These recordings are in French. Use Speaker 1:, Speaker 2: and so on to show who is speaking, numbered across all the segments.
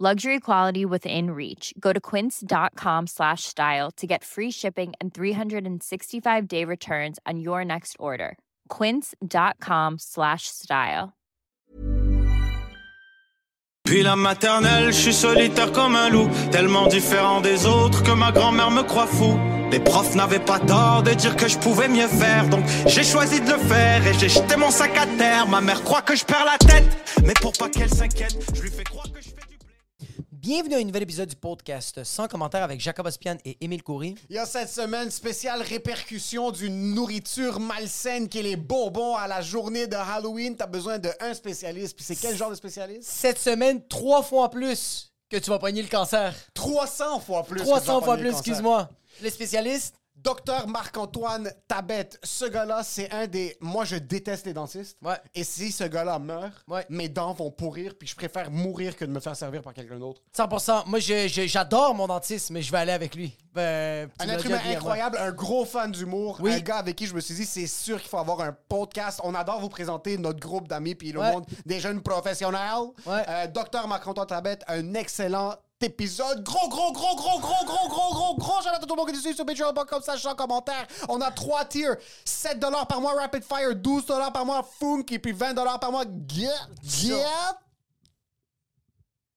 Speaker 1: Luxury quality within reach. Go to quince.com slash style to get free shipping and 365 day returns on your next order. Quince.com slash style.
Speaker 2: Puis la maternelle, je suis solitaire comme un loup, tellement différent des autres que ma grand-mère me croit fou. Les profs n'avaient pas tort de dire que je pouvais mieux faire, donc j'ai choisi de le faire et j'ai jeté mon sac à terre. Ma mère croit que je perds la tête, mais pour pas qu'elle s'inquiète, je lui fais croire que je fais du blé.
Speaker 3: Bienvenue à un nouvel épisode du podcast sans commentaire avec Jacob Ospian et Émile Coury.
Speaker 4: Il y a cette semaine spéciale répercussion d'une nourriture malsaine qui est les bonbons à la journée de Halloween. T'as besoin de un spécialiste. Puis c'est quel genre de spécialiste?
Speaker 3: Cette semaine, trois fois en plus que tu vas pogner le cancer.
Speaker 4: 300 fois plus. que
Speaker 3: 300
Speaker 4: Jean-Paul
Speaker 3: fois plus,
Speaker 4: Léconcer.
Speaker 3: excuse-moi. Le spécialiste,
Speaker 4: Docteur Marc-Antoine Tabet. Ce gars-là, c'est un des... Moi, je déteste les dentistes.
Speaker 3: Ouais.
Speaker 4: Et si ce gars-là meurt,
Speaker 3: Ouais.
Speaker 4: mes dents vont pourrir. Puis je préfère mourir que de me faire servir par quelqu'un d'autre.
Speaker 3: 100%. Moi, je- je- j'adore mon dentiste, mais je vais aller avec lui. Ben, tu
Speaker 4: Un
Speaker 3: me l'as
Speaker 4: être
Speaker 3: dit
Speaker 4: humain
Speaker 3: régulièrement.
Speaker 4: incroyable, un gros fan d'humour,
Speaker 3: Oui.
Speaker 4: un gars avec qui je me suis dit, c'est sûr qu'il faut avoir un podcast. On adore vous présenter notre groupe d'amis, puis le
Speaker 3: Ouais.
Speaker 4: monde des jeunes professionnels.
Speaker 3: Ouais.
Speaker 4: Docteur Marc-Antoine Tabet, un excellent épisode. Gros, gros, gros, gros, gros, gros, gros, gros, gros. J'adore tout le monde qui nous suit sur patreon.com slash sans commentaire. On a trois tiers. 7 par mois Rapid Fire, 12 par mois Funky, puis 20 par mois Get, Get.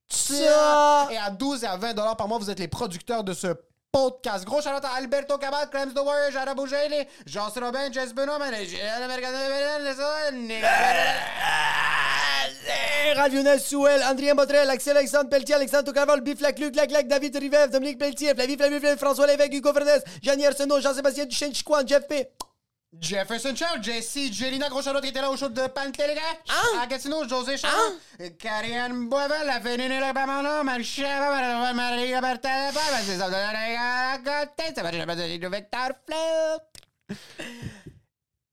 Speaker 3: Ça.
Speaker 4: Et à 12 et à 20 dollars par mois, vous êtes les producteurs de ce podcast. Gros shout à Alberto Cabat, Clems The Warrior, Jara Bougeli, Jean Robin, Jess Benoît,
Speaker 3: Rav Younes, Souel, Andrien Botrel, Axel Alexandre Pelletier, Alexandre Tocavol, Biff Lacluc, Laclac, David Rivev, Dominique Pelletier, Flavie Flavie Flavie, François Lévesque, Hugo Verdes, Gianni Arsenault, Jean-Sébastien Duchesne, Chicoine, Jeff P.
Speaker 4: Jefferson Charles, JC, Jelina, gros shout qui était là au show de Panté, les gars.
Speaker 3: Hein?
Speaker 4: À Gatineau, José Charles, Karianne Boivin, la Vénine et la Bamana, Malchava, Maria Bertalaba, c'est ça, les gars, à côté, ça va, je vais dire, le vecteur flop.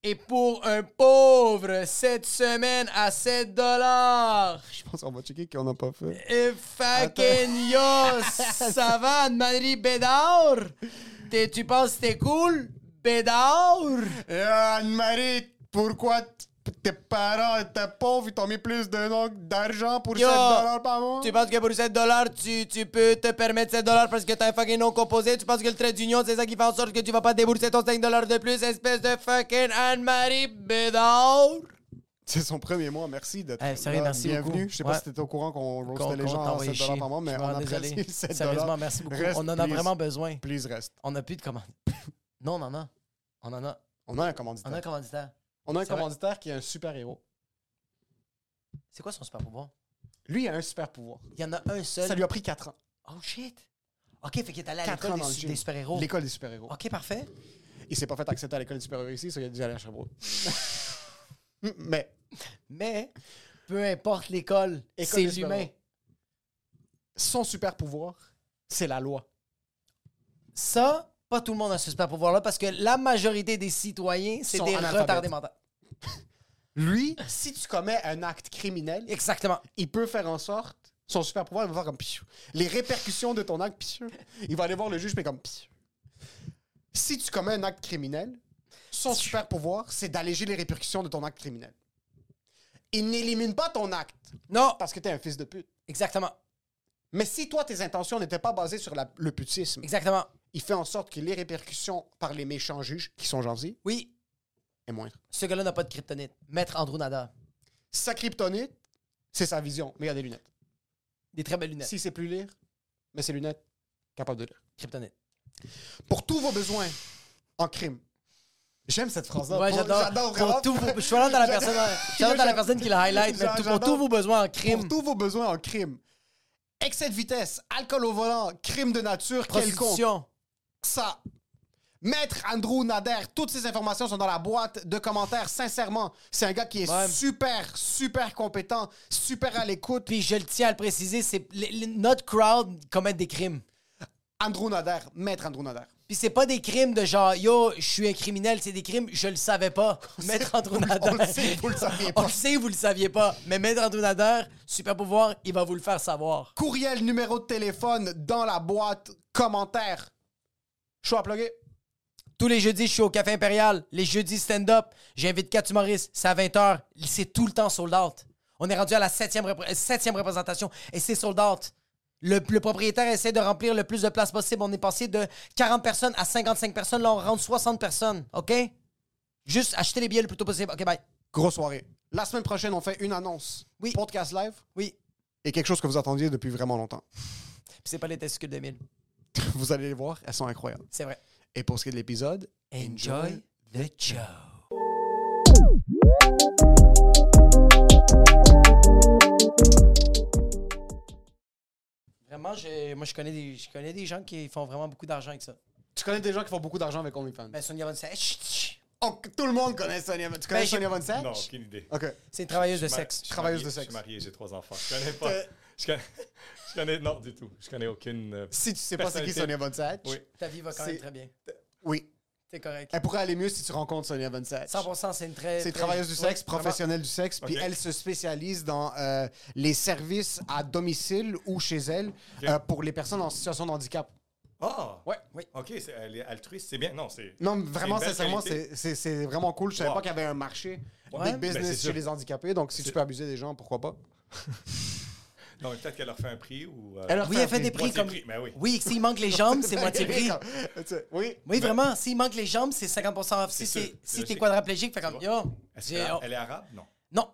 Speaker 3: Et pour un pauvre, cette semaine à 7 dollars.
Speaker 4: Je pense qu'on va checker qu'on n'a pas fait.
Speaker 3: Ah. Et fucking yo, ça va, Anne-Marie Bédard? T'es- tu penses que t'es cool? Bédard?
Speaker 4: Euh, Anne-Marie, pourquoi t- tes parents étaient pauvres, ils t'ont mis plus de nom- d'argent pour 7 dollars par mois?
Speaker 3: Tu penses que pour 7 dollars, tu, tu peux te permettre 7 dollars parce que t'as un fucking non composé? Tu penses que le trait d'union, c'est ça qui fait en sorte que tu vas pas débourser ton 5 dollars de plus, espèce de fucking Anne-Marie Bédard?
Speaker 4: C'est son premier mois, merci d'être
Speaker 3: Eh, sérieux,
Speaker 4: là.
Speaker 3: merci
Speaker 4: Bienvenue.
Speaker 3: beaucoup.
Speaker 4: Je sais
Speaker 3: Ouais.
Speaker 4: pas si t'étais au courant qu'on
Speaker 3: Qu'on-
Speaker 4: roastait les
Speaker 3: qu'on
Speaker 4: gens à
Speaker 3: t'envoie
Speaker 4: 7 dollars
Speaker 3: chier.
Speaker 4: par mois, mais
Speaker 3: Je
Speaker 4: on
Speaker 3: m'en
Speaker 4: apprécie
Speaker 3: désolé.
Speaker 4: le 7
Speaker 3: Sérieusement, merci beaucoup.
Speaker 4: Reste,
Speaker 3: on en a
Speaker 4: please.
Speaker 3: vraiment besoin.
Speaker 4: Please reste.
Speaker 3: On a plus de commandes. non, on en a. On en a.
Speaker 4: On
Speaker 3: On
Speaker 4: a un
Speaker 3: a un
Speaker 4: commanditaire.
Speaker 3: commanditaire.
Speaker 4: On a un
Speaker 3: C'est vrai.
Speaker 4: commanditaire qui est un super héros.
Speaker 3: C'est quoi son super pouvoir?
Speaker 4: Lui, il a un super pouvoir.
Speaker 3: Il y en a un seul.
Speaker 4: Ça lui a pris 4 ans.
Speaker 3: Oh shit! Ok, fait qu'il est allé à
Speaker 4: Quatre ans
Speaker 3: l'école
Speaker 4: dans le
Speaker 3: des, su-
Speaker 4: gym.
Speaker 3: des super-héros.
Speaker 4: L'école des super-héros.
Speaker 3: Ok, parfait.
Speaker 4: Il s'est pas fait accepter à l'école des super-héros ici, ça il a dû aller à Sherbrooke. mais
Speaker 3: Mais peu importe l'école,
Speaker 4: École
Speaker 3: c'est
Speaker 4: des super-héros.
Speaker 3: l'humain.
Speaker 4: son super pouvoir, c'est la loi.
Speaker 3: Ça, pas tout le monde a ce super pouvoir-là parce que la majorité des citoyens, c'est
Speaker 4: Sont
Speaker 3: des
Speaker 4: analphabètes.
Speaker 3: retardés mentaux.
Speaker 4: Lui, si tu commets un acte criminel,
Speaker 3: Exactement.
Speaker 4: il peut faire en sorte. Son super pouvoir, il va faire comme pfiou. Les répercussions de ton acte, pfiou. Il va aller voir le juge, mais comme pfiou. Si tu commets un acte criminel, son super pouvoir, c'est d'alléger les répercussions de ton acte criminel. Il n'élimine pas ton acte
Speaker 3: Non,
Speaker 4: parce que t'es un fils de pute.
Speaker 3: exactement.
Speaker 4: Mais si toi, tes intentions n'étaient pas basées sur la- le putisme,
Speaker 3: Exactement.
Speaker 4: il fait en sorte que les répercussions par les méchants juges, qui sont gentils,
Speaker 3: Oui,
Speaker 4: est moindre.
Speaker 3: ce gars-là n'a pas de kryptonite. Maître Andrew Nada.
Speaker 4: Sa kryptonite, c'est sa vision, mais il a des lunettes.
Speaker 3: Des très belles lunettes.
Speaker 4: S'il sait plus lire, mais ses lunettes, capable de lire.
Speaker 3: Kryptonite.
Speaker 4: Pour tous vos besoins en crime. J'aime cette phrase-là.
Speaker 3: Ouais,
Speaker 4: Pour-
Speaker 3: j'adore.
Speaker 4: vraiment.
Speaker 3: Pour tout vos- Je suis vraiment dans la personne, je suis dans la personne qui la highlight, mais tout- pour
Speaker 4: J'adore.
Speaker 3: tous vos besoins en crime,
Speaker 4: Pour tous vos besoins en crime. Excès de vitesse, alcool au volant, crime de nature, quelconque.
Speaker 3: prostitution.
Speaker 4: ça. Maître Andrew Nader, toutes ces informations sont dans la boîte de commentaires. Sincèrement, c'est un gars qui est
Speaker 3: Ouais.
Speaker 4: super, super compétent, super à l'écoute.
Speaker 3: Puis je le tiens à le préciser, c'est les- les- notre crowd commet des crimes.
Speaker 4: Andrew Nader, Maître Andrew Nader.
Speaker 3: Puis c'est pas des crimes de genre yo, je suis un criminel, c'est des crimes je le savais pas. Maître Andrew Nader.
Speaker 4: on le sait, vous le saviez pas.
Speaker 3: On le sait, vous le saviez pas. Mais Maître Andrew Nader, super pouvoir, il va vous le faire savoir.
Speaker 4: Courriel, numéro de téléphone dans la boîte, commentaires. Choix à plugger.
Speaker 3: Tous les jeudis, je suis au Café Impérial. Les jeudis stand-up, j'invite quatre humoristes. C'est à 20h. C'est tout le temps sold out. On est rendu à la septième, repré- euh, septième représentation et c'est sold out. Le, le propriétaire essaie de remplir le plus de places possible. On est passé de 40 personnes à 55 personnes. Là, on rentre 60 personnes. OK? Juste acheter les billets le plus tôt possible. OK, bye.
Speaker 4: Grosse soirée. La semaine prochaine, on fait une annonce.
Speaker 3: Oui.
Speaker 4: Podcast live
Speaker 3: Oui.
Speaker 4: et quelque chose que vous attendiez depuis vraiment longtemps.
Speaker 3: Puis c'est pas les testicules de mille.
Speaker 4: Vous allez les voir, elles sont incroyables.
Speaker 3: C'est vrai.
Speaker 4: Et pour ce qui est de l'épisode,
Speaker 3: Enjoy the show. Vraiment, je- moi, je connais, des, je connais des gens qui font vraiment beaucoup d'argent avec ça.
Speaker 4: tu connais des gens qui font beaucoup d'argent avec OnlyFans.
Speaker 3: Ben, Sonia Von Sech, chut, chut,
Speaker 4: Oh, tout le monde connaît Sonia. Tu
Speaker 3: Ben,
Speaker 4: connais
Speaker 3: j'ai-
Speaker 4: Sonia Von Sech?
Speaker 5: Non, aucune idée.
Speaker 4: OK.
Speaker 3: c'est une travailleuse de sexe.
Speaker 5: Je suis
Speaker 4: travailleuse
Speaker 5: marié-
Speaker 4: de
Speaker 5: Je
Speaker 4: sexe.
Speaker 5: suis marié, j'ai trois enfants. Je connais pas. Je connais, je connais- non, du tout. Je connais aucune. euh,
Speaker 4: Si tu sais pas c'est qui
Speaker 5: personnalité.
Speaker 4: Sonia Von Sach,
Speaker 5: Oui.
Speaker 3: Ta vie va quand même
Speaker 4: C'est-
Speaker 3: très bien.
Speaker 4: oui.
Speaker 3: C'est correct.
Speaker 4: Elle pourrait aller mieux si tu rencontres Sonia Von Sach.
Speaker 3: 100%, c'est une très...
Speaker 4: C'est
Speaker 3: très-
Speaker 4: travailleuse du sexe,
Speaker 3: Ouais, vraiment.
Speaker 4: professionnelle du sexe, puis
Speaker 5: Ok.
Speaker 4: elle se spécialise dans euh, les services à domicile ou chez elle euh, pour les personnes en situation de handicap.
Speaker 5: Ah!
Speaker 3: Ouais, oui.
Speaker 5: Ok, c'est- elle est altruiste, c'est bien. Non, c'est.
Speaker 4: Non, mais vraiment,
Speaker 5: C'est une belle
Speaker 4: sincèrement,
Speaker 5: qualité.
Speaker 4: c'est- c'est c'est vraiment cool. Je savais
Speaker 5: Wow.
Speaker 4: pas qu'il y avait un marché,
Speaker 5: Ouais.
Speaker 4: des
Speaker 5: Ben,
Speaker 4: business
Speaker 5: c'est
Speaker 4: chez
Speaker 5: sûr.
Speaker 4: les handicapés, donc si tu peux abuser des gens, pourquoi pas?
Speaker 5: Non, mais peut-être qu'elle leur fait un prix ou. euh,
Speaker 4: leur
Speaker 3: Oui, elle fait des prix
Speaker 5: Moitié
Speaker 3: comme...
Speaker 5: prix, ben oui.
Speaker 3: s'il manque les jambes, c'est moitié prix.
Speaker 4: Tu sais, oui.
Speaker 3: Oui, vraiment, s'il manque les jambes, c'est 50% off. Si,
Speaker 5: sûr,
Speaker 3: c'est-
Speaker 5: c'est
Speaker 3: si t'es
Speaker 5: logique.
Speaker 3: quadraplégique, fait comme,
Speaker 5: bon.
Speaker 3: yo,
Speaker 5: Est-ce
Speaker 3: j'ai-
Speaker 5: qu'elle-
Speaker 3: oh.
Speaker 5: elle est arabe? Non.
Speaker 3: Non.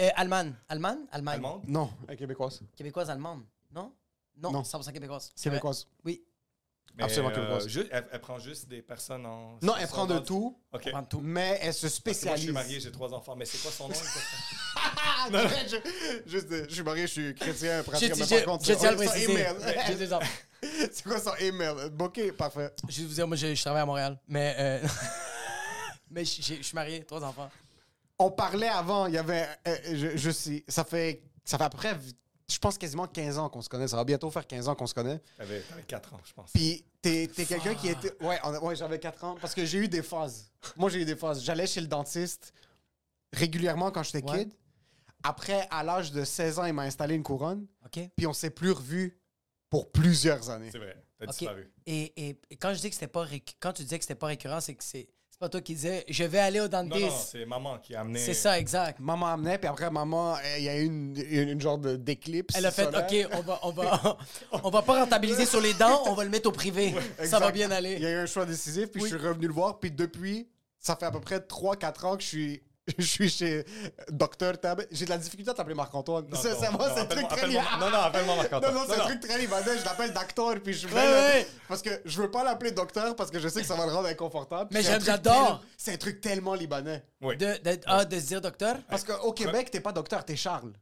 Speaker 3: Euh, Allemande. Allemande? Allemagne.
Speaker 5: Allemande?
Speaker 4: Non, elle est québécoise.
Speaker 3: Québécoise, allemande. Non? Non,
Speaker 4: Non.
Speaker 3: 100% québécoise. C'est vrai.
Speaker 4: Québécoise.
Speaker 3: Oui.
Speaker 5: Mais,
Speaker 4: Absolument
Speaker 5: euh,
Speaker 4: québécoise.
Speaker 5: ju- elle, elle prend juste des personnes en.
Speaker 4: Non, elle prend de tout,
Speaker 5: Ok.
Speaker 3: Prends tout.
Speaker 4: mais elle se
Speaker 5: Parce que moi, je
Speaker 4: spécialise.
Speaker 5: suis marié, j'ai trois enfants. Mais c'est quoi son nom? exactement?
Speaker 4: Ah, correct, je, juste, euh, je suis marié, je suis chrétien,
Speaker 3: Je,
Speaker 4: pratiquement.
Speaker 3: je-
Speaker 4: mais
Speaker 3: je-
Speaker 4: par contre,
Speaker 3: je
Speaker 4: c'est-
Speaker 3: tiens à le
Speaker 4: son
Speaker 3: préciser.
Speaker 4: email.
Speaker 3: J'ai des enfants.
Speaker 4: C'est quoi son email? Booké, parfait.
Speaker 3: Je vais vous dire, moi, je, je travaille à Montréal. Mais, euh, mais je, je- je suis marié, trois enfants.
Speaker 4: On parlait avant, il y avait. euh, je, je sais, ça fait, ça fait à peu près, je pense quasiment 15 ans qu'on se connaît. Ça va bientôt faire 15 ans qu'on se connaît.
Speaker 5: T'avais t'avais quatre ans, je pense.
Speaker 4: Puis t'es t'es quelqu'un qui était. Ouais, on a- ouais j'avais 4 ans parce que j'ai eu des phases. Moi, j'ai eu des phases. J'allais chez le dentiste régulièrement quand j'étais
Speaker 3: Ouais.
Speaker 4: kid. Après, à l'âge de 16 ans, il m'a installé une couronne.
Speaker 3: OK?
Speaker 4: Puis on s'est plus revus pour plusieurs années.
Speaker 5: C'est vrai, t'as
Speaker 3: OK.
Speaker 5: disparu.
Speaker 3: Et, et- et quand je dis que c'était pas récu- quand tu disais que c'était pas récurrent, c'est que c'est c'est pas toi qui disais je vais aller au
Speaker 5: Non, non,
Speaker 3: dentiste.
Speaker 5: c'est maman qui a amené.
Speaker 3: C'est ça, exact.
Speaker 4: Maman amenait, puis après, maman, euh, il y a eu une, une, une genre de- d'éclipse.
Speaker 3: Elle a fait
Speaker 4: solaire.
Speaker 3: OK, on va, on va, on va pas rentabiliser sur les dents, on va le mettre au privé. Ça va
Speaker 4: Exact.
Speaker 3: bien aller.
Speaker 4: Il y a eu un choix décisif, puis
Speaker 3: Oui.
Speaker 4: je suis revenu le voir. Puis depuis, ça fait à peu près 3-4 ans que je suis, je suis chez Docteur Tab. J'ai de la difficulté à t'appeler Marc-Antoine.
Speaker 5: Non,
Speaker 4: Ça,
Speaker 5: non,
Speaker 4: ça va,
Speaker 5: non,
Speaker 4: c'est un truc
Speaker 5: appelle-moi-
Speaker 4: très
Speaker 5: appelle-moi-
Speaker 4: lié-
Speaker 5: non, non, appelle-moi Marc-Antoine.
Speaker 4: Non, non, c'est
Speaker 5: Non,
Speaker 4: un
Speaker 5: non.
Speaker 4: truc très libanais. Je l'appelle Docteur, puis je vais.
Speaker 3: Ouais, ouais.
Speaker 4: Parce que je veux pas l'appeler Docteur, parce que je sais que ça va le rendre inconfortable.
Speaker 3: Mais
Speaker 4: C'est un
Speaker 3: j'aime,
Speaker 4: truc
Speaker 3: j'adore.
Speaker 4: tel- C'est un truc tellement libanais.
Speaker 5: Oui.
Speaker 3: De, de- ah, de se dire docteur,
Speaker 4: Parce qu'au Québec, t'es pas docteur, t'es Charles.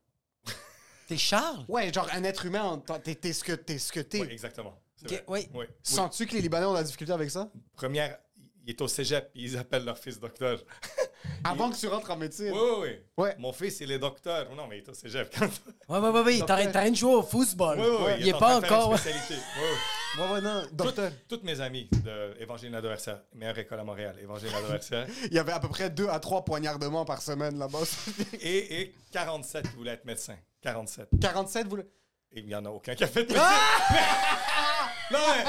Speaker 3: t'es Charles?
Speaker 4: Ouais, genre un être humain, t'en- t'es t'es ce que t'es. Ce que t'es.
Speaker 5: Oui, exactement. C'est
Speaker 3: Ok,
Speaker 5: vrai.
Speaker 3: oui.
Speaker 4: Sens-tu que les Libanais ont de la difficulté avec ça?
Speaker 5: Première, il est au cégep, ils appellent leur fils docteur.
Speaker 4: Avant que tu rentres en médecine.
Speaker 5: Oui, oui, oui.
Speaker 4: Ouais.
Speaker 5: Mon fils, il est docteur. Non, mais il est au cégep. Quand...
Speaker 3: Ouais, ouais, ouais, ouais. T'es en train- t'es en train de jouer au football.
Speaker 5: Oui, oui, oui.
Speaker 3: Il est
Speaker 5: en
Speaker 3: pas
Speaker 5: train de faire
Speaker 3: encore.
Speaker 5: une spécialité. Oui, oui.
Speaker 4: Ouais, ouais, non, docteur.
Speaker 5: Toutes- Toutes mes amies de Évangile Adversaire, meilleure école à Montréal, Évangile Adversaire,
Speaker 4: Il y avait à peu près 2 à 3 poignardements par semaine là-bas.
Speaker 5: et, et 47 voulaient être médecin. 47.
Speaker 4: 47, vous le...
Speaker 5: Et il n'y en a aucun qui a fait de médecine.
Speaker 4: Ah!
Speaker 5: non, mais...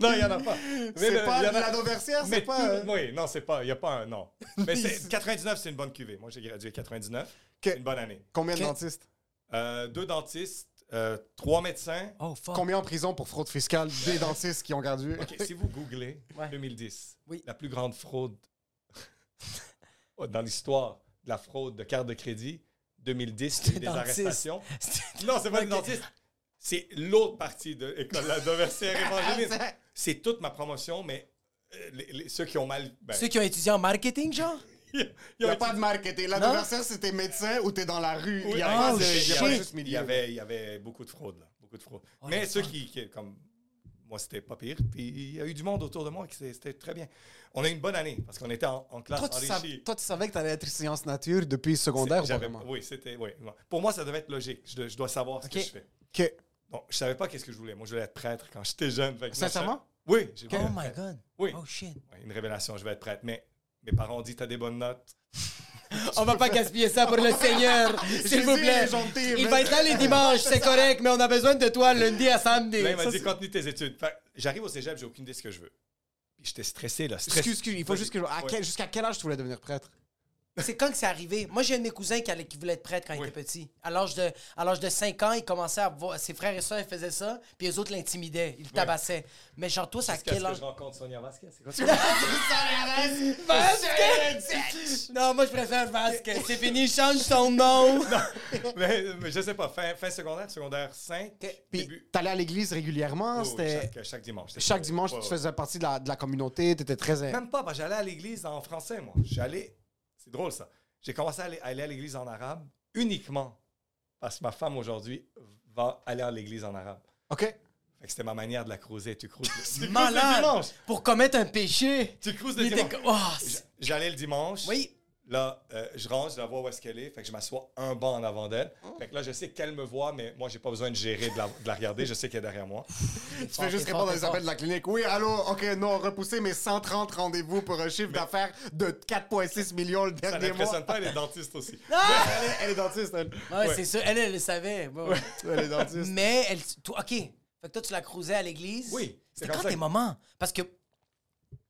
Speaker 5: Non, il n'y en a pas. Mais le-
Speaker 4: C'est pas
Speaker 5: il y en a-
Speaker 4: la Versière, c'est
Speaker 5: Mais
Speaker 4: pas... euh,
Speaker 5: tout- Oui, non, c'est pas. Il n'y a pas un. Non. Mais c'est- 99, c'est une bonne cuvée. Moi, j'ai gradué 99.
Speaker 4: Que-
Speaker 5: Une bonne année.
Speaker 4: Combien de
Speaker 3: Ok.
Speaker 4: dentistes?
Speaker 5: Euh, deux dentistes, euh, trois médecins.
Speaker 3: Oh, fuck.
Speaker 4: Combien en prison pour fraude fiscale des dentistes qui ont gradué?
Speaker 5: Ben, OK, si vous googlez
Speaker 3: Ouais.
Speaker 5: 2010,
Speaker 3: Oui.
Speaker 5: la plus grande fraude dans l'histoire de la fraude de carte de crédit, 2010, il y a eu des
Speaker 3: dentiste.
Speaker 5: arrestations. Non, c'est pas des
Speaker 3: Ok.
Speaker 5: dentistes. C'est l'autre partie de l'école là, de Versailles Évangeline. C'est toute ma promotion, mais euh, les- les- ceux qui ont mal. ben,
Speaker 3: Ceux qui ont étudié en marketing, genre?
Speaker 5: ils
Speaker 4: Il n'y
Speaker 5: ont
Speaker 4: a
Speaker 5: étudié-
Speaker 4: pas de marketing. L'adversaire, c'est tes médecins ou t'es dans la rue.
Speaker 5: Oui,
Speaker 4: il y a
Speaker 5: non,
Speaker 4: pas de-
Speaker 5: c'est-
Speaker 4: il y a
Speaker 5: il
Speaker 4: pas
Speaker 5: y
Speaker 4: juste
Speaker 5: avait- il
Speaker 4: milieu.
Speaker 5: y avait, il y avait beaucoup de fraude, là. Beaucoup de fraude.
Speaker 4: Oh,
Speaker 5: Mais ceux qui, qui, comme moi, c'était pas pire. Puis il y a eu du monde autour de moi qui c'est- c'était très bien. On a eu une bonne année parce qu'on était en, en classe
Speaker 4: Toi, tu,
Speaker 5: enrichie.
Speaker 4: savais, toi, tu savais que t'allais être sciences nature depuis secondaire ou pas
Speaker 5: J'avais-
Speaker 4: vraiment?
Speaker 5: Oui, c'était. Oui. ouais. Pour moi, ça devait être logique. Je, dois- je dois savoir ce
Speaker 3: Ok.
Speaker 5: que je fais.
Speaker 4: Que-
Speaker 5: Bon, je savais pas qu'est-ce que je voulais. Moi, je voulais être prêtre quand j'étais jeune. Fait que moi,
Speaker 4: Sincèrement?
Speaker 5: je- Oui. j'ai voulu
Speaker 3: Oh
Speaker 5: être
Speaker 3: my
Speaker 5: prêtre.
Speaker 3: god.
Speaker 5: Oui.
Speaker 3: Oh shit.
Speaker 5: Ouais, Une révélation, je vais être prêtre. Mais mes parents ont dit t'as des bonnes notes.
Speaker 3: On va pas gaspiller ça pour le Seigneur,
Speaker 4: Jésus
Speaker 3: s'il vous plaît.
Speaker 4: est gentil,
Speaker 3: Il
Speaker 4: mais-
Speaker 3: va être là les dimanches, c'est correct, mais on a besoin de toi lundi à samedi.
Speaker 5: Là, il m'a
Speaker 3: Ça,
Speaker 5: dit
Speaker 3: c'est-
Speaker 5: continue tes études. Fait que j'arrive au cégep, j'ai aucune idée de ce que je veux. Puis j'étais stressé, là. stressé.
Speaker 4: Excuse, excuse, il faut
Speaker 5: Vas-y.
Speaker 4: juste que je... à
Speaker 5: Ouais.
Speaker 4: quel- Jusqu'à quel âge tu voulais devenir prêtre?
Speaker 3: C'est quand que c'est arrivé? Moi, j'ai un de mes cousins qui, allait- qui voulait être prêtre quand il
Speaker 5: Oui.
Speaker 3: était petit. À l'âge de, à l'âge de 5 ans, il commençait à voir ses frères et soeurs, ils faisaient ça, puis les autres l'intimidaient, ils le tabassaient. Mais genre, toi, c'est à
Speaker 5: Jusqu'à ce
Speaker 3: quel
Speaker 5: que
Speaker 3: âge?
Speaker 5: je rencontre Sonia Vasquez. C'est quoi
Speaker 3: Non, moi, je préfère Vasque. C'est fini, change son nom.
Speaker 5: mais, mais je sais pas, fin, fin secondaire, secondaire 5,
Speaker 4: Puis
Speaker 5: début.
Speaker 4: t'allais à l'église régulièrement,
Speaker 5: Oh,
Speaker 4: c'était...
Speaker 5: chaque, chaque dimanche. c'était-
Speaker 4: Chaque dimanche,
Speaker 5: Ouais,
Speaker 4: tu
Speaker 5: ouais.
Speaker 4: faisais partie de la, de la communauté, t'étais très...
Speaker 5: Même pas, parce que j'allais à l'église en français, moi. J'allais. C'est drôle, ça. J'ai commencé à aller, à aller à l'église en arabe uniquement parce que ma femme aujourd'hui va aller à l'église en arabe.
Speaker 4: OK?
Speaker 5: Fait que c'était ma manière de la croiser. Tu crouses. le- tu crouses le
Speaker 3: Malade.
Speaker 5: dimanche.
Speaker 3: Pour commettre un péché.
Speaker 5: Tu crouses
Speaker 3: Il
Speaker 5: le
Speaker 3: était
Speaker 5: dimanche.
Speaker 3: co- oh,
Speaker 5: J-
Speaker 3: c'est-
Speaker 5: J'allais le dimanche.
Speaker 3: Oui.
Speaker 5: Là, euh, je range, je la vois où est-ce qu'elle est. Fait que je m'assois un banc en avant d'elle.
Speaker 4: Oh.
Speaker 5: Fait que là, je sais qu'elle me voit, mais moi, j'ai pas besoin de gérer, de la, de la regarder. Je sais qu'elle est derrière moi.
Speaker 4: Tu fais juste répondre à des appels de la clinique. Oui, allô, OK, non, repoussé mes 130 rendez-vous pour un chiffre d'affaires de 4,6 millions le
Speaker 5: Ça
Speaker 4: dernier mois.
Speaker 5: n'impressionne pas, elle est dentiste aussi.
Speaker 4: Elle est, elle est dentiste, hein. elle.
Speaker 3: Ouais, c'est ça. Elle, elle le savait. Bon.
Speaker 4: Elle est dentiste.
Speaker 3: Mais elle. Toi, OK. Fait que toi, tu la cruisais à l'église.
Speaker 5: Oui, c'est
Speaker 3: C'était
Speaker 5: comme
Speaker 3: quand
Speaker 5: ça
Speaker 3: tes
Speaker 5: que-
Speaker 3: moments? Parce que.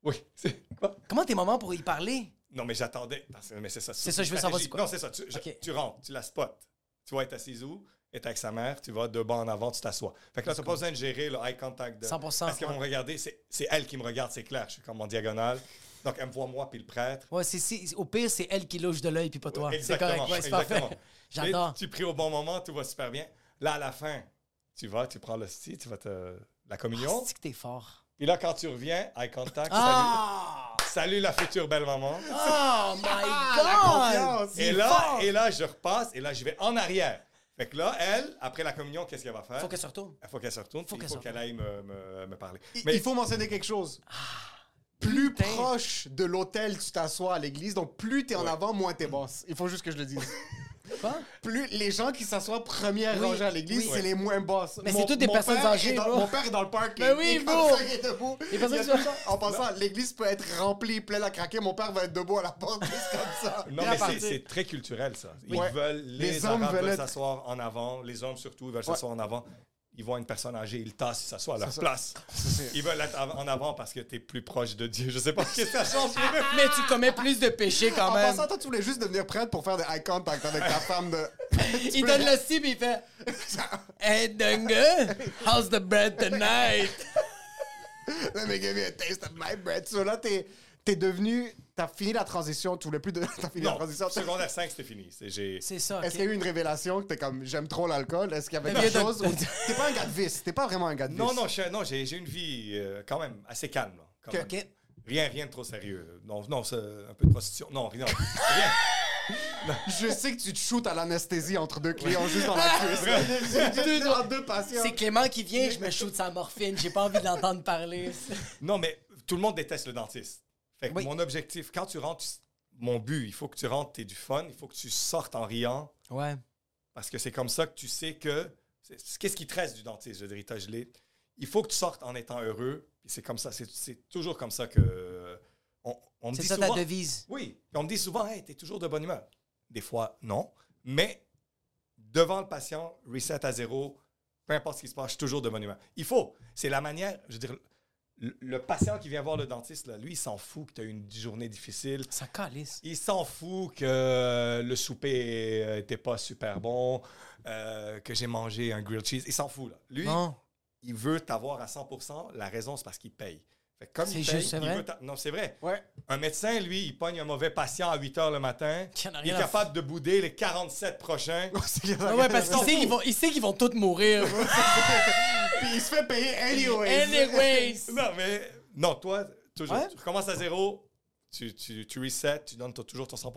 Speaker 5: Oui. C'est quoi?
Speaker 3: Comment tes moments pour y parler?
Speaker 5: Non, mais j'attendais. parce que- Mais c'est ça.
Speaker 3: C'est ça, je veux savoir
Speaker 5: stratégie.
Speaker 3: c'est quoi.
Speaker 5: Non, c'est ça. Tu, je-
Speaker 3: Ok.
Speaker 5: tu rentres, tu la spots. Tu vas être assise où? Elle est avec sa mère, tu vas deux bancs en avant, tu t'assois. Fait que là, t'as pas besoin de gérer le eye contact. De...
Speaker 3: 100%,
Speaker 5: Parce qu'ils vont me regarder, c'est c'est elle qui me regarde, c'est clair. Je suis comme en diagonale. Donc, elle me voit moi puis le prêtre.
Speaker 3: Ouais, c'est, c'est- au pire, c'est elle qui louche de l'œil, puis pas toi. c'est
Speaker 5: Exactement,
Speaker 3: correct. Ouais, c'est parfait.
Speaker 5: exactement.
Speaker 3: J'adore.
Speaker 5: Mais Tu pries au bon moment, tout va super bien. Là, à la fin, tu vas, tu prends l'hostie, tu vas te... la communion.
Speaker 3: Ah, C'est que t'es fort.
Speaker 5: Puis là, quand tu reviens, eye contact,
Speaker 3: Ah!
Speaker 5: salut, salut la future belle-maman.
Speaker 3: Oh my god!
Speaker 4: Confiance.
Speaker 5: Ah, Et là, et là, je repasse et là, je vais en arrière. Fait que là, elle, après la communion, qu'est-ce qu'elle va faire?
Speaker 3: Faut qu'elle se retourne.
Speaker 5: Il faut qu'elle se retourne. puis
Speaker 3: qu'elle
Speaker 5: Il faut
Speaker 3: se
Speaker 5: qu'elle aille me, me- me parler.
Speaker 4: Il-
Speaker 5: Mais
Speaker 4: Il faut mentionner quelque chose. Plus proche de l'hôtel tu t'assois à l'église, donc plus t'es en avant, moins t'es boss. Il faut juste que je le dise.
Speaker 3: Quoi?
Speaker 4: Plus les gens qui s'assoient première
Speaker 3: Oui,
Speaker 4: rangée à l'église,
Speaker 3: oui.
Speaker 4: c'est les moins boss.
Speaker 3: Mais c'est toutes des personnes
Speaker 4: père est
Speaker 3: âgées,
Speaker 4: dans-
Speaker 3: bro.
Speaker 4: Mon père est dans le parking.
Speaker 3: Mais Ben oui,
Speaker 4: Il est comme
Speaker 3: bro.
Speaker 4: ça, il est debout.
Speaker 3: Les personnes
Speaker 4: Il y a
Speaker 3: qui
Speaker 4: tout
Speaker 3: sont-
Speaker 4: ça. En passant, l'église peut être remplie, pleine à craquer. Mon père va être debout à la porte, juste comme ça.
Speaker 5: non,
Speaker 4: Il
Speaker 5: mais
Speaker 4: est parti.
Speaker 5: c'est- c'est très culturel, ça. Ils
Speaker 4: Ouais.
Speaker 5: veulent, les,
Speaker 4: Les hommes
Speaker 5: Arabes
Speaker 4: veulent
Speaker 5: veulent
Speaker 4: être-
Speaker 5: s'asseoir en avant. Les hommes, surtout, ils veulent s'asseoir en avant. Ils voient une personne âgée, ils tassent, ils s'assoient à leur place. Ils veulent être av- en avant parce que t'es plus proche de Dieu. Je sais pas qu'est-ce que ça change. pour eux.
Speaker 3: Mais tu commets plus de péchés quand
Speaker 4: En
Speaker 3: même.
Speaker 4: passant, toi, tu voulais juste devenir prêtre pour faire des eye contact avec ta femme de.
Speaker 3: il donne le cible il fait Hey Dunga, how's the bread tonight?
Speaker 4: Let me give you a taste of my bread. So là, t'es, t'es devenu. T'as fini la transition. Tu voulais plus de. T'as fini la
Speaker 5: Non,
Speaker 4: transition.
Speaker 5: secondaire 5, c'était fini. C'est- j'ai-
Speaker 3: C'est ça.
Speaker 4: Est-ce qu'il y a eu une révélation que t'es comme j'aime trop l'alcool? Est-ce qu'il y avait
Speaker 3: Mais
Speaker 4: quelque
Speaker 3: viens de-
Speaker 4: chose? ou T'es pas un gars de vice. T'es pas vraiment un gars de vice.
Speaker 5: Non, non, je- non, j'ai j'ai une vie euh, quand même assez calme. là, quand
Speaker 4: Que-
Speaker 5: même.
Speaker 3: Ok.
Speaker 5: Rien, rien de trop sérieux. Non, non, c'est un peu de prostitution. Non, rien. rien.
Speaker 4: Je sais que tu te shootes à l'anesthésie entre deux clients juste dans la cuisse. en deux patients.
Speaker 3: C'est Clément qui vient, je me shoot sa morphine, j'ai pas envie de l'entendre parler.
Speaker 5: Non, mais tout le monde déteste le dentiste. Fait que
Speaker 3: Oui.
Speaker 5: mon objectif, quand tu rentres, tu- mon but, il faut que tu rentres, t'es du fun, il faut que tu sortes en riant,
Speaker 3: Ouais.
Speaker 5: parce que c'est comme ça que tu sais que. c'est- c'est- Qu'est-ce qui te reste du dentiste, je dirais, t'as gelé. Il faut que tu sortes en étant heureux, et c'est comme ça, c'est- c'est toujours comme ça que. euh, On, on me
Speaker 3: C'est
Speaker 5: dit
Speaker 3: ça ta
Speaker 5: souvent,
Speaker 3: devise.
Speaker 5: Oui. Puis on me dit souvent, hey, t'es toujours de bonne humeur. Des fois, non. Mais devant le patient, reset à zéro, peu importe ce qui se passe, je suis toujours de bonne humeur. Il faut. C'est la manière, je veux dire, le, le patient qui vient voir le dentiste, là, lui, il s'en fout que tu as eu une journée difficile.
Speaker 3: Ça calisse.
Speaker 5: Il s'en fout que euh, le souper n'était pas super bon, euh, que j'ai mangé un grilled cheese. Il s'en fout, là. Lui,
Speaker 3: Non.
Speaker 5: il veut t'avoir à 100 La raison, c'est parce qu'il paye. Fait que comme
Speaker 3: C'est
Speaker 5: il
Speaker 3: juste, c'est
Speaker 5: il
Speaker 3: vrai?
Speaker 5: veut ta- Non, c'est vrai.
Speaker 4: Ouais.
Speaker 5: Un médecin, lui, il pogne un mauvais patient à 8 h le matin.
Speaker 3: Qui en a
Speaker 5: Il
Speaker 3: rien
Speaker 5: est
Speaker 3: à
Speaker 5: capable de bouder les 47 prochains.
Speaker 3: Ouais, ouais, parce qu'il sait qu'ils vont, il sait qu'ils vont tous mourir.
Speaker 4: Puis il se fait payer anyway.
Speaker 3: Anyways.
Speaker 5: non, mais. Non, toi, toujours.
Speaker 3: Ouais.
Speaker 5: Tu recommences à zéro, tu, tu, tu resets, tu donnes ton- toujours ton 100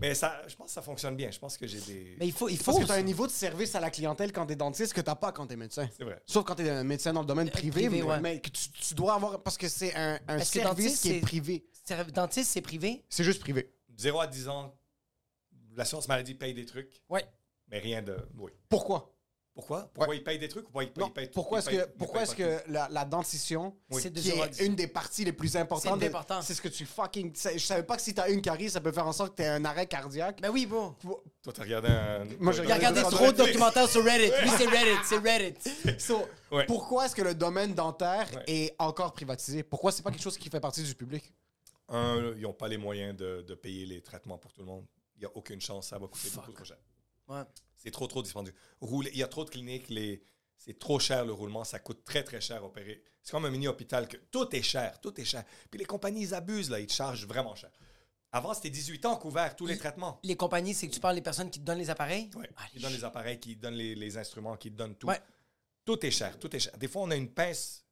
Speaker 5: Mais ça, je pense que ça fonctionne bien. Je pense que j'ai des.
Speaker 3: Mais il faut, il
Speaker 4: Parce
Speaker 3: faut.
Speaker 4: que t'as un niveau de service à la clientèle quand t'es dentiste que t'as pas quand t'es médecin.
Speaker 5: C'est vrai.
Speaker 4: Sauf quand t'es un médecin dans le domaine privé,
Speaker 3: Euh, privé,
Speaker 4: mais,
Speaker 3: ouais.
Speaker 4: mais que tu, tu dois avoir. Parce que c'est un, un
Speaker 3: Parce que
Speaker 4: service
Speaker 3: dentiste,
Speaker 4: qui est
Speaker 3: c'est-
Speaker 4: privé.
Speaker 3: C'est- Dentiste, c'est privé.
Speaker 4: C'est juste privé.
Speaker 5: 0 à 10 ans, l'assurance maladie paye des trucs,
Speaker 3: Ouais.
Speaker 5: mais rien de. Oui.
Speaker 4: Pourquoi?
Speaker 5: Pourquoi Pourquoi ils payent des trucs ou pourquoi ils payent,
Speaker 4: Non,
Speaker 5: ils payent-
Speaker 4: pourquoi
Speaker 5: ils
Speaker 4: est-ce
Speaker 5: payent-
Speaker 4: que,
Speaker 5: ils
Speaker 4: pourquoi
Speaker 5: payent
Speaker 4: est-ce
Speaker 5: pas tout?
Speaker 4: que la, la dentition,
Speaker 3: Oui. C'est de
Speaker 4: qui
Speaker 3: zéro à
Speaker 4: est
Speaker 3: dix.
Speaker 4: une des parties les plus
Speaker 3: C'est
Speaker 4: importantes,
Speaker 3: une
Speaker 4: de-
Speaker 3: des importantes.
Speaker 4: c'est ce que tu fucking... c'est- Je savais pas que si t'as une carie, ça peut faire en sorte que t'aies un arrêt cardiaque.
Speaker 3: Ben oui, bon.
Speaker 5: Toi, t'as regardé un.
Speaker 4: Moi, j'ai
Speaker 3: Il a regardé trop de documentaires sur Reddit. Lui, c'est Reddit, c'est Reddit.
Speaker 4: So,
Speaker 5: Ouais.
Speaker 4: Pourquoi est-ce que le domaine dentaire
Speaker 5: Ouais.
Speaker 4: est encore privatisé? Pourquoi c'est pas quelque chose qui fait partie du public?
Speaker 5: Un, ils n'ont pas les moyens de, de payer les traitements pour tout le monde. Il n'y a aucune chance, ça va coûter beaucoup trop cher.
Speaker 3: Ouais.
Speaker 5: C'est trop, trop dispendieux. Rouler, il y a trop de cliniques, les, c'est trop cher le roulement, ça coûte très, très cher à opérer. C'est comme un mini-hôpital que tout est cher, tout est cher. Puis les compagnies, ils abusent, là, ils te chargent vraiment cher. Avant, c'était 18 ans couvert, tous les traitements.
Speaker 3: Les compagnies, c'est que tu parles des personnes qui te donnent les appareils.
Speaker 5: Ouais.
Speaker 3: Ah,
Speaker 5: Ils donnent les appareils, qui donnent les, les instruments, qui donnent tout.
Speaker 3: Ouais.
Speaker 5: Tout est cher, tout est cher. Des fois, on a une pince,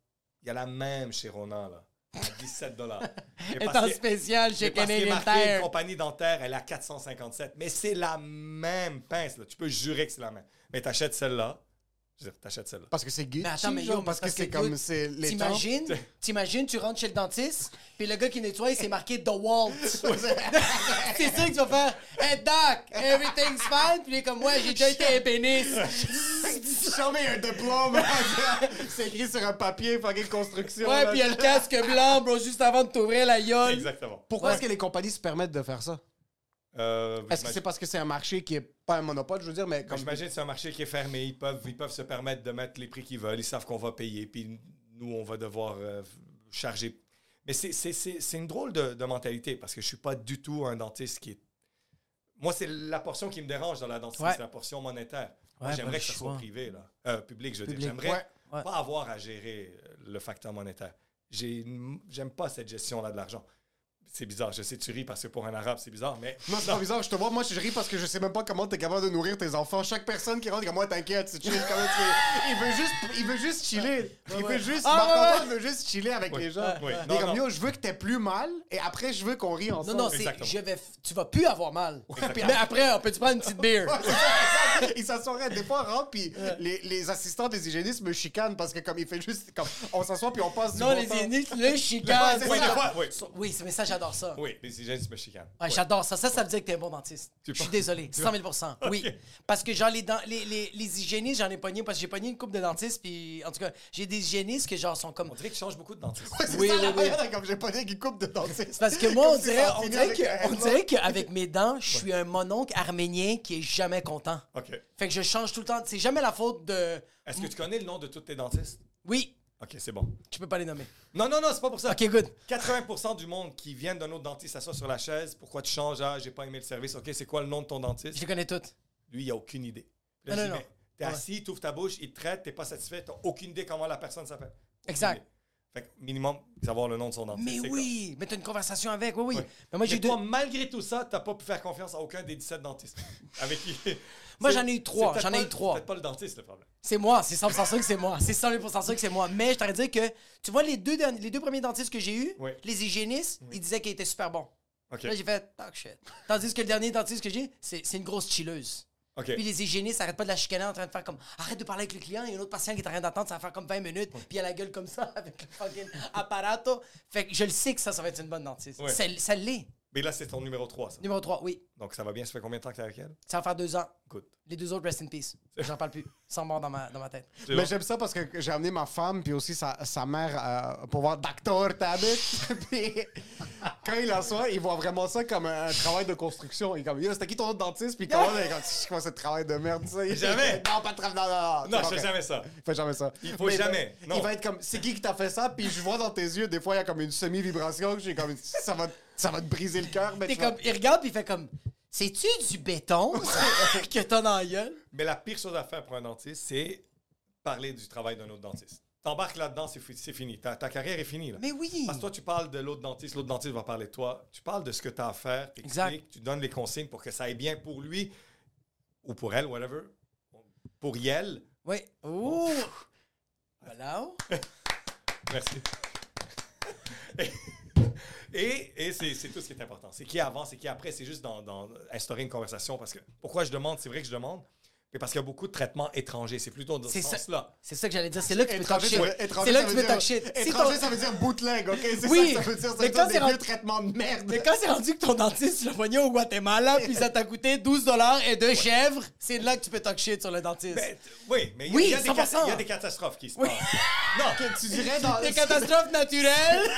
Speaker 5: il y a la même chez Ronan, là, à 17 dollars.
Speaker 3: Elle est en spécial
Speaker 5: Mais
Speaker 3: chez
Speaker 5: parce qu'il est
Speaker 3: Canadian
Speaker 5: marqué une
Speaker 3: Tire.
Speaker 5: compagnie dentaire, elle a 457. Mais c'est la même pince. Là. Tu peux jurer que c'est la même. Mais t'achètes celle-là. Je veux dire, t'achètes celle-là.
Speaker 4: Parce que c'est Gucci,
Speaker 3: Mais attends, mais yo,
Speaker 4: genre, parce, que, c'est comme...
Speaker 3: dude,
Speaker 4: c'est les gens-
Speaker 3: T'imagines, t'imagines, tu rentres chez le dentiste, puis le gars qui nettoie, c'est marqué The Walt. c'est ça que tu vas faire. Hey doc, everything's fine. Puis il est comme, ouais, j'ai déjà été ébéniste.
Speaker 4: Jamais un diplôme! c'est écrit sur un papier, fucking construction.
Speaker 3: Ouais,
Speaker 4: là.
Speaker 3: puis il y a le casque blanc, bro, juste avant de t'ouvrir la gueule.
Speaker 5: Exactement.
Speaker 4: Pourquoi est-ce que les compagnies se permettent de faire ça?
Speaker 5: Euh,
Speaker 4: Est-ce que c'est parce que c'est un marché qui est pas un monopole, Ben, je veux dire, mais
Speaker 5: Comme
Speaker 4: comme
Speaker 5: j'imagine, c'est un marché qui est fermé. Ils peuvent, ils peuvent se permettre de mettre les prix qu'ils veulent. Ils savent qu'on va payer. Puis nous, on va devoir euh, charger. Mais c'est- c'est c'est- c'est une drôle de, de mentalité parce que je suis pas du tout un dentiste qui est. Moi, c'est la portion qui me dérange dans la dentisterie,
Speaker 3: Ouais.
Speaker 5: c'est la portion monétaire. Moi,
Speaker 3: Ouais,
Speaker 5: j'aimerais
Speaker 3: pas
Speaker 5: que
Speaker 3: le
Speaker 5: ce soit
Speaker 3: choix.
Speaker 5: privé, là. Euh, public, je veux dire.
Speaker 4: ben, Public,
Speaker 5: J'aimerais
Speaker 4: ouais,
Speaker 3: ouais.
Speaker 5: pas avoir à gérer euh, le facteur monétaire. J'ai une- J'aime pas cette gestion-là de l'argent. C'est bizarre. Je sais, tu ris parce que pour un arabe, c'est bizarre, mais.
Speaker 4: Non, c'est pas bizarre, je te vois, moi je ris parce que je sais même pas comment t'es capable de nourrir tes enfants. Chaque personne qui rentre comme moi, t'inquiète, c'est chill quand même. tu- Il veut juste, il veut juste chiller. Il veut juste,
Speaker 3: Ah, ouais,
Speaker 4: Marc-Antoine veut juste chiller avec
Speaker 5: Oui.
Speaker 4: les gens.
Speaker 5: Ouais,
Speaker 4: Il
Speaker 5: ouais.
Speaker 4: est
Speaker 5: Non,
Speaker 4: comme,
Speaker 5: non.
Speaker 4: yo, je veux que t'aies plus mal et après je veux qu'on rie
Speaker 3: Non,
Speaker 4: ensemble.
Speaker 3: non, c'est
Speaker 5: Exactement.
Speaker 3: je vais f- tu vas plus avoir mal. Mais après, on peut tu prendre une petite bière.
Speaker 4: il s'assoirait des fois, rentre, puis les, les assistants des hygiénistes me chicanent parce que comme il fait juste, comme on s'assoit puis on passe du
Speaker 3: non,
Speaker 4: bon
Speaker 3: les
Speaker 4: temps.
Speaker 3: énigmes, le chicane.
Speaker 4: Ouais, c'est
Speaker 5: Oui,
Speaker 4: ça.
Speaker 5: des fois, oui.
Speaker 3: Oui, c'est- mais ça, j'adore ça.
Speaker 5: Oui, les hygiénistes me chicanent.
Speaker 3: Ouais, J'adore ça. Ça, ça veut dire que t'es un bon dentiste. Je
Speaker 5: Tu
Speaker 3: suis
Speaker 5: penses-
Speaker 3: désolé. 100 000 Oui.
Speaker 5: Ok.
Speaker 3: Parce que, genre, les, dent- les, les, les hygiénistes, j'en ai pogné parce que j'ai pogné une coupe de dentistes. Puis, en tout cas, j'ai des hygiénistes que, genre, sont comme.
Speaker 5: On dirait qu'ils changent beaucoup de dentistes.
Speaker 4: Ouais, c'est
Speaker 3: Oui,
Speaker 4: ça,
Speaker 3: oui,
Speaker 4: la
Speaker 3: oui.
Speaker 4: manière, comme j'ai pas dit qu'il coupe de dentiste.
Speaker 3: Parce que moi,
Speaker 4: Comme
Speaker 3: on
Speaker 4: si
Speaker 3: dirait,
Speaker 4: ça en
Speaker 3: on
Speaker 4: finit
Speaker 3: dirait
Speaker 4: avec
Speaker 3: que-
Speaker 4: un
Speaker 3: on
Speaker 4: headlock.
Speaker 3: dirait qu'avec mes dents, je suis un mononcle arménien qui est jamais content.
Speaker 5: OK.
Speaker 3: Fait que je change tout le temps. C'est jamais la faute de.
Speaker 5: Est-ce que tu connais le nom de tous tes dentistes?
Speaker 3: Oui,
Speaker 5: OK, c'est bon.
Speaker 3: tu peux pas les nommer.
Speaker 5: Non, non, non, c'est pas pour ça.
Speaker 3: Ok, good.
Speaker 5: 80% du monde qui vient d'un autre dentiste s'assoit sur la chaise. Pourquoi tu changes? Ah, j'ai pas aimé le service. OK, c'est quoi le nom de ton dentiste?
Speaker 3: Je les connais toutes.
Speaker 5: Lui, il a aucune idée. Puis
Speaker 3: Non,
Speaker 5: je
Speaker 3: non,
Speaker 5: dis,
Speaker 3: non.
Speaker 5: mais T'es
Speaker 3: Ouais.
Speaker 5: assis, t'ouvres ta bouche, il te traite, t'es pas satisfait, t'as aucune idée comment la personne s'appelle. Aucune
Speaker 3: Exact.
Speaker 5: idée. Fait que minimum, savoir le nom de son dentiste.
Speaker 3: Mais
Speaker 5: c'est
Speaker 3: oui, mais t'as une conversation avec. Oui, oui.
Speaker 5: quoi. Ouais.
Speaker 3: Mais moi, j'ai
Speaker 5: Mais
Speaker 3: deux.
Speaker 5: toi, malgré tout ça, t'as pas pu faire confiance à aucun des 17 dentistes. Avec qui...
Speaker 3: Moi,
Speaker 5: C'est-
Speaker 3: j'en ai eu
Speaker 5: c'est
Speaker 3: trois,
Speaker 5: peut-être
Speaker 3: j'en ai
Speaker 5: pas
Speaker 3: eu
Speaker 5: le-
Speaker 3: trois.
Speaker 5: C'est peut-être pas le dentiste, le problème.
Speaker 3: C'est moi, c'est 100% sûr que c'est moi. C'est 100 000% sûr que c'est moi. Mais je t'aurais dit que, tu vois, les deux, derniers- les deux premiers dentistes que j'ai eus,
Speaker 5: Oui.
Speaker 3: les hygiénistes, ils disaient qu'ils étaient super bons.
Speaker 5: OK.
Speaker 3: Là, j'ai fait, talk shit. Tandis que le dernier dentiste que j'ai, c'est c'est une grosse chilleuse.
Speaker 5: OK.
Speaker 3: Puis les hygiénistes arrêtent pas de la chicaner en train de faire comme arrête de parler avec le client, il y a un autre patient qui est en train d'attendre, ça va faire comme 20 minutes, puis elle a la gueule comme ça avec le fucking apparato. Fait que je le sais que ça, ça va être une bonne dentiste.
Speaker 5: Ouais.
Speaker 3: Ça, ça l'est.
Speaker 5: Mais là, c'est ton numéro 3, ça.
Speaker 3: Numéro 3, oui.
Speaker 5: Donc, ça va bien. Ça fait combien de temps que t'es avec elle?
Speaker 3: Ça va faire deux ans.
Speaker 5: Good.
Speaker 3: Les deux autres, rest in peace. J'en parle plus. Sans mort dans ma, dans ma tête.
Speaker 5: C'est
Speaker 4: Mais
Speaker 5: bon.
Speaker 4: j'aime ça parce que j'ai amené ma femme puis aussi sa, sa mère euh, pour voir Docteur Tabit. puis quand il en soit, il voit vraiment ça comme un, un travail de construction. Il est comme, yo, c'était qui ton autre dentiste? Puis comment, il est comme, je commence ce travail de merde, ça. Il-
Speaker 5: Jamais.
Speaker 4: Non, pas de travail. Non, non, non.
Speaker 5: Non,
Speaker 4: c'est pas
Speaker 5: je fais
Speaker 4: vrai.
Speaker 5: jamais ça.
Speaker 4: Il fait jamais ça.
Speaker 5: Il faut jamais.
Speaker 4: ben,
Speaker 5: Non.
Speaker 4: Il va être comme, c'est qui qui t'a fait ça? Puis je vois dans tes yeux, des fois, il y a comme une semi-vibration. que J'ai comme, ça va, ça va te briser le cœur. mais
Speaker 3: T'es
Speaker 4: tu vas-
Speaker 3: comme, il regarde, puis il fait comme c'est-tu du béton que t'as dans la gueule?
Speaker 5: Mais la pire chose à faire pour un dentiste, c'est parler du travail d'un autre dentiste. T'embarques là-dedans, c'est fi- c'est fini. Ta, ta carrière est finie. là.
Speaker 3: Mais oui!
Speaker 4: Ah,
Speaker 5: Parce que toi, tu parles de l'autre dentiste, l'autre dentiste va parler de toi. Tu parles de ce que tu as à faire, t'expliques,
Speaker 3: Exact.
Speaker 5: tu donnes les consignes pour que ça aille bien pour lui ou pour elle, whatever. Pour Yel.
Speaker 3: Oui. Ouh! Voilà.
Speaker 5: Merci. Et, et c'est c'est tout ce qui est important. C'est qui est avant, c'est qui est après. C'est juste dans, dans instaurer une conversation. Parce que pourquoi je demande, c'est vrai que je demande, mais parce qu'il y a beaucoup de traitements étrangers. C'est plutôt dans ce
Speaker 3: C'est ça.
Speaker 5: sens-là.
Speaker 3: C'est ça que j'allais dire. C'est là que tu peux talk
Speaker 4: Étranger,
Speaker 3: shit.
Speaker 4: ça veut- étranger,
Speaker 3: C'est là
Speaker 4: ça
Speaker 3: que tu
Speaker 4: veut
Speaker 3: peux
Speaker 4: dire-
Speaker 3: talk shit. Si
Speaker 4: Étranger,
Speaker 3: ton-
Speaker 4: ça veut dire bootleg, OK? C'est
Speaker 3: Oui,
Speaker 4: ça que ça veut dire. Ça
Speaker 3: mais
Speaker 4: veut dire
Speaker 3: quand c'est
Speaker 4: des
Speaker 3: rendu-
Speaker 4: vieux traitements de merde.
Speaker 3: Mais quand c'est rendu que ton dentiste, tu l'as pogné au Guatemala, puis ça t'a coûté 12 dollars et deux chèvres, c'est là que tu peux talk shit sur le dentiste.
Speaker 5: Ben, t- oui, mais il y a-
Speaker 3: Oui,
Speaker 5: il y, a des
Speaker 3: 100%.
Speaker 5: cat- il y a des catastrophes qui se passent. Non,
Speaker 4: tu dirais dans...
Speaker 3: Des catastrophes naturelles!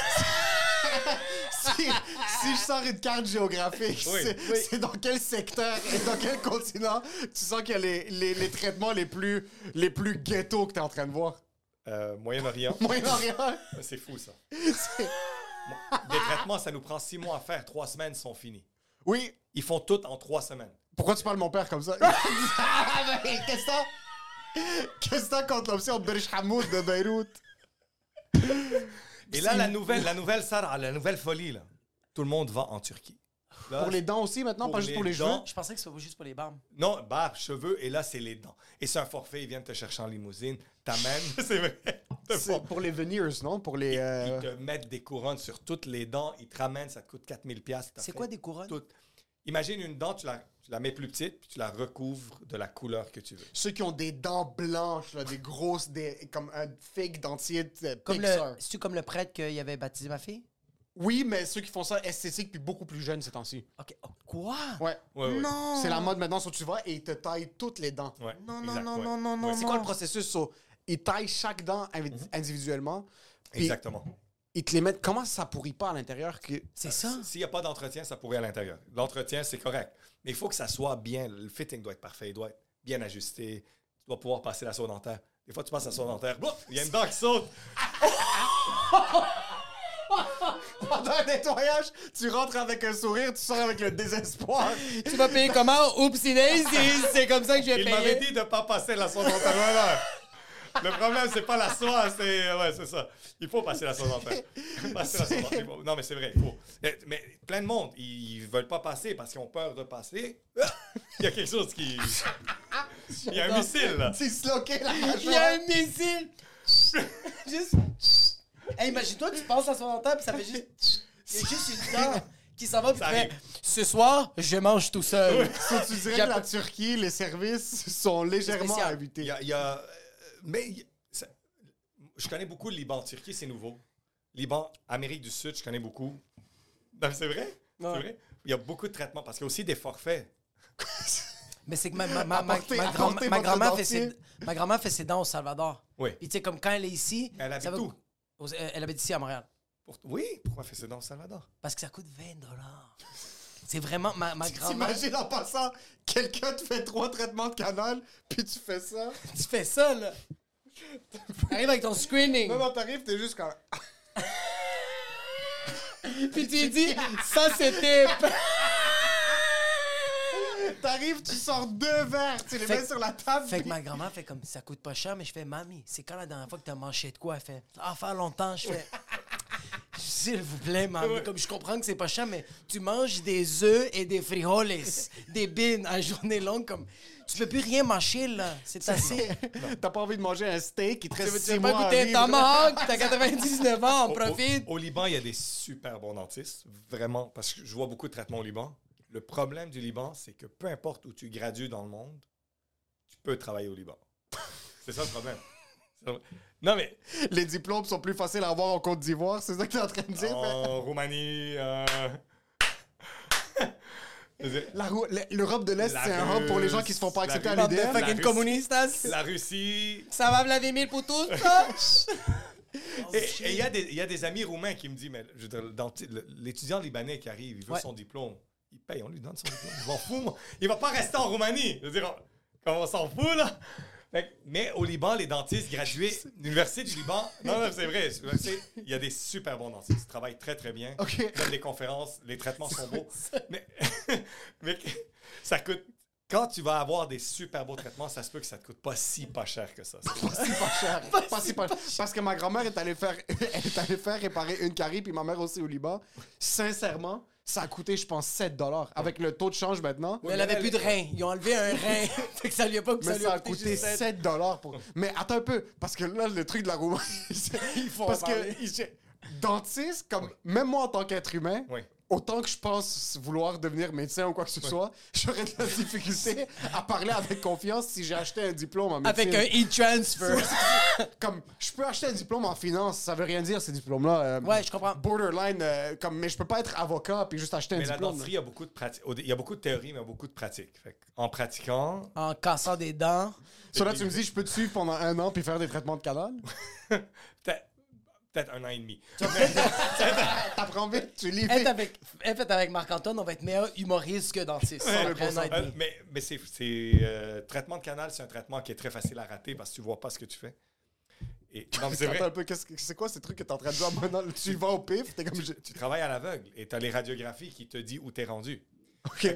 Speaker 4: si, si je sors une carte géographique,
Speaker 5: Oui.
Speaker 4: c'est
Speaker 5: Oui.
Speaker 4: c'est dans quel secteur et dans quel continent tu sens qu'il y a les, les, les traitements les plus, les plus ghetto que t'es en train de voir?
Speaker 5: Euh, Moyen-Orient.
Speaker 4: Moyen-Orient.
Speaker 5: C'est fou, ça. Des traitements, ça nous prend six mois à faire. Trois semaines sont finis.
Speaker 4: Oui.
Speaker 5: Ils font tout en trois semaines.
Speaker 4: Pourquoi tu parles mon père comme ça? Ah, ben, Qu'est-ce que ça? Qu'est-ce que ça contre l'option British Hamoud de Beyrouth?
Speaker 5: Et là, la nouvelle, la nouvelle Sarah, la nouvelle folie, là. Tout le monde va en Turquie. Là,
Speaker 4: Pour les dents aussi maintenant,
Speaker 5: Pour
Speaker 4: pas juste
Speaker 5: les
Speaker 4: pour les
Speaker 5: dents.
Speaker 4: cheveux?
Speaker 3: Je pensais que c'était juste pour les barbes.
Speaker 5: Non, barbe, cheveux, et là, c'est les dents. Et c'est un forfait, ils viennent te chercher en limousine, t'amènes, c'est vrai. te
Speaker 4: C'est
Speaker 5: font-
Speaker 4: pour les veneers, non? Pour les... euh,
Speaker 5: Ils te mettent des couronnes sur toutes les dents, ils te ramènent, ça te coûte 4000 pièces.
Speaker 3: C'est quoi des couronnes?
Speaker 5: Imagine une dent, tu la, tu la mets plus petite, puis tu la recouvres de la couleur que tu veux.
Speaker 4: Ceux qui ont des dents blanches, là, des grosses, des, comme un fake dentier euh, de
Speaker 3: Comme le,
Speaker 4: Pixar.
Speaker 3: c'est-tu comme le prêtre qu'il avait baptisé ma fille?
Speaker 4: Oui, mais ceux qui font ça esthétique puis beaucoup plus jeunes ces temps-ci.
Speaker 3: Ok. Oh, quoi?
Speaker 4: Ouais.
Speaker 5: Ouais, ouais.
Speaker 3: Non!
Speaker 4: C'est la mode maintenant, so, tu vas et ils te taillent toutes les dents.
Speaker 5: Ouais,
Speaker 3: Non, non,
Speaker 5: exact,
Speaker 3: non,
Speaker 5: ouais.
Speaker 3: non, non, non,
Speaker 4: C'est quoi le
Speaker 3: non.
Speaker 4: processus? so, ils taillent chaque dent invi- individuellement. puis
Speaker 5: Exactement.
Speaker 4: Ils te les mettent. Comment ça pourrit pas à l'intérieur? Que...
Speaker 3: C'est ça?
Speaker 5: S'il n'y a pas d'entretien, ça pourrait à l'intérieur. L'entretien, c'est correct. Mais il faut que ça soit bien. Le fitting doit être parfait. Il doit être bien ajusté. Tu dois pouvoir passer la soie dentaire. Des fois, tu passes la soie dentaire. bouf, Il y a une dent qui saute.
Speaker 4: Pendant un nettoyage, tu rentres avec un sourire, tu sors avec le désespoir.
Speaker 3: Tu vas payer comment? Oupsie daisy! C'est comme ça que je vais
Speaker 5: Il m'avait
Speaker 3: payer.
Speaker 5: dit de ne pas passer la soie dentaire. Ouais, ouais. Le problème, c'est pas la soie, c'est. Ouais, c'est ça. Il faut passer la soie dentaire. Passer la soie dentaire, il faut- Non, mais c'est vrai. il faut. Mais- Mais plein de monde, ils veulent pas passer parce qu'ils ont peur de passer. Il y a quelque chose qui. Il y a un missile, là.
Speaker 4: tu sloqué la
Speaker 3: Il y a
Speaker 4: mâchoire.
Speaker 3: un missile! juste. hey, imagine-toi, tu passes à son dentaire, puis ça fait juste. Il y a juste une dent qui s'en va, puis
Speaker 5: Ça
Speaker 3: tu fais,
Speaker 5: arrive.
Speaker 3: Ce soir, je mange tout seul.
Speaker 4: So, tu dirais que la Turquie, les services sont légèrement
Speaker 3: Spécial.
Speaker 5: Il y
Speaker 4: habités.
Speaker 5: a, il y a- euh, mais il y a- ça- je connais beaucoup le Liban. Turquie, c'est nouveau. Liban, Amérique du Sud, je connais beaucoup. Non, c'est vrai?
Speaker 3: Ouais.
Speaker 5: C'est vrai? Il y a beaucoup de traitements parce qu'il y a aussi des forfaits.
Speaker 3: Mais c'est que ma, ma, ma, ma,
Speaker 4: Apportez-
Speaker 3: ma grand-
Speaker 4: apportez
Speaker 3: ma
Speaker 4: votre
Speaker 3: grand-mère fait,
Speaker 4: dentier.
Speaker 3: ses- ma grand-mère fait ses dents au Salvador.
Speaker 5: Oui.
Speaker 3: Puis tu sais, comme quand elle est ici...
Speaker 5: Elle habite
Speaker 3: ça va-
Speaker 5: où?
Speaker 3: Aux- euh, Elle habite ici, à Montréal.
Speaker 5: Pour- oui, pourquoi fait ça dans le Salvador?
Speaker 3: Parce que ça coûte 20 dollars. C'est vraiment... Ma, ma grand-mère...
Speaker 4: T'imagines en passant, quelqu'un te fait trois traitements de canal, puis tu fais ça.
Speaker 3: Tu fais ça, là. Arrive avec ton screening.
Speaker 4: Non, non, t'arrives, t'es juste comme.
Speaker 3: Puis tu dis, ça, c'était...
Speaker 4: T'arrives, tu sors deux verres, tu les
Speaker 3: Fait
Speaker 4: mets
Speaker 3: que-
Speaker 4: sur la table.
Speaker 3: Fait que
Speaker 4: puis-
Speaker 3: ma grand-mère fait comme ça coûte pas cher, mais je fais mamie, c'est quand la dernière fois que t'as mangé de quoi? Elle fait Ah, faire longtemps, je fais S'il vous plaît, mamie, comme je comprends que c'est pas cher, mais tu manges des œufs et des frijoles, des bines à journée longue, comme tu peux plus rien manger là, c'est assez.
Speaker 4: T'as pas envie de manger un steak, il te
Speaker 3: Tu veux
Speaker 4: reste
Speaker 3: tu veux
Speaker 4: six
Speaker 3: pas
Speaker 4: mois à
Speaker 3: goûter un
Speaker 4: vivre.
Speaker 3: tomahawk, t'as 99 ans, on
Speaker 5: Au- au-
Speaker 3: profite.
Speaker 5: Au, Liban, il y a des super bons dentistes, vraiment, parce que je vois beaucoup de traitements au Liban. Le problème du Liban, c'est que peu importe où tu gradues dans le monde, tu peux travailler au Liban. c'est ça le problème. Non, mais
Speaker 4: Les diplômes sont plus faciles à avoir en Côte d'Ivoire, c'est ça que t'es en train de dire. mais-
Speaker 5: en Roumanie. euh,
Speaker 4: La Rou- le- L'Europe de l'Est,
Speaker 5: La
Speaker 4: c'est un hub pour les gens qui se font pas
Speaker 5: Russe,
Speaker 4: accepter à
Speaker 5: la
Speaker 3: Bande de
Speaker 4: l'UDF.
Speaker 3: fucking
Speaker 5: Russie.
Speaker 3: communistas.
Speaker 5: la Russie.
Speaker 3: Ça va Vladimir pour tous, ça?
Speaker 5: Et et il y, a des- il y a des amis roumains qui me disent Mais je veux dire, le denti- le- l'étudiant libanais qui arrive, il veut
Speaker 3: Ouais.
Speaker 5: son diplôme. Il paye, on lui donne son diplôme. Je m'en fous, moi. Il va pas rester en Roumanie. Je veux dire, on- comme on s'en fout, là. Fait que- mais au Liban, les dentistes gradués, l'université du Liban, non, non, c'est vrai, je sais, il y a des super bons dentistes. Ils travaillent très, très bien.
Speaker 4: Ok.
Speaker 5: Ils donnent des conférences, les traitements sont beaux. mais, mais que- ça coûte Quand tu vas avoir des super beaux traitements, ça se peut que ça te coûte pas si pas cher que ça. C'est vrai.
Speaker 4: C'est pas cher. Pas si pas cher. Parce que ma grand-mère est allée faire elle est allée faire réparer une carie, puis ma mère aussi au Liban. Sincèrement, ça a coûté, je pense, 7 dollars. Avec le taux de change maintenant.
Speaker 3: Mais elle avait plus de rein. Ils ont enlevé un rein. fait que ça lui a pas
Speaker 4: Mais
Speaker 3: ça lui
Speaker 4: ça a coûté
Speaker 3: coûté
Speaker 4: 7 dollars pour. Mais attends un peu, parce que là, le truc de la Roumanie.
Speaker 3: faut en
Speaker 4: Parce que
Speaker 3: parler.
Speaker 4: j'ai- dentiste, comme même moi en tant qu'être humain,
Speaker 5: Oui.
Speaker 4: autant que je pense vouloir devenir médecin ou quoi que ce soit, j'aurais de la difficulté à parler avec confiance si j'ai acheté un diplôme en médecine.
Speaker 3: Avec un e-transfer.
Speaker 4: Comme, je peux acheter un diplôme en finance, ça veut rien dire ces diplômes-là. euh,
Speaker 3: Ouais, je comprends.
Speaker 4: Borderline, euh, comme, mais je peux pas être avocat puis juste acheter un
Speaker 5: Mais la
Speaker 4: diplôme.
Speaker 5: dentisterie, il y a beaucoup de pratiques. Il y a beaucoup de théories, mais il y a beaucoup de pratiques. Fait que, en pratiquant,
Speaker 3: en cassant des dents.
Speaker 4: So là, tu me dis, je peux te suivre pendant un an puis faire des traitements de canal?
Speaker 5: peut-être peut-être un an et demi.
Speaker 4: T'apprends vite, tu lis
Speaker 3: Être
Speaker 4: vite.
Speaker 3: avec, être avec Marc-Antoine, on va être meilleur humoriste que dentiste. Après un an et
Speaker 5: Euh,
Speaker 3: demi.
Speaker 5: mais mais c'est, c'est, euh, traitement de canal, c'est un traitement qui est très facile à rater parce que tu vois pas ce que tu fais. Et, non, mais c'est
Speaker 4: Attends un
Speaker 5: vrai.
Speaker 4: peu, qu'est-ce que- c'est quoi ces trucs que t'es en train de dire maintenant? Tu vas au pif, t'es comme. je-
Speaker 5: Tu travailles à l'aveugle et tu as les radiographies qui te disent où t'es rendu.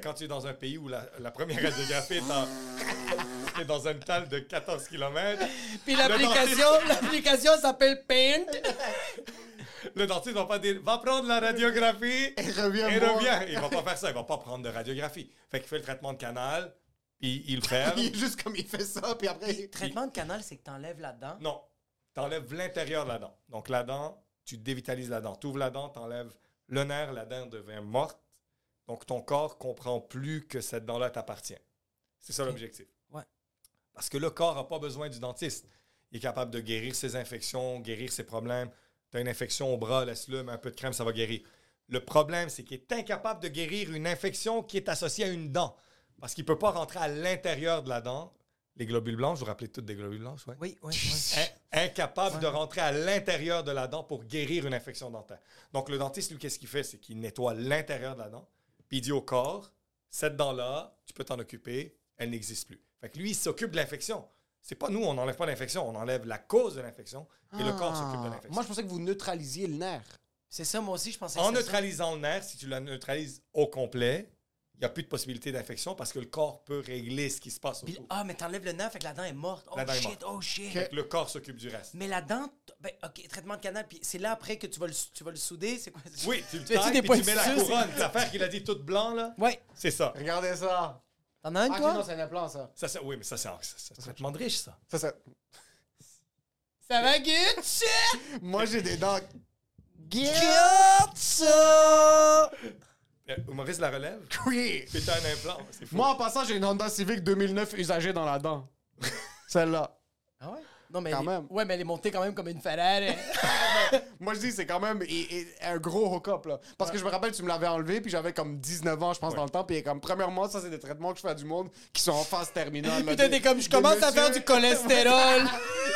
Speaker 5: Quand tu es dans un pays où la, la première radiographie est en- est dans une table de 14 km,
Speaker 3: Puis l'application, l'application s'appelle Paint.
Speaker 5: le dentiste va pas dire va prendre la radiographie et
Speaker 4: reviens
Speaker 5: Et
Speaker 4: voir.
Speaker 5: revient. Il va pas faire ça, il va pas prendre de radiographie. Fait qu'il fait le traitement de canal, puis il le ferme.
Speaker 4: Il est juste comme il fait ça, puis après. il-
Speaker 3: Traitement de canal, c'est que t'enlèves la dent.
Speaker 5: Non. T'enlèves l'intérieur de la dent. Donc, la dent, tu dévitalises la dent. T'ouvres la dent, t'enlèves le nerf, la dent devient morte. Donc, ton corps comprend plus que cette dent-là t'appartient. C'est ça l'objectif.
Speaker 3: Ouais.
Speaker 5: Parce que le corps n'a pas besoin du dentiste. Il est capable de guérir ses infections, guérir ses problèmes. T'as une infection au bras, laisse-le, mets un peu de crème, ça va guérir. Le problème, c'est qu'il est incapable de guérir une infection qui est associée à une dent. Parce qu'il ne peut pas rentrer à l'intérieur de la dent. Les globules blanches, vous vous rappelez toutes des globules blanches, ouais?
Speaker 3: Oui, oui, oui.
Speaker 5: In- incapable de rentrer à l'intérieur de la dent pour guérir une infection dentaire. Donc, le dentiste, lui, qu'est-ce qu'il fait? C'est qu'il nettoie l'intérieur de la dent, puis il dit au corps, cette dent-là, tu peux t'en occuper, elle n'existe plus. Fait que lui, il s'occupe de l'infection. C'est pas nous, on n'enlève pas l'infection, on enlève la cause de l'infection, et le corps s'occupe
Speaker 3: Ah.
Speaker 5: de l'infection.
Speaker 4: Ah. Moi, je pensais que vous neutralisiez le nerf.
Speaker 3: C'est ça, moi aussi, je pensais que
Speaker 5: En
Speaker 3: c'était ça.
Speaker 5: neutralisant le nerf, si tu la neutralises au complet, il n'y a plus de possibilité d'infection parce que le corps peut régler ce qui se passe
Speaker 3: Puis,
Speaker 5: autour.
Speaker 3: ah, mais t'enlèves le nerf, fait que la dent est morte. Oh
Speaker 5: La dent est
Speaker 3: shit,
Speaker 5: morte.
Speaker 3: oh shit.
Speaker 5: Fait que le corps s'occupe du reste.
Speaker 3: Mais la dent, t- ben, ok, traitement de canal, puis c'est là après que tu vas le, tu vas le souder, c'est quoi?
Speaker 5: Oui, tu le
Speaker 3: Fais-tu
Speaker 5: tailles,
Speaker 3: des
Speaker 5: puis tu mets la
Speaker 3: points de suture,
Speaker 5: couronne. L'affaire qu'il a dit toute blanc, là,
Speaker 3: Ouais.
Speaker 5: c'est ça.
Speaker 4: Regardez ça.
Speaker 3: T'en as une,
Speaker 4: Ah,
Speaker 3: toi?
Speaker 4: non, c'est un implant, ça.
Speaker 5: Ça, c'est- oui, mais ça, c'est ça, c'est un traitement de riche, ça.
Speaker 4: Ça, ça.
Speaker 3: Ça va, Gucci?
Speaker 4: Moi, j'ai des dents.
Speaker 3: Gucci!
Speaker 5: Euh, Maurice la relève,
Speaker 4: Oui.
Speaker 5: puis t'as un implant. C'est fou.
Speaker 4: Moi, en passant, j'ai une Honda Civic 2009 usagée dans la dent. Celle-là.
Speaker 3: Ah ouais? Non, mais
Speaker 4: Quand
Speaker 3: elle, est-
Speaker 4: même.
Speaker 3: Ouais, mais elle est montée quand même comme une Ferrari.
Speaker 4: Moi, je dis, c'est quand même et- et un gros hook-up, là. Parce que je me rappelle, tu me l'avais enlevé, puis j'avais comme 19 ans, je pense, dans le temps. Puis comme, premièrement, ça, c'est des traitements que je fais à du monde qui sont en phase terminale. là,
Speaker 3: Putain,
Speaker 4: Ben, des-
Speaker 3: t'es comme, je
Speaker 4: des
Speaker 3: commence à faire
Speaker 4: messieurs.
Speaker 3: du cholestérol.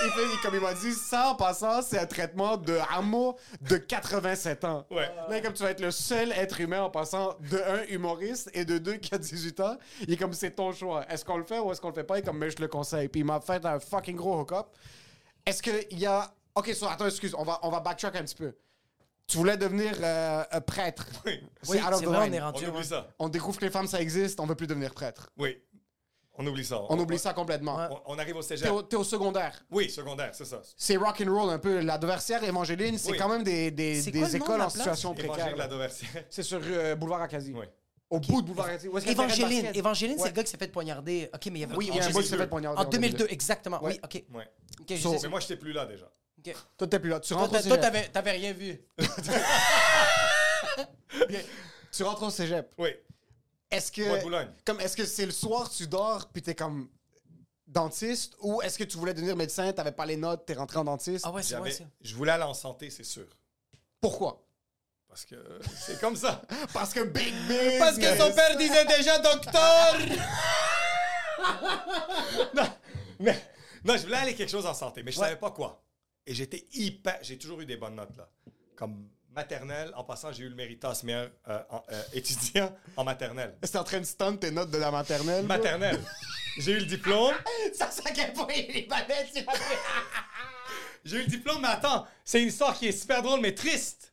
Speaker 4: il fait, il- comme il m'a dit, ça, en passant, c'est un traitement de hameau de 87 ans.
Speaker 5: Ouais.
Speaker 4: Là, comme tu vas être le seul être humain en passant de un humoriste et de deux qui a 18 ans, il est comme, c'est ton choix. Est-ce qu'on le fait ou est-ce qu'on le fait pas? Il est comme, mais je le conseille. Puis il m'a fait un fucking gros hook-up. Est-ce qu'il y a... OK, so, attends, excuse, on va, on va backtrack un petit peu. Tu voulais devenir euh, un prêtre.
Speaker 5: Oui.
Speaker 4: C'est
Speaker 3: oui,
Speaker 4: out of
Speaker 3: c'est
Speaker 4: the
Speaker 3: vrai, on
Speaker 4: line.
Speaker 3: est
Speaker 5: On
Speaker 3: rendu.
Speaker 5: oublie
Speaker 3: ouais.
Speaker 5: ça.
Speaker 4: On découvre que les femmes, ça existe, on veut plus devenir prêtre.
Speaker 5: Oui. On oublie ça.
Speaker 4: On oublie ça complètement.
Speaker 5: On, on arrive au
Speaker 4: T'es
Speaker 5: cégep.
Speaker 4: au- t'es au secondaire.
Speaker 5: Oui, secondaire, c'est ça.
Speaker 4: c'est rock and roll un peu. L'adversaire Évangeline, c'est
Speaker 5: Oui.
Speaker 4: quand même des, des,
Speaker 3: C'est
Speaker 4: des
Speaker 3: quoi le nom de
Speaker 4: écoles
Speaker 3: la
Speaker 4: en
Speaker 3: place?
Speaker 4: situation
Speaker 5: Évangile
Speaker 4: précaire.
Speaker 5: de la Dauversière.
Speaker 4: C'est sur euh, Boulevard Acasi.
Speaker 5: Oui.
Speaker 4: Au bout de Boulevard Acasi. Où est-ce qu'il y a le terrain de
Speaker 3: Évangeline,
Speaker 4: basket?
Speaker 3: Évangeline,
Speaker 4: Ouais.
Speaker 3: c'est le gars qui s'est fait poignarder. Ok, mais il y avait
Speaker 4: Oui, il y a un
Speaker 3: Évangeline.
Speaker 4: boy qui s'est fait poignarder
Speaker 3: En 2002, exactement. Oui, ok.
Speaker 5: Oui.
Speaker 3: Ok, je
Speaker 4: So-
Speaker 3: sais.
Speaker 5: Mais moi, j'étais plus là déjà.
Speaker 3: Ok.
Speaker 4: Toi, t'es plus là. Tu
Speaker 3: Toi,
Speaker 4: rentres,
Speaker 3: t'a-
Speaker 4: au
Speaker 3: toi,
Speaker 4: cégep.
Speaker 3: t'avais t'avais rien vu.
Speaker 4: tu rentres au cégep.
Speaker 5: Oui.
Speaker 4: Est-ce
Speaker 5: Bois de
Speaker 4: que
Speaker 5: Boulogne.
Speaker 4: comme est-ce que c'est le soir, tu dors, puis t'es comme dentiste, ou est-ce que tu voulais devenir médecin, t'avais pas les notes, t'es rentré en dentiste?
Speaker 3: Ah ouais, c'est moi,
Speaker 5: J'avais-
Speaker 3: ça.
Speaker 5: Je voulais aller en santé, c'est sûr.
Speaker 4: Pourquoi?
Speaker 5: Parce que euh, c'est comme ça.
Speaker 4: Parce que Big Big!
Speaker 3: Parce que son père disait déjà docteur!
Speaker 5: Mais non, je voulais aller quelque chose en santé, mais je
Speaker 3: Ouais.
Speaker 5: savais pas quoi. Et j'étais hyper. J'ai toujours eu des bonnes notes là. Comme maternelle, en passant, j'ai eu le méritas meilleur euh, en- euh, étudiant en maternelle.
Speaker 4: C'était en train de stun tes notes de la maternelle. bro.
Speaker 5: Maternelle. j'ai eu le diplôme.
Speaker 4: Ça, ça, à quel point il est balèze, il a-
Speaker 5: J'ai eu le diplôme, mais attends, c'est une histoire qui est super drôle, mais triste.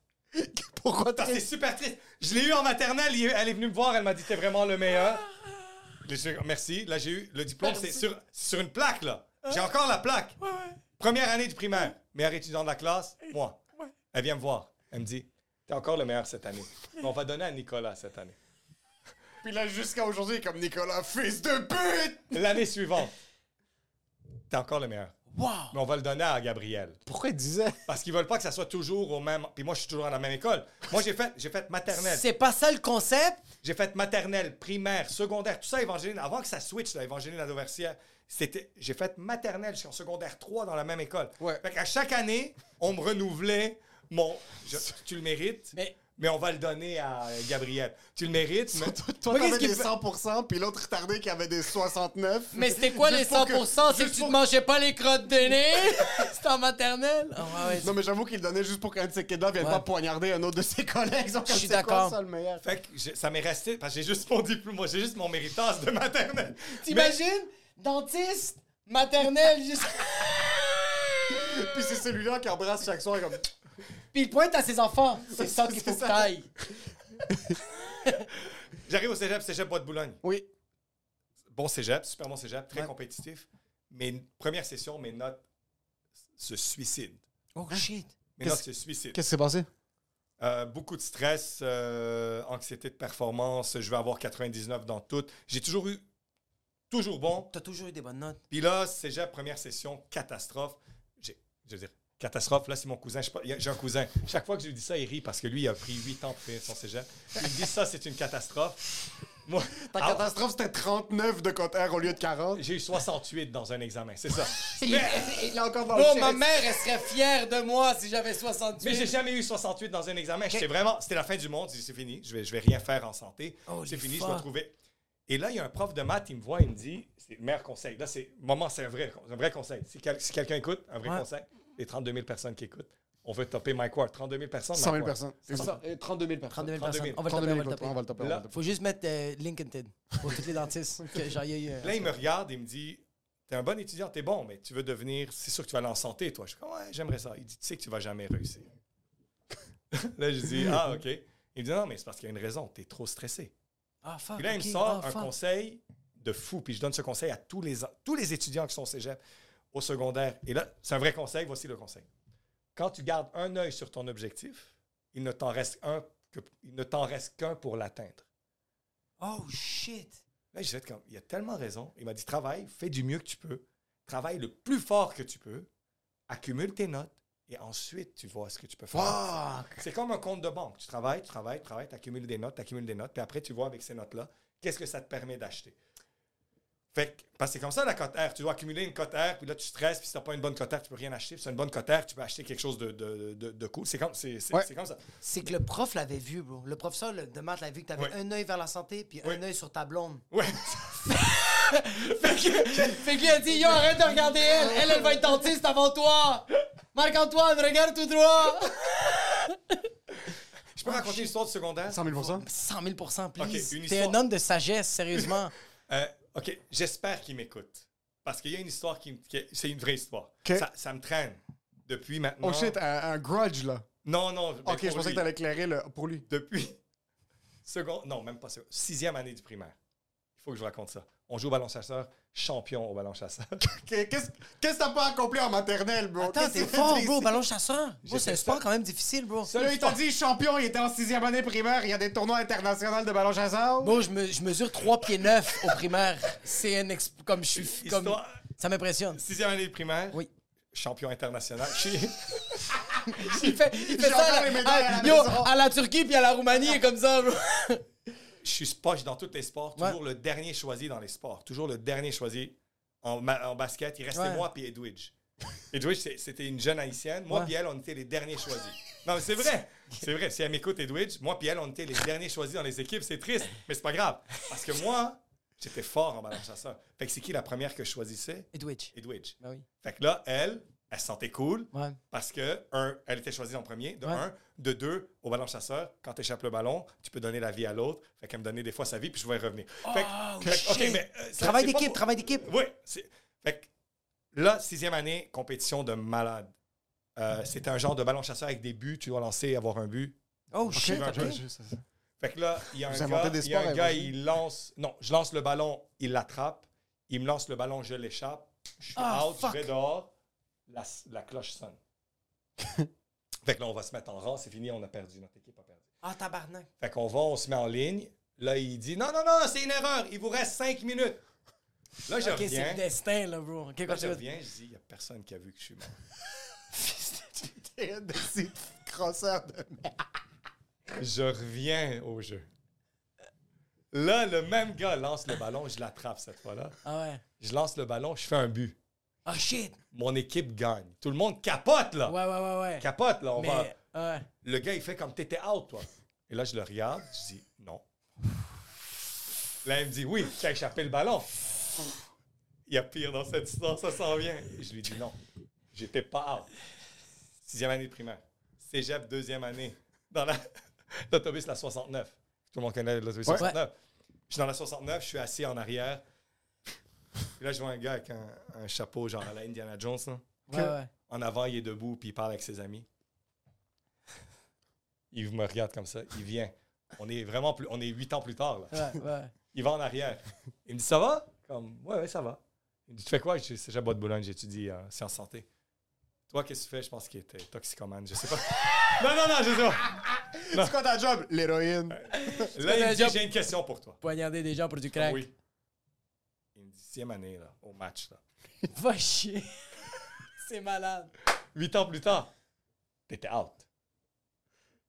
Speaker 4: Pourquoi t'as
Speaker 5: Attends, c'est super triste. Je l'ai eu en maternelle, il est- elle est venue me voir, elle m'a dit t'es vraiment le meilleur. Ah, Là, j'ai- Ah. Merci. Là, j'ai eu le diplôme. C'est sur, c'est sur une plaque, là. J'ai encore la plaque. Première année du primaire. Meilleur étudiant de la classe, moi. Elle vient me voir. Elle me dit T'es encore le meilleur cette année. Mais On va donner à Nicolas cette année.
Speaker 4: Puis là, jusqu'à aujourd'hui, comme Nicolas, fils de pute!
Speaker 5: L'année suivante, t'es encore le meilleur. Mais on va le donner à Gabriel.
Speaker 6: Pourquoi il disait
Speaker 5: Parce qu'ils veulent pas que ça soit toujours au même. Puis moi, je suis toujours à la même école. Moi, j'ai fait, j'ai fait maternelle.
Speaker 3: C'est pas ça le concept?
Speaker 5: J'ai fait maternelle, primaire, secondaire, tout ça, Évangeline. Avant que ça switch, là, Évangeline à Dauversière, c'était, j'ai fait maternelle jusqu'en secondaire 3 dans la même école.
Speaker 4: Ouais.
Speaker 5: Fait qu'à chaque année, on me renouvelait mon. je- tu le mérites,
Speaker 3: Mais-
Speaker 5: mais... on va le donner à Gabriel. Tu le mérites, mais.
Speaker 4: Toi,
Speaker 3: qu'est-ce
Speaker 4: t'avais
Speaker 3: qu'il
Speaker 4: des
Speaker 3: fait-
Speaker 4: 100%, puis l'autre retardé qui avait des 69.
Speaker 3: Mais c'était quoi les
Speaker 4: Juste pour
Speaker 3: 100%?
Speaker 4: que-
Speaker 3: c'est que
Speaker 4: juste
Speaker 3: tu
Speaker 4: pour-
Speaker 3: ne mangeais pas les crottes de nez? C'était en maternelle? Ah ouais, ouais,
Speaker 4: Non, mais j'avoue qu'il le donnait juste pour qu'un de ses kids-là vienne
Speaker 3: Ouais.
Speaker 4: pas poignarder un autre de ses collègues.
Speaker 3: Je suis d'accord.
Speaker 4: C'est quoi ça, le meilleur?
Speaker 5: Fait que j'ai- ça m'est resté, parce que j'ai juste mon diplôme, moi, j'ai juste mon méritage de maternelle.
Speaker 3: T'imagines? Dentiste, maternelle, juste...
Speaker 4: Puis c'est celui-là qui embrasse chaque soir comme...
Speaker 3: Puis il pointe à ses enfants. C'est ça qu'il
Speaker 4: C'est
Speaker 3: faut que
Speaker 4: ça.
Speaker 3: t'ailles.
Speaker 5: Mais J'arrive au cégep, cégep Bois de Boulogne.
Speaker 4: Oui.
Speaker 5: Bon cégep, super bon cégep, très
Speaker 3: Ouais.
Speaker 5: compétitif. Mes première session, mes notes se suicident.
Speaker 3: Oh shit.
Speaker 5: Mes notes se suicident.
Speaker 6: Qu'est-ce qui s'est passé
Speaker 5: Euh, beaucoup de stress, euh, anxiété de performance, je vais avoir 99 dans tout. J'ai toujours eu, toujours bon.
Speaker 3: T'as toujours eu des bonnes notes.
Speaker 5: Puis là, cégep, première session, catastrophe. J'ai- Je veux dire, catastrophe. Là, c'est mon cousin. Je sais pas- il y a- J'ai un cousin. Chaque fois que je lui dis ça, il rit parce que lui, il a pris 8 ans pour finir son cégep. Il me dit ça, c'est une catastrophe. Moi,
Speaker 4: Ta
Speaker 5: ah,
Speaker 4: catastrophe, c'était 39 de côte R au lieu de 40.
Speaker 5: j'ai eu 68 dans un examen, c'est ça.
Speaker 4: Il est encore dans
Speaker 3: Oh,
Speaker 4: le
Speaker 3: ma
Speaker 4: chest.
Speaker 3: mère, elle serait fière de moi si j'avais
Speaker 5: Mais j'ai
Speaker 3: 68.
Speaker 5: jamais eu 68 dans un examen. J'étais vraiment, c'était la fin du monde. J'ai dit, C'est fini, je vais, je vais rien faire en santé.
Speaker 3: Holy
Speaker 5: c'est fini, je
Speaker 3: fuck.
Speaker 5: vais trouver. Et là, il y a un prof de maths, il me voit, il me dit, c'est le meilleur conseil. Là, c'est moment, c'est un vrai, un vrai conseil. Si, quel- si quelqu'un écoute, un vrai
Speaker 3: Ouais.
Speaker 5: conseil, les 32 000 personnes qui écoutent, on veut topper Mike Ward. 32 000 personnes.
Speaker 4: 100 000
Speaker 5: Mike Ward.
Speaker 4: personnes. C'est ça. Et 32 000 personnes.
Speaker 3: 32 000
Speaker 5: 32
Speaker 3: personnes.
Speaker 5: 000.
Speaker 3: On va le
Speaker 4: 32
Speaker 3: taper, on
Speaker 4: 000
Speaker 3: va le
Speaker 4: personnes. On
Speaker 3: taper.
Speaker 4: va le taper. on
Speaker 5: Là-
Speaker 4: va le taper.
Speaker 3: Faut juste mettre euh, LinkedIn pour tous les dentistes. que j'aille euh,
Speaker 5: Là, il me regarde, il me dit T'es un bon étudiant, t'es bon, mais tu veux devenir. C'est sûr que tu vas aller en santé, toi. Je suis comme Ouais, j'aimerais ça. Il dit Tu sais que tu vas jamais réussir. là, je dis Ah, OK. Il me dit Non, mais c'est parce qu'il y a une raison, t'es trop stressé.
Speaker 3: Ah, fuck.
Speaker 5: Puis là, il
Speaker 3: ok.
Speaker 5: me sort
Speaker 3: Ah,
Speaker 5: un
Speaker 3: fuck.
Speaker 5: conseil de fou, puis je donne ce conseil à tous les, tous les étudiants qui sont au cégep, au secondaire. Et là, c'est un vrai conseil, voici le conseil. Quand tu gardes un œil sur ton objectif, il ne t'en reste un que- il ne t'en reste qu'un pour l'atteindre.
Speaker 3: Oh, shit.
Speaker 5: Là, j'ai fait comme, il a tellement raison. Il m'a dit, travaille, fais du mieux que tu peux, travaille le plus fort que tu peux, accumule tes notes, et ensuite, tu vois ce que tu peux faire. C'est comme un compte de banque. Tu travailles, tu travailles, tu travailles, tu accumules des notes, tu accumules des notes, puis après, tu vois avec ces notes-là, qu'est-ce que ça te permet d'acheter. Fait que, parce que c'est comme ça la cote R. Tu dois accumuler une cote R, puis là, tu stresses, puis si t'as pas une bonne cote R, tu peux rien acheter. Puis si t'as une bonne cote R, tu peux acheter quelque chose de, de, de- de cool. C'est comme, c'est, c'est-
Speaker 4: Ouais.
Speaker 5: c'est comme ça.
Speaker 3: C'est que le prof l'avait vu, bro. Le professeur le- de maths l'avait vu que t'avais
Speaker 5: Ouais.
Speaker 3: un œil vers la santé puis
Speaker 5: Ouais.
Speaker 3: un œil sur ta blonde.
Speaker 5: Ouais.
Speaker 3: Fait que, fait que lui a dit Yo, arrête de regarder elle. Elle, elle va être dentiste avant toi. Marc-Antoine, regarde tout droit.
Speaker 5: Je peux raconter une histoire du secondaire?
Speaker 4: 100 000
Speaker 3: 100 000
Speaker 5: Ok, une
Speaker 3: please. T'es
Speaker 5: histoire.
Speaker 3: un homme de sagesse, sérieusement.
Speaker 5: Euh, OK, j'espère qu'il m'écoute. Parce qu'il y a une histoire qui... me- qui- c'est une vraie histoire.
Speaker 4: OK.
Speaker 5: Ça, ça me traîne depuis maintenant.
Speaker 4: Oh shit, un, un grudge, là.
Speaker 5: Non, non. mais
Speaker 4: Ok, je
Speaker 5: pour
Speaker 4: pensais que
Speaker 5: lui.
Speaker 4: t'allais éclairer le... pour lui.
Speaker 5: Depuis seconde... Non, même pas seconde. Sixième année du primaire. Il faut que je vous raconte ça. On joue au ballon chasseur, champion au ballon chasseur.
Speaker 4: Qu'est- Qu'est-ce qu'est-ce que t'as pas accompli en maternelle, bro?
Speaker 3: Attends,
Speaker 4: Qu'est-ce
Speaker 3: t'es
Speaker 4: que t'as
Speaker 3: fort,
Speaker 4: dit
Speaker 3: bro. Bah,
Speaker 4: ici?
Speaker 3: Ballon chasseur. Bro,
Speaker 5: J'ai
Speaker 3: c'est un
Speaker 5: fait
Speaker 3: sport
Speaker 5: ça.
Speaker 3: quand même difficile, bro.
Speaker 4: Là, il t'a dit champion, il était en sixième année primaire, il y a des tournois internationaux de ballon chasseur.
Speaker 3: Bro, je, me- je mesure 3 pieds 9 au primaire. C'est un exp... comme je suis. Comme...
Speaker 5: Histoire-
Speaker 3: Ça m'impressionne.
Speaker 5: Sixième année du primaire.
Speaker 3: Oui.
Speaker 5: Champion international. Je suis-
Speaker 3: Il fait, il fait
Speaker 4: J'ai
Speaker 3: ça
Speaker 4: encore
Speaker 3: à
Speaker 4: les
Speaker 3: la,
Speaker 4: médailles
Speaker 3: à-
Speaker 4: à la
Speaker 3: yo,
Speaker 4: maison.
Speaker 3: à la Turquie puis à la Roumanie, il est comme ça, bro.
Speaker 5: je suis poche dans tous les sports,
Speaker 3: Ouais.
Speaker 5: toujours le dernier choisi dans les sports, toujours le dernier choisi en, ma- en basket. Il restait
Speaker 3: Ouais.
Speaker 5: moi puis Edwidge. Edwidge, c'est- c'était une jeune haïtienne. Moi
Speaker 3: Ouais.
Speaker 5: puis elle, on était les derniers choisis. Non, mais c'est vrai. C'est vrai. Si elle m'écoute, Edwidge, moi puis elle, on était les derniers choisis dans les équipes. C'est triste, mais c'est pas grave. Parce que moi, j'étais fort en ballon chasseur. Fait que c'est qui la première que je choisissais?
Speaker 3: Edwidge.
Speaker 5: Edwidge.
Speaker 3: Ben oui.
Speaker 5: Fait que là, elle, elle se sentait cool.
Speaker 3: Ouais.
Speaker 5: Parce que, un, elle était choisie en premier, de
Speaker 3: Ouais.
Speaker 5: un. De deux, au ballon chasseur, quand tu échappes le ballon, tu peux donner la vie à l'autre. Fait qu'elle me donnait des fois sa vie, puis je pouvais revenir. Fait que- fait que, OK, mais, euh, ça,
Speaker 3: Oh, Travail
Speaker 5: c'est pas
Speaker 3: d'équipe,
Speaker 5: pour-
Speaker 3: travail d'équipe.
Speaker 5: Oui. c'est- Fait que là, sixième année, compétition de malade. Euh, C'était un genre de ballon chasseur avec des buts. Tu dois lancer, avoir un but.
Speaker 3: Oh shit.
Speaker 5: un
Speaker 3: ok.
Speaker 5: peu. Fait que là, il y a
Speaker 4: Vous
Speaker 5: un
Speaker 4: inventez
Speaker 5: gars,
Speaker 4: des
Speaker 5: il y a un
Speaker 4: sports,
Speaker 5: gars,
Speaker 4: hein,
Speaker 5: il lance. Non, je lance le ballon, il l'attrape. Il me lance le ballon, je l'échappe. Je suis
Speaker 3: Ah,
Speaker 5: out, je vais dehors. La, la cloche sonne. fait que là, on va se mettre en rang, c'est fini, on a perdu. Notre équipe a perdu.
Speaker 3: Ah, tabarnak.
Speaker 5: Fait qu'on va, on se met en ligne. Là, il dit Non, non, non, c'est une erreur, il vous reste cinq minutes. Là, je
Speaker 3: Ok, c'est
Speaker 5: reviens.
Speaker 3: le destin, là, bro. Ok,
Speaker 5: Là, je
Speaker 3: continue.
Speaker 5: reviens, je dis Il n'y a personne qui a vu que je suis mort.
Speaker 4: de ces crosseurs de merde.
Speaker 5: Je reviens au jeu. Là, le même gars lance le ballon, je l'attrape cette fois-là.
Speaker 3: Ah ouais.
Speaker 5: Je lance le ballon, je fais un but.
Speaker 3: Ah, shit.
Speaker 5: Mon équipe gagne. Tout le monde capote, là.
Speaker 3: Ouais, ouais, ouais, ouais.
Speaker 5: Capote, là. On
Speaker 3: Mais,
Speaker 5: va...
Speaker 3: ouais.
Speaker 5: Le gars, il fait comme t'étais out, toi. Et là, je le regarde, je dis non. Là, il me dit oui, t'as échappé le ballon. Il y a pire dans cette histoire, ça s'en vient. Je lui dis non, j'étais pas out. Sixième année de primaire. Cégep, deuxième année. Dans la- l'autobus, la 69. Tout le monde connaît l'autobus 69. Je suis dans la 69, je suis assis en arrière. Puis là, je vois un gars avec un, un chapeau, genre à la Indiana Jones. là.
Speaker 3: Ouais, ouais.
Speaker 5: En avant, il est debout, puis il parle avec ses amis. Il me regarde comme ça. Il vient. On est vraiment plus. On est huit ans plus tard, là.
Speaker 3: Ouais, ouais.
Speaker 5: Il va en arrière. Il me dit Ça va Comme, ouais, ouais, ça va. Il me dit Tu fais quoi Je dis C'est bois de Boulogne, j'étudie en sciences santé. Toi, qu'est-ce que tu fais Je pense qu'il était toxicomane, je sais pas. non, non, non, je sais pas.
Speaker 4: C'est quoi ta job? L'héroïne.
Speaker 5: Là, il me
Speaker 3: un
Speaker 5: dit
Speaker 3: job?
Speaker 5: J'ai une question pour toi.
Speaker 3: Poignarder des gens pour du crack.
Speaker 5: Oui. Il me dit Sixième année, là, au match, là.
Speaker 3: Va chier. c'est malade.
Speaker 5: Huit ans plus tard, t'étais out.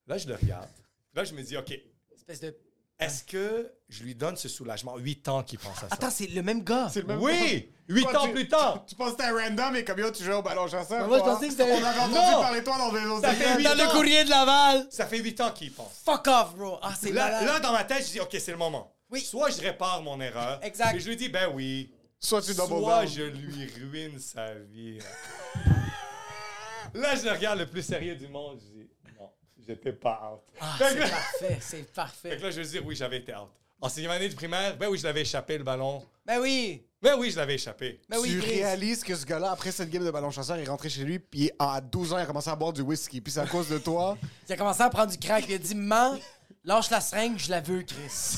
Speaker 5: Là, je le regarde. Là, je me dis OK,
Speaker 3: Espèce de.
Speaker 5: Est-ce que je lui donne ce soulagement? Huit ans qu'il pense à ça.
Speaker 3: Attends, c'est le même gars.
Speaker 4: C'est le même-
Speaker 5: oui! Huit
Speaker 4: Quoi,
Speaker 5: ans
Speaker 4: tu-
Speaker 5: plus tard!
Speaker 4: Tu penses que c'était random et comme yo, tu jouais au ballon chasseur.
Speaker 3: Moi, je
Speaker 4: toi,
Speaker 3: pensais que
Speaker 4: hein?
Speaker 3: c'était-
Speaker 4: On avait entendu
Speaker 5: Non!
Speaker 4: parler de toi dans le vélo.
Speaker 5: Ça fait huit
Speaker 3: Dans le
Speaker 5: ans!
Speaker 3: courrier de Laval.
Speaker 5: Ça fait huit ans qu'il pense.
Speaker 3: Fuck off, bro. Ah, c'est
Speaker 5: Là,
Speaker 3: malade.
Speaker 5: là, dans ma tête, je dis, OK, c'est le moment.
Speaker 3: Oui.
Speaker 5: Soit je répare mon erreur.
Speaker 3: Exact.
Speaker 5: Et je lui dis, ben oui.
Speaker 4: Soit tu double
Speaker 5: Soit
Speaker 4: down.
Speaker 5: je lui ruine sa vie. là, je le regarde le plus sérieux du monde. Je dis, non, j'étais pas out.
Speaker 3: Ah,
Speaker 5: Fait
Speaker 3: c'est
Speaker 5: que là-
Speaker 3: parfait, c'est
Speaker 5: fait que
Speaker 3: parfait.
Speaker 5: là, je veux dire, oui, j'avais été out. En sixième année de primaire, ben oui, je l'avais échappé le ballon.
Speaker 3: Ben oui,
Speaker 5: Ben oui, je l'avais échappé.
Speaker 3: ben oui,
Speaker 4: tu
Speaker 3: Chris.
Speaker 4: réalises que ce gars-là, après cette game de ballon chasseur, il est rentré chez lui, puis à 12 ans, il a commencé à boire du whisky. Puis c'est à cause de toi.
Speaker 3: Il a commencé à prendre du crack, il a dit « Mens, lâche la seringue, je la veux, Chris.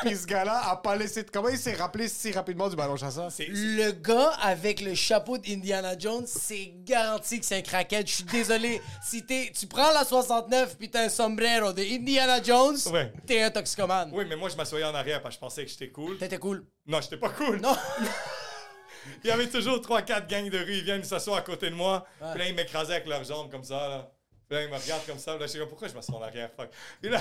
Speaker 4: puis ce gars-là a pas laissé. de- Comment il s'est rappelé si rapidement du ballon chasseur?
Speaker 5: C'est- »
Speaker 3: Le gars avec le chapeau d'Indiana Jones, c'est garanti que c'est un crackhead. Je suis désolé. Si t'es, tu prends la 69 puis t'as un sombrero de Indiana Jones,
Speaker 5: Ouais.
Speaker 3: t'es un toxicomane.
Speaker 5: Oui, mais moi, je m'assoyais en arrière parce que je pensais que j'étais cool.
Speaker 3: T'étais cool.
Speaker 5: Non, j'étais pas cool.
Speaker 3: Non.
Speaker 5: Il y avait toujours 3-4 gangs de rue, ils viennent, ils s'assoient à côté de moi. Puis là, ils m'écrasaient avec leurs jambes comme ça. Là. Puis là, ils me regardent comme ça. Puis là, je suis comme, pourquoi je m'assois en arrière? Fuck. Puis là,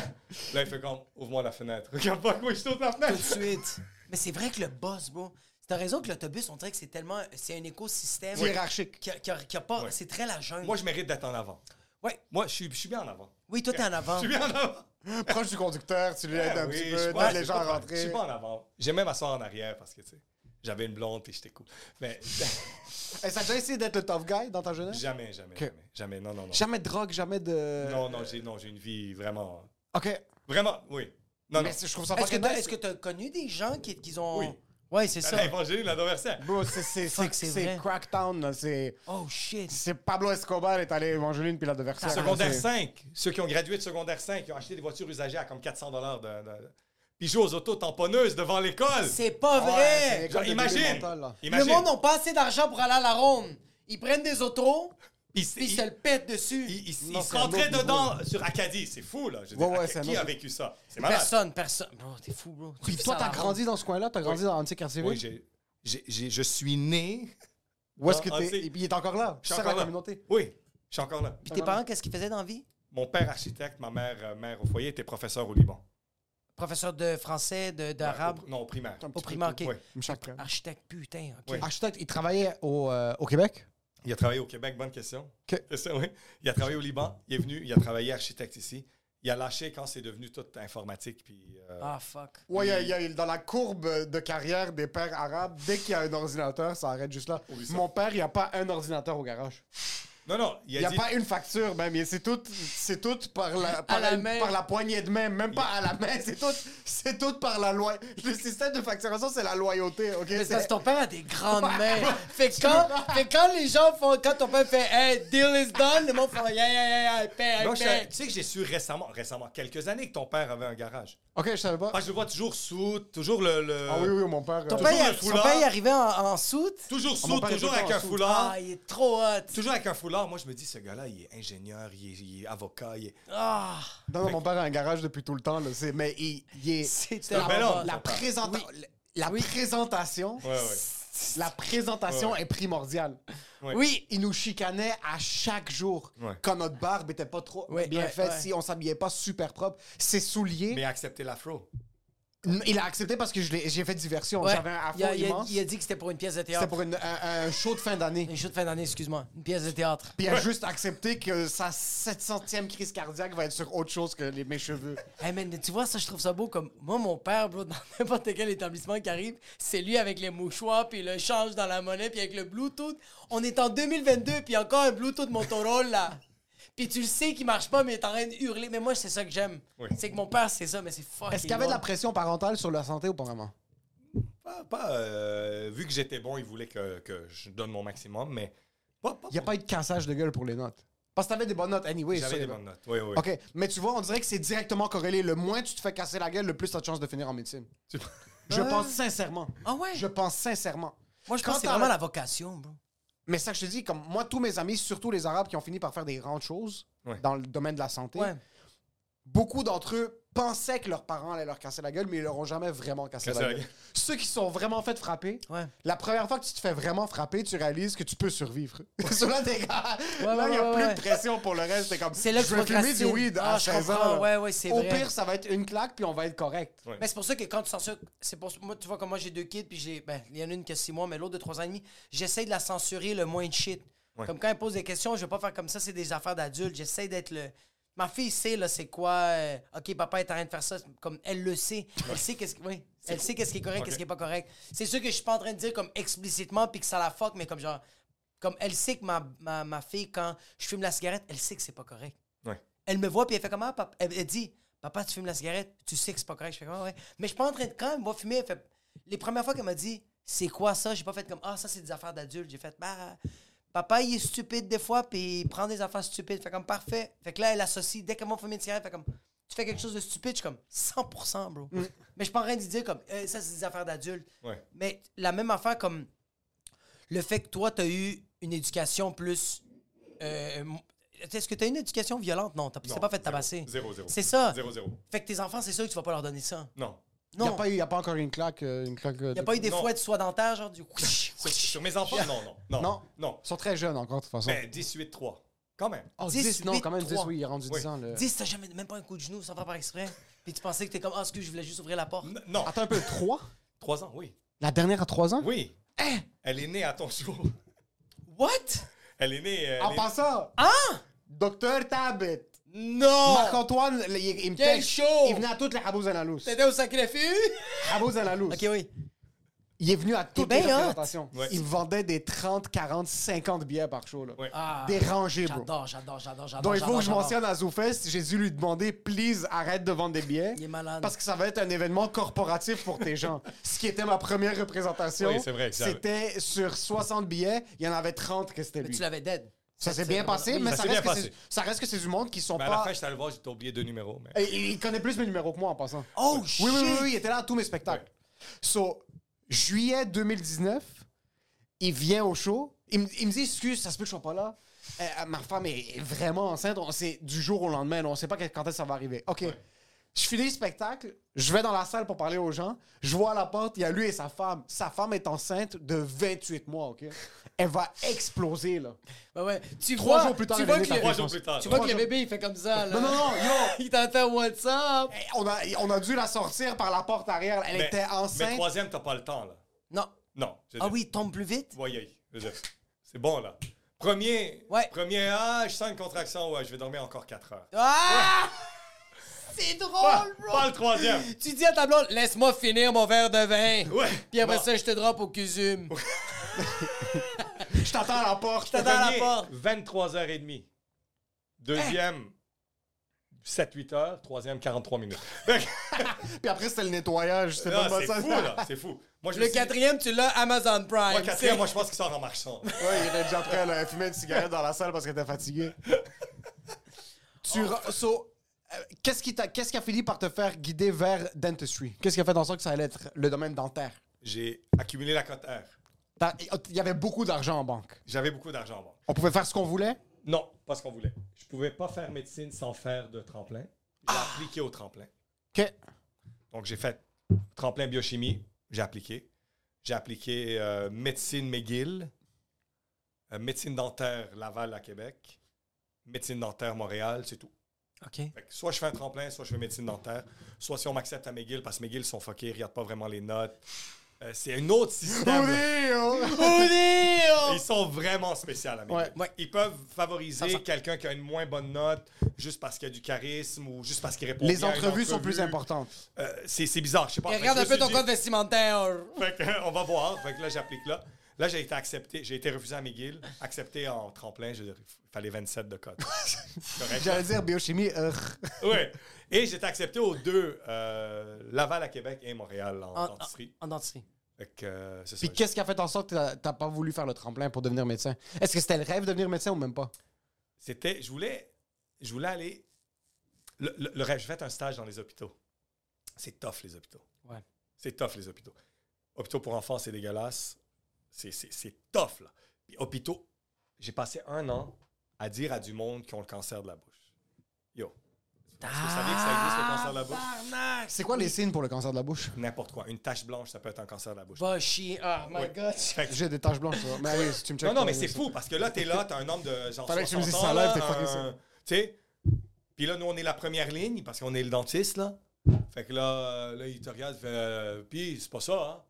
Speaker 5: là, il fait comme, ouvre-moi la fenêtre. Regarde pas quoi, je saute la
Speaker 3: Tout
Speaker 5: fenêtre.
Speaker 3: de suite. Mais c'est vrai que le boss, bro. T'as raison que l'autobus, on dirait que c'est tellement. C'est un écosystème.
Speaker 4: Hiérarchique.
Speaker 3: Qui a, qui a- qui a pas.
Speaker 5: Ouais.
Speaker 3: C'est très la jungle.
Speaker 5: Moi, je mérite d'être en avant.
Speaker 3: Ouais.
Speaker 5: Moi, je suis, je suis bien en avant.
Speaker 3: Oui, toi, t'es en avant.
Speaker 5: Je suis bien en avant. Ben
Speaker 4: Proche du conducteur, tu lui aides un
Speaker 5: Oui,
Speaker 4: petit
Speaker 5: je suis
Speaker 4: peu,
Speaker 5: pas-
Speaker 4: t'aides les gens
Speaker 5: je
Speaker 4: à
Speaker 5: suis pas- Je suis
Speaker 4: rentrer.
Speaker 5: pas en avant. J'aimais m'asseoir en arrière parce que, tu sais, j'avais une blonde et j'étais cool. Mais
Speaker 4: Est-ce que t'as déjà essayé d'être le tough guy dans ta jeunesse?
Speaker 5: jamais, jamais, jamais. Jamais, non, non, non.
Speaker 4: Jamais de drogue, jamais de.
Speaker 5: Non, non, j'ai non, j'ai une vie vraiment...
Speaker 4: Ok.
Speaker 5: Vraiment, oui. Non, non.
Speaker 4: Mais c'est- je trouve ça pas
Speaker 3: Est-ce que
Speaker 4: très
Speaker 3: t'as
Speaker 4: nice. Ben,
Speaker 3: est-ce que t'as connu des gens qui, qui ont.
Speaker 5: Oui.
Speaker 3: Ouais, c'est ça.
Speaker 5: La Évangeline, Ben, la hein. Dorversière.
Speaker 4: Bro, c'est- c'est
Speaker 3: Fuck,
Speaker 4: c'est-
Speaker 3: c'est vrai.
Speaker 4: c'est Cracktown, là, c'est
Speaker 3: Oh shit.
Speaker 4: c'est Pablo Escobar est allé Evangeline puis la de Versailles.
Speaker 5: Secondaire
Speaker 4: C'est-
Speaker 5: 5, ceux qui ont gradué de secondaire 5, qui ont acheté des voitures usagées à comme 400 dollars de, de- Puis ils jouent aux autos tamponneuses devant l'école.
Speaker 3: C'est pas
Speaker 4: Ouais,
Speaker 3: vrai.
Speaker 4: c'est
Speaker 5: Genre,
Speaker 4: comme des bébés
Speaker 5: imagine,
Speaker 4: mentales, là.
Speaker 5: imagine.
Speaker 3: Le monde n'a pas assez d'argent pour aller à la ronde. Ils prennent des autos,
Speaker 5: Ils-
Speaker 3: puis ils
Speaker 5: ils-
Speaker 3: se le pètent dessus.
Speaker 5: ils- ils-
Speaker 4: Non,
Speaker 5: ils
Speaker 4: c'est
Speaker 5: se rentraient
Speaker 4: un autre niveau,
Speaker 5: dedans sur Acadie. C'est fou, là. Je veux
Speaker 4: Ouais,
Speaker 5: dire,
Speaker 4: ouais,
Speaker 5: à-
Speaker 4: c'est un
Speaker 5: qui a
Speaker 4: autre-
Speaker 5: vécu ça? C'est malade.
Speaker 3: Personne, personne. Bro, t'es fou, bro. Tu
Speaker 4: Puis
Speaker 3: fais
Speaker 4: toi,
Speaker 3: ça à la
Speaker 4: t'as grandi dans ce coin-là, t'as grandi
Speaker 5: Oui.
Speaker 4: dans Antique Carcéville.
Speaker 5: Oui, j'ai- j'ai- j'ai- je suis né.
Speaker 4: Où est-ce que
Speaker 5: Ah,
Speaker 4: t'es
Speaker 5: c'est-
Speaker 4: Et puis il est encore là.
Speaker 5: Je suis
Speaker 4: Ça,
Speaker 5: encore
Speaker 4: la
Speaker 5: là.
Speaker 4: communauté.
Speaker 5: Oui, je suis encore là.
Speaker 3: ronde. Puis tes parents, qu'est-ce qu'ils faisaient dans la vie?
Speaker 5: Mon père architecte, ma mère euh, mère au foyer, était professeur au Liban.
Speaker 3: Professeur de français, de- d'arabe,
Speaker 5: Au- Non, au primaire.
Speaker 3: au primaire, ok.
Speaker 5: Oui.
Speaker 4: Chaque-
Speaker 3: Architecte, putain, ok.
Speaker 5: Oui.
Speaker 4: Architecte, Ah, il travaillait au, euh, au Québec.
Speaker 5: Il a travaillé au Québec, bonne question.
Speaker 4: Que-
Speaker 5: C'est ça, oui. Il a travaillé au Liban, il est venu, il a travaillé architecte ici. Il a lâché quand c'est devenu tout informatique. Puis, euh,
Speaker 3: Ah, fuck.
Speaker 4: Ouais, il y a- il y a- dans la courbe de carrière des pères arabes, dès qu'il y a un ordinateur, ça arrête juste là.
Speaker 5: Oui, ça.
Speaker 4: Mon père, il n'y a pas un ordinateur au garage.
Speaker 5: Non, non, il
Speaker 4: Il n'y
Speaker 5: a,
Speaker 4: a
Speaker 5: dit.
Speaker 4: pas une facture, même. mais C'est tout, c'est tout par, la, par,
Speaker 3: la
Speaker 4: la,
Speaker 3: main.
Speaker 4: par la poignée de main, même pas à la main. C'est tout, c'est tout par la loi. Le système de facturation, c'est la loyauté. ok
Speaker 3: Mais c'est parce
Speaker 4: C'est-
Speaker 3: que ton père a des grandes mains.
Speaker 4: Ouais.
Speaker 3: Fait que quand, fait que quand les gens font. Quand ton père fait Hey, deal is done, le monde fait Yeah, yeah, yeah, yeah, paye,
Speaker 5: Non,
Speaker 3: paye.
Speaker 5: je sais- tu sais que j'ai su récemment, récemment, quelques années que ton père avait un garage.
Speaker 4: Ok, je savais pas.
Speaker 5: Parce que Ah, je le vois toujours sous, toujours le. le-
Speaker 4: Ah oui, oui, mon père.
Speaker 3: Ton
Speaker 4: euh,
Speaker 3: père,
Speaker 5: toujours
Speaker 3: il-
Speaker 5: le
Speaker 3: son
Speaker 5: foulard.
Speaker 3: père, il arrivait en, en soute.
Speaker 5: Toujours
Speaker 4: Ah, mon
Speaker 5: sous,
Speaker 4: père est
Speaker 5: toujours
Speaker 4: tout le
Speaker 5: avec
Speaker 4: temps
Speaker 5: un
Speaker 4: sous.
Speaker 5: foulard.
Speaker 3: Ah, il est trop hot.
Speaker 5: Toujours avec un foulard. Moi, je me dis, ce gars-là, il est ingénieur, il est, il est avocat, il est.
Speaker 3: Ah,
Speaker 4: Non, non, mon père a un garage depuis tout le temps. Là. C'est- mais il, il est.
Speaker 3: c'est
Speaker 5: un bel
Speaker 3: tellement
Speaker 5: homme.
Speaker 3: hot.
Speaker 4: La, présenta- la présentation.
Speaker 5: Ouais, ouais.
Speaker 4: La présentation est primordiale.
Speaker 5: Ouais.
Speaker 4: Oui, il nous chicanait à chaque jour.
Speaker 5: Ouais.
Speaker 4: Quand notre barbe était pas trop
Speaker 3: Ouais,
Speaker 4: bien
Speaker 3: ouais,
Speaker 4: faite,
Speaker 3: ouais.
Speaker 4: si on s'habillait pas super propre, ses souliers,
Speaker 5: Mais accepter l'afro.
Speaker 4: n- il a accepté parce que je l'ai- j'ai fait diversion.
Speaker 3: Ouais.
Speaker 4: J'avais un afro
Speaker 3: il, a, il a-
Speaker 4: immense.
Speaker 3: il a dit que c'était pour une pièce de théâtre.
Speaker 4: C'était pour une- un, un show de fin d'année.
Speaker 3: Une show de fin d'année, excuse-moi. Une pièce de théâtre.
Speaker 4: Puis il a juste accepté que sa 700e crise cardiaque va être sur autre chose que les, mes cheveux.
Speaker 3: Hey man, mais tu vois, ça, je trouve ça beau comme. Moi, mon père, bro, dans n'importe quel établissement qui arrive, c'est lui avec les mouchoirs, puis le change dans la monnaie, puis avec le Bluetooth. On est en 2022, puis encore un Bluetooth Motorola. puis tu le sais qu'il marche pas, mais t'es en train de hurler. Mais moi, c'est ça que j'aime. C'est que mon père, c'est ça, mais c'est fucking.
Speaker 4: Est-ce qu'il y avait de la
Speaker 3: loin.
Speaker 4: pression parentale sur la santé ou pas vraiment?
Speaker 5: Pas, pas, euh, vu que j'étais bon, il voulait que, que je donne mon maximum, mais. Pas, pas,
Speaker 4: Il n'y a pas eu de cassage de gueule pour les notes. Parce que t'avais des bonnes notes anyway.
Speaker 5: J'avais
Speaker 4: sur
Speaker 5: des
Speaker 4: les-
Speaker 5: bonnes notes. Oui, oui.
Speaker 4: OK, mais tu vois, on dirait que c'est directement corrélé. Le moins tu te fais casser la gueule, le plus t'as de chances de finir en médecine. Je pense sincèrement.
Speaker 3: Ah ouais?
Speaker 4: Je pense sincèrement.
Speaker 3: Moi, je
Speaker 4: Quand
Speaker 3: pense que c'est
Speaker 4: t'as-
Speaker 3: vraiment la vocation, bro.
Speaker 4: Mais ça que je te dis, comme moi, tous mes amis, surtout les Arabes qui ont fini par faire des grandes choses
Speaker 5: Ouais.
Speaker 4: dans le domaine de la santé,
Speaker 3: Ouais.
Speaker 4: beaucoup d'entre eux pensaient que leurs parents allaient leur casser la gueule, mais ils leur ont jamais vraiment cassé
Speaker 5: Casser
Speaker 4: la
Speaker 5: la
Speaker 4: gueule.
Speaker 5: gueule.
Speaker 4: Ceux qui sont vraiment fait frapper,
Speaker 3: Ouais.
Speaker 4: la première fois que tu te fais vraiment frapper, tu réalises que tu peux survivre. Cela, des gars,
Speaker 3: Ouais,
Speaker 4: là, il n'y a
Speaker 3: ouais, ouais,
Speaker 4: plus
Speaker 3: ouais.
Speaker 4: de pression pour le reste. C'est comme,
Speaker 3: C'est là que
Speaker 4: je
Speaker 3: je
Speaker 4: vais fumer du
Speaker 3: procrastine.
Speaker 4: weed
Speaker 3: Ah,
Speaker 4: à
Speaker 3: je
Speaker 4: 16
Speaker 3: comprends.
Speaker 4: ans. là.
Speaker 3: Ouais, ouais, c'est
Speaker 4: Au
Speaker 3: vrai.
Speaker 4: pire, ça va être une claque, puis on va être correct.
Speaker 5: Ouais.
Speaker 3: Mais c'est pour ça que quand tu censures, c'est pour moi, tu vois, comme moi j'ai deux kids, puis j'ai, ben, il y en a une qui a six mois, mais l'autre de trois ans et demi, j'essaie de la censurer le moins de shit. Comme quand elle pose des questions, je vais pas faire comme ça, c'est des affaires d'adultes, j'essaie d'être le. Ma fille sait, là, c'est quoi. euh, ok, papa est en train de faire ça, comme elle le sait. Elle sait qu'est-ce qui- oui, elle sait qu'est-ce qui est correct, qu'est-ce qui est pas correct. C'est sûr que je suis pas en train de dire comme explicitement, puis que ça la fuck, mais comme genre. Comme elle sait que ma, ma, ma fille, quand je fume la cigarette, elle sait que c'est pas correct.
Speaker 5: Ouais.
Speaker 3: Elle me voit, puis elle fait comment, papa? Elle, elle dit, papa, tu fumes la cigarette, tu sais que c'est pas correct. Je fais comment, ouais. Mais je suis pas en train de, quand elle me voit fumer, elle fait, les premières fois qu'elle m'a dit, c'est quoi ça? J'ai pas fait comme, ah, ça, c'est des affaires d'adultes. J'ai fait, bah, papa, il est stupide des fois, puis il prend des affaires stupides. Fait comme, parfait. Fait que là, elle associe, dès qu'elle m'a fumé une cigarette, fait comme, tu fais quelque chose de stupide, je suis comme, 100%, bro. Mais je suis pas en train de dire comme, Eh, ça, c'est des affaires d'adultes.
Speaker 5: Ouais.
Speaker 3: Mais la même affaire comme, le fait que toi, tu as eu une éducation plus. euh, m- Est-ce que tu as une éducation violente? Non, t'as- tu t'es
Speaker 5: Non,
Speaker 3: pas fait
Speaker 5: zéro,
Speaker 3: tabasser.
Speaker 5: zéro, zéro.
Speaker 3: C'est ça.
Speaker 5: Zéro, zéro.
Speaker 3: Fait que tes enfants, c'est sûr que tu vas pas leur donner ça.
Speaker 5: Non.
Speaker 4: Il n'y a,
Speaker 3: Non.
Speaker 4: pas eu- y a pas encore une claque. euh, Une claque euh,
Speaker 3: Il n'y a
Speaker 4: de-
Speaker 3: pas eu des
Speaker 5: Non.
Speaker 3: fouets de soie dentaire, genre du.
Speaker 5: Sur, sur mes enfants, non, non. Non.
Speaker 4: Non.
Speaker 5: Non.
Speaker 4: Ils sont très jeunes encore, de toute façon.
Speaker 5: Mais 18-3. Quand même.
Speaker 4: Oh,
Speaker 3: 10,
Speaker 4: 10, non, quand même, 10,
Speaker 3: 3.
Speaker 4: oui, il est rendu
Speaker 5: Oui.
Speaker 4: 10 ans. Le...
Speaker 3: 10, t'as jamais même pas un coup de genou sans faire par exprès. Puis tu pensais que t'es comme, ah, ce que je voulais juste ouvrir la porte.
Speaker 5: N- Non.
Speaker 4: Attends un peu, 3
Speaker 5: 3 ans, oui.
Speaker 4: La dernière à 3 ans
Speaker 5: Oui.
Speaker 4: Eh!
Speaker 5: Elle est née à ton jour.
Speaker 3: What?
Speaker 5: Elle est née. euh,
Speaker 4: En
Speaker 5: elle est-
Speaker 4: passant Ah
Speaker 3: Hein?
Speaker 4: Docteur Tabit
Speaker 3: Non!
Speaker 4: Marc-Antoine, il, il me
Speaker 3: Oh! Quel
Speaker 4: texte.
Speaker 3: show!
Speaker 4: Il venait à toutes les Habous Analous.
Speaker 3: T'étais au sacrifice?
Speaker 4: Habous Analous.
Speaker 3: Ok, oui.
Speaker 4: Il est venu à toutes
Speaker 3: ben
Speaker 4: les
Speaker 3: hot.
Speaker 4: représentations.
Speaker 5: Ouais.
Speaker 4: Il vendait des 30, 40, 50 billets par show. Là.
Speaker 5: Ouais.
Speaker 3: Ah,
Speaker 4: Des rangées, bro.
Speaker 3: J'adore, j'adore, j'adore, j'adore.
Speaker 4: Donc, il faut
Speaker 3: j'adore,
Speaker 4: que je
Speaker 3: j'adore.
Speaker 4: mentionne à ZooFest, j'ai dû lui demander, please, arrête de vendre des billets.
Speaker 3: Il est malade.
Speaker 4: Parce que ça va être un événement corporatif pour tes gens. Ce qui était ma première représentation,
Speaker 5: Oui, c'est vrai que ça-
Speaker 4: c'était sur 60 billets, il y en avait 30 que c'était
Speaker 3: Mais
Speaker 4: lui.
Speaker 3: tu l'avais dead.
Speaker 4: Ça s'est bien passé,
Speaker 3: Oui,
Speaker 4: mais
Speaker 5: ça
Speaker 4: ça
Speaker 5: s'est
Speaker 4: reste,
Speaker 5: bien
Speaker 4: que c'est-
Speaker 5: passé.
Speaker 4: ça reste que c'est du monde qui sont
Speaker 5: Mais à la
Speaker 4: pas.
Speaker 5: fin, j'étais allé le voir, j'étais oublié deux numéros. Mais...
Speaker 4: Et Il connaît plus mes numéros que moi en passant.
Speaker 3: Oh,
Speaker 4: oui,
Speaker 3: shit!
Speaker 4: oui, oui, oui, il était là à tous mes spectacles. So, juillet 2019, il vient au show. Il me, il me dit Excuse, ça se peut que je sois pas là. Euh, euh, ma femme est vraiment enceinte. On sait du jour au lendemain. là, On sait pas quand est-ce que ça va arriver. OK. Je finis le spectacle. Je vais dans la salle pour parler aux gens. Je vois à la porte, il y a lui et sa femme. Sa femme est enceinte de 28 mois, OK? Elle va exploser, là.
Speaker 3: Ouais, ouais. Tu
Speaker 4: Trois
Speaker 3: vois,
Speaker 4: jours plus tard,
Speaker 3: tu
Speaker 4: elle
Speaker 3: vois
Speaker 4: est
Speaker 3: que
Speaker 4: née,
Speaker 3: le-
Speaker 5: Trois jours plus tard.
Speaker 3: Tu vois que
Speaker 5: Trois
Speaker 3: le bébé, il fait comme ça, là.
Speaker 4: Non, non, non, yo!
Speaker 3: Il t'entend WhatsApp.
Speaker 4: Eh, On a, on a dû la sortir par la porte arrière. Elle
Speaker 5: Mais-
Speaker 4: était
Speaker 5: Mais
Speaker 4: enceinte.
Speaker 5: troisième, t'as pas le temps, là.
Speaker 3: Non.
Speaker 5: Non. je veux
Speaker 3: Ah
Speaker 5: dire,
Speaker 3: oui, il tombe plus vite.
Speaker 5: voyez, je veux dire, C'est bon, là. Premier.
Speaker 3: Ouais.
Speaker 5: Premier. Ah, je sens une contraction. Ouais, je vais dormir encore 4 heures.
Speaker 3: Ah! C'est
Speaker 5: Pas,
Speaker 3: drôle, bro!
Speaker 5: pas le troisième.
Speaker 3: Tu dis à ta blonde, laisse-moi finir mon verre de vin.
Speaker 5: Ouais.
Speaker 3: Puis après
Speaker 5: Non.
Speaker 3: ça, je te drop au Cusum.
Speaker 4: Je t'attends à la porte.
Speaker 3: t'attends à la
Speaker 5: Premier,
Speaker 3: porte.
Speaker 5: 23h30. Deuxième, 7-8 heures. Troisième, 43 minutes.
Speaker 4: Puis après, c'était le nettoyage. C'était
Speaker 5: Ah,
Speaker 4: pas
Speaker 5: c'est
Speaker 4: ça.
Speaker 5: fou, là. C'est fou. Moi, je me
Speaker 3: Le
Speaker 5: suis-
Speaker 3: quatrième, tu l'as Amazon Prime.
Speaker 5: Moi, quatrième,
Speaker 3: C'est-
Speaker 5: moi, je pense qu'il sort en marchant.
Speaker 4: Ouais, il était déjà prêt à la- fumer une cigarette dans la salle parce que t'es fatigué. tu
Speaker 5: Oh.
Speaker 4: ra- so, euh, qu'est-ce qui t'a qu'est-ce qui a fini par te faire guider vers dentistry Qu'est-ce qui a fait en sorte que ça allait être le domaine dentaire
Speaker 5: J'ai accumulé la cotère.
Speaker 4: T'as- Il y avait beaucoup d'argent en banque.
Speaker 5: J'avais beaucoup d'argent en banque.
Speaker 4: On pouvait faire ce qu'on voulait.
Speaker 5: Non, pas ce qu'on voulait. Je pouvais pas faire médecine sans faire de tremplin. J'ai
Speaker 3: Ah!
Speaker 5: appliqué au tremplin.
Speaker 4: OK.
Speaker 5: Donc, j'ai fait tremplin biochimie, j'ai appliqué. J'ai appliqué euh, médecine McGill, euh, médecine dentaire Laval à Québec, médecine dentaire Montréal, c'est tout.
Speaker 3: OK.
Speaker 5: Fait que soit je fais un tremplin, soit je fais médecine dentaire, soit si on m'accepte à McGill, parce que McGill sont fuckés, ils regardent pas vraiment les notes. Euh, c'est un autre système. Ils sont vraiment spéciaux à McGill.
Speaker 4: Ouais.
Speaker 3: Ouais.
Speaker 5: Ils peuvent favoriser quelqu'un qui a une moins bonne note juste parce qu'il a du charisme ou juste parce qu'il répond
Speaker 4: Les
Speaker 5: bien à une
Speaker 4: entrevues sont plus
Speaker 5: entrevue.
Speaker 4: importantes.
Speaker 5: Euh, c'est c'est bizarre, je sais pas.
Speaker 3: Et
Speaker 5: Fait que
Speaker 3: regarde
Speaker 5: je
Speaker 3: un
Speaker 5: me
Speaker 3: peu
Speaker 5: suis
Speaker 3: ton
Speaker 5: dit-
Speaker 3: code vestimentaire.
Speaker 5: Fait que, euh, on va voir. Fait que là, j'applique là. Là, j'ai été accepté. J'ai été refusé à McGill. Accepté en tremplin. Je- Il fallait 27 de code. Correct.
Speaker 4: J'allais dire biochimie. euh,
Speaker 5: Ouais. Et j'étais accepté aux deux, euh, Laval à Québec et Montréal en
Speaker 3: En-
Speaker 5: dentisterie.
Speaker 3: En dentisterie.
Speaker 5: Fait que, euh, c'est ça.
Speaker 4: Puis qu'est-ce qui a fait en sorte que t'as- t'as pas voulu faire le tremplin pour devenir médecin Est-ce que c'était le rêve de devenir médecin ou même pas
Speaker 5: C'était, je voulais, je voulais aller. Le, le, le rêve, j'ai fait un stage dans les hôpitaux. C'est tough, les hôpitaux.
Speaker 3: Ouais.
Speaker 5: C'est tough, les hôpitaux. Hôpitaux pour enfants, c'est dégueulasse. C'est, c'est, c'est tough, là. Puis hôpitaux, j'ai passé un an à dire à du monde qui ont le cancer de la bouche. Yo. Est-ce que vous saviez que ça existe, le cancer de la bouche?
Speaker 4: C'est quoi les signes pour le cancer de la bouche
Speaker 5: N'importe quoi. Une tache blanche, ça peut être un cancer de la bouche.
Speaker 3: Va chier. Oh my god.
Speaker 4: J'ai des taches blanches. ça va. Mais allez, si tu me checkes,
Speaker 5: Non, non, mais
Speaker 4: t'aurais
Speaker 5: c'est
Speaker 4: dit ça.
Speaker 5: fou parce que là, t'es là, t'as un homme de genre
Speaker 4: Fallait que tu me
Speaker 5: 60
Speaker 4: dises
Speaker 5: ans,
Speaker 4: ça live,
Speaker 5: là,
Speaker 4: t'es fucking
Speaker 5: un-
Speaker 4: ça.
Speaker 5: Tu sais? Puis là, nous, on est la première ligne parce qu'on est le dentiste, là. Fait que là, euh, là il te regarde, il fait euh, Puis, c'est pas ça, hein?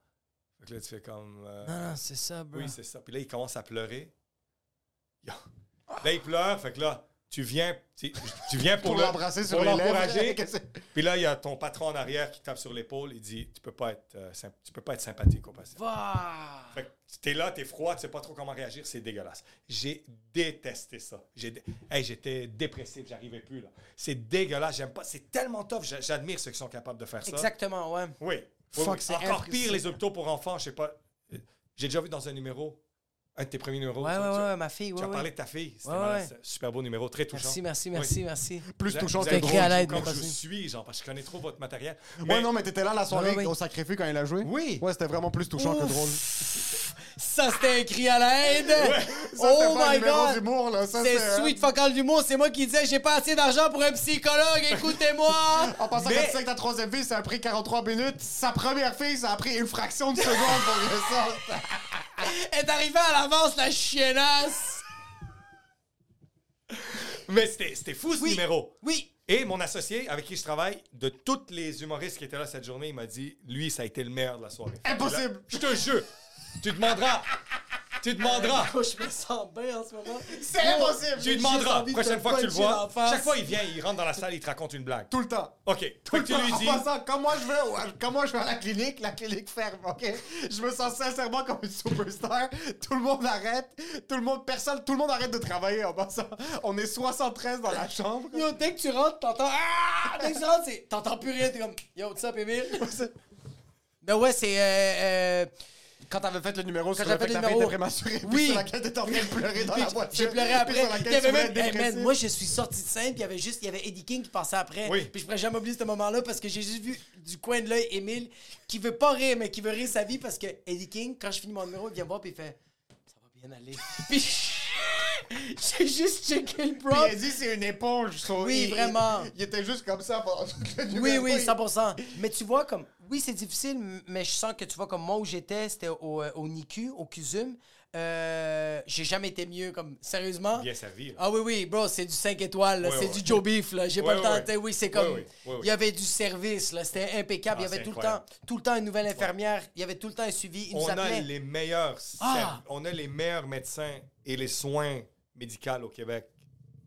Speaker 5: Fait que là, tu fais comme... euh,
Speaker 3: Non, non, Ah, c'est ça, bro.
Speaker 5: oui, c'est ça. Puis là, il commence à pleurer. Yo. Là, il pleure, fait que là, tu viens... Tu, tu viens pour,
Speaker 4: Pour
Speaker 5: le-
Speaker 4: l'embrasser sur
Speaker 5: pour
Speaker 4: les
Speaker 5: l'encourager.
Speaker 4: lèvres. Qu'est-ce que-
Speaker 5: Puis là, il y a ton patron en arrière qui tape sur l'épaule, il dit tu peux pas être, euh, symp- tu peux pas être sympathique au patient. Fait que t'es là, t'es froid, tu sais pas trop comment réagir, c'est dégueulasse. J'ai détesté ça. J'ai dé- Hey, j'étais dépressif, j'arrivais plus là. C'est dégueulasse, j'aime pas. C'est tellement top, j'a- j'admire ceux qui sont capables de faire ça.
Speaker 3: Exactement, ouais.
Speaker 5: Oui. Oui,
Speaker 4: Fuck,
Speaker 5: oui.
Speaker 4: c'est
Speaker 5: Encore
Speaker 4: imprécis.
Speaker 5: pire les hôpitaux pour enfants, je sais pas. Euh, J'ai déjà vu dans un numéro, un de tes premiers numéros.
Speaker 3: Ouais,
Speaker 5: tu-
Speaker 3: ouais,
Speaker 5: tu-
Speaker 3: ouais, ma fille,
Speaker 5: Tu
Speaker 3: ouais,
Speaker 5: as
Speaker 3: ouais.
Speaker 5: parlé de ta fille. C'était
Speaker 3: Ouais,
Speaker 5: malade,
Speaker 3: ouais.
Speaker 5: c'est un Super beau numéro, très touchant.
Speaker 3: Merci, merci,
Speaker 5: Oui.
Speaker 3: merci, merci. Ah,
Speaker 4: Plus
Speaker 5: Vous-
Speaker 4: touchant
Speaker 5: vous
Speaker 4: que
Speaker 5: avez
Speaker 4: drôle.
Speaker 3: écrit à l'aide,
Speaker 5: comme
Speaker 3: moi,
Speaker 5: je
Speaker 3: vas-y.
Speaker 5: suis, genre, parce que je connais trop votre matériel.
Speaker 4: Ouais, non, mais t'étais là la soirée
Speaker 3: Non, oui.
Speaker 4: au sacrifice quand il a joué.
Speaker 5: Oui.
Speaker 4: Ouais, c'était vraiment plus touchant que drôle.
Speaker 3: Ça, c'était un cri à l'aide. oh my god.
Speaker 4: D'humour, là. Ça,
Speaker 3: C'est
Speaker 4: euh,
Speaker 3: sweet fuck all d'humour. C'est moi qui disais, j'ai pas assez d'argent pour un psychologue. Écoutez-moi.
Speaker 4: En passant
Speaker 5: Mais-
Speaker 4: quand tu sais que ta troisième fille, ça a pris 43 minutes. Sa première fille, ça a pris une fraction de seconde pour que ça sorte.
Speaker 3: est arrivée à l'avance, la chiennasse.
Speaker 5: Mais c'était c'était fou ce
Speaker 3: Oui.
Speaker 5: numéro.
Speaker 3: Oui.
Speaker 5: Et mon associé avec qui je travaille, de tous les humoristes qui étaient là cette journée, il m'a dit Lui, ça a été le meilleur de la soirée.
Speaker 4: Impossible.
Speaker 5: Là, Je te jure. Tu demanderas. Tu demanderas.
Speaker 3: je me sens bien en ce moment.
Speaker 4: C'est impossible.
Speaker 5: Tu demanderas. Prochaine fois que tu le vois, chaque fois il vient, il rentre dans la salle, il te raconte une blague.
Speaker 4: Tout le temps.
Speaker 5: OK. Fait que tu lui
Speaker 4: en
Speaker 5: dis
Speaker 4: passant, quand moi je vais, au- quand moi je vais à la clinique, la clinique ferme, ok? Je me sens sincèrement comme une superstar. Tout le monde arrête. Tout le monde, personne, tout le monde arrête de travailler en passant. On est 73 dans la chambre.
Speaker 3: Yo, dès que tu rentres, t'entends. Ah! Dès que tu rentres, c'est- t'entends plus rien. T'es comme Yo, what's up, Emile? non, ouais, c'est. euh, euh,
Speaker 4: Quand t'avais fait le numéro
Speaker 3: Quand
Speaker 4: sur
Speaker 3: j'avais
Speaker 4: le
Speaker 3: fait
Speaker 4: fait que
Speaker 3: le
Speaker 4: ta fille
Speaker 3: numéro.
Speaker 4: était prématurée, puis
Speaker 3: Oui.
Speaker 4: sur laquelle t'étais en train de pleurer dans la voiture.
Speaker 3: J'ai pleuré
Speaker 4: puis
Speaker 3: après.
Speaker 4: sur
Speaker 3: Il
Speaker 4: laquelle
Speaker 3: y avait
Speaker 4: tu voulais
Speaker 3: même,
Speaker 4: être
Speaker 3: Hey, man,
Speaker 4: dépressif.
Speaker 3: moi, je suis sorti de scène, puis il y avait juste, il y avait Eddie King qui passait après.
Speaker 5: Oui.
Speaker 3: Puis je pourrais jamais oublier ce moment-là parce que j'ai juste vu du coin de l'œil Émile qui veut pas rire, mais qui veut rire sa vie parce que Eddie King, quand je finis mon numéro, il vient me voir puis il fait Ça va bien aller. puis j'ai juste checké le
Speaker 4: Puis
Speaker 3: prop.
Speaker 4: il a dit c'est une éponge. son-
Speaker 3: Oui,
Speaker 4: il-
Speaker 3: vraiment.
Speaker 4: Il, il était juste comme ça pendant tout le
Speaker 3: Oui,
Speaker 4: numéro.
Speaker 3: oui,
Speaker 4: Il-
Speaker 3: 100%. Mais tu vois, comme, oui, c'est difficile, m- mais je sens que tu vois, comme moi où j'étais, c'était au, euh, au NICU, au CUSUM. Euh, j'ai jamais été mieux, comme, sérieusement.
Speaker 5: Bien servi, là.
Speaker 3: Ah oui, oui, bro, c'est du 5 étoiles, là,
Speaker 5: Ouais,
Speaker 3: c'est
Speaker 5: ouais.
Speaker 3: du Joe Beef, là. J'ai
Speaker 5: Ouais,
Speaker 3: pas le
Speaker 5: ouais,
Speaker 3: temps,
Speaker 5: ouais.
Speaker 3: tu sais, oui, c'est
Speaker 5: Ouais,
Speaker 3: comme.
Speaker 5: ouais, ouais, ouais.
Speaker 3: Il y avait du service, là, c'était impeccable.
Speaker 5: Ah,
Speaker 3: il y avait
Speaker 5: c'est
Speaker 3: tout le, temps,
Speaker 5: incroyable.
Speaker 3: tout le temps une nouvelle infirmière, il y avait tout le temps un suivi. Ils nous
Speaker 5: On a
Speaker 3: appelaient.
Speaker 5: les meilleurs
Speaker 3: Ah!
Speaker 5: on a les meilleurs médecins et les soins médicaux au Québec.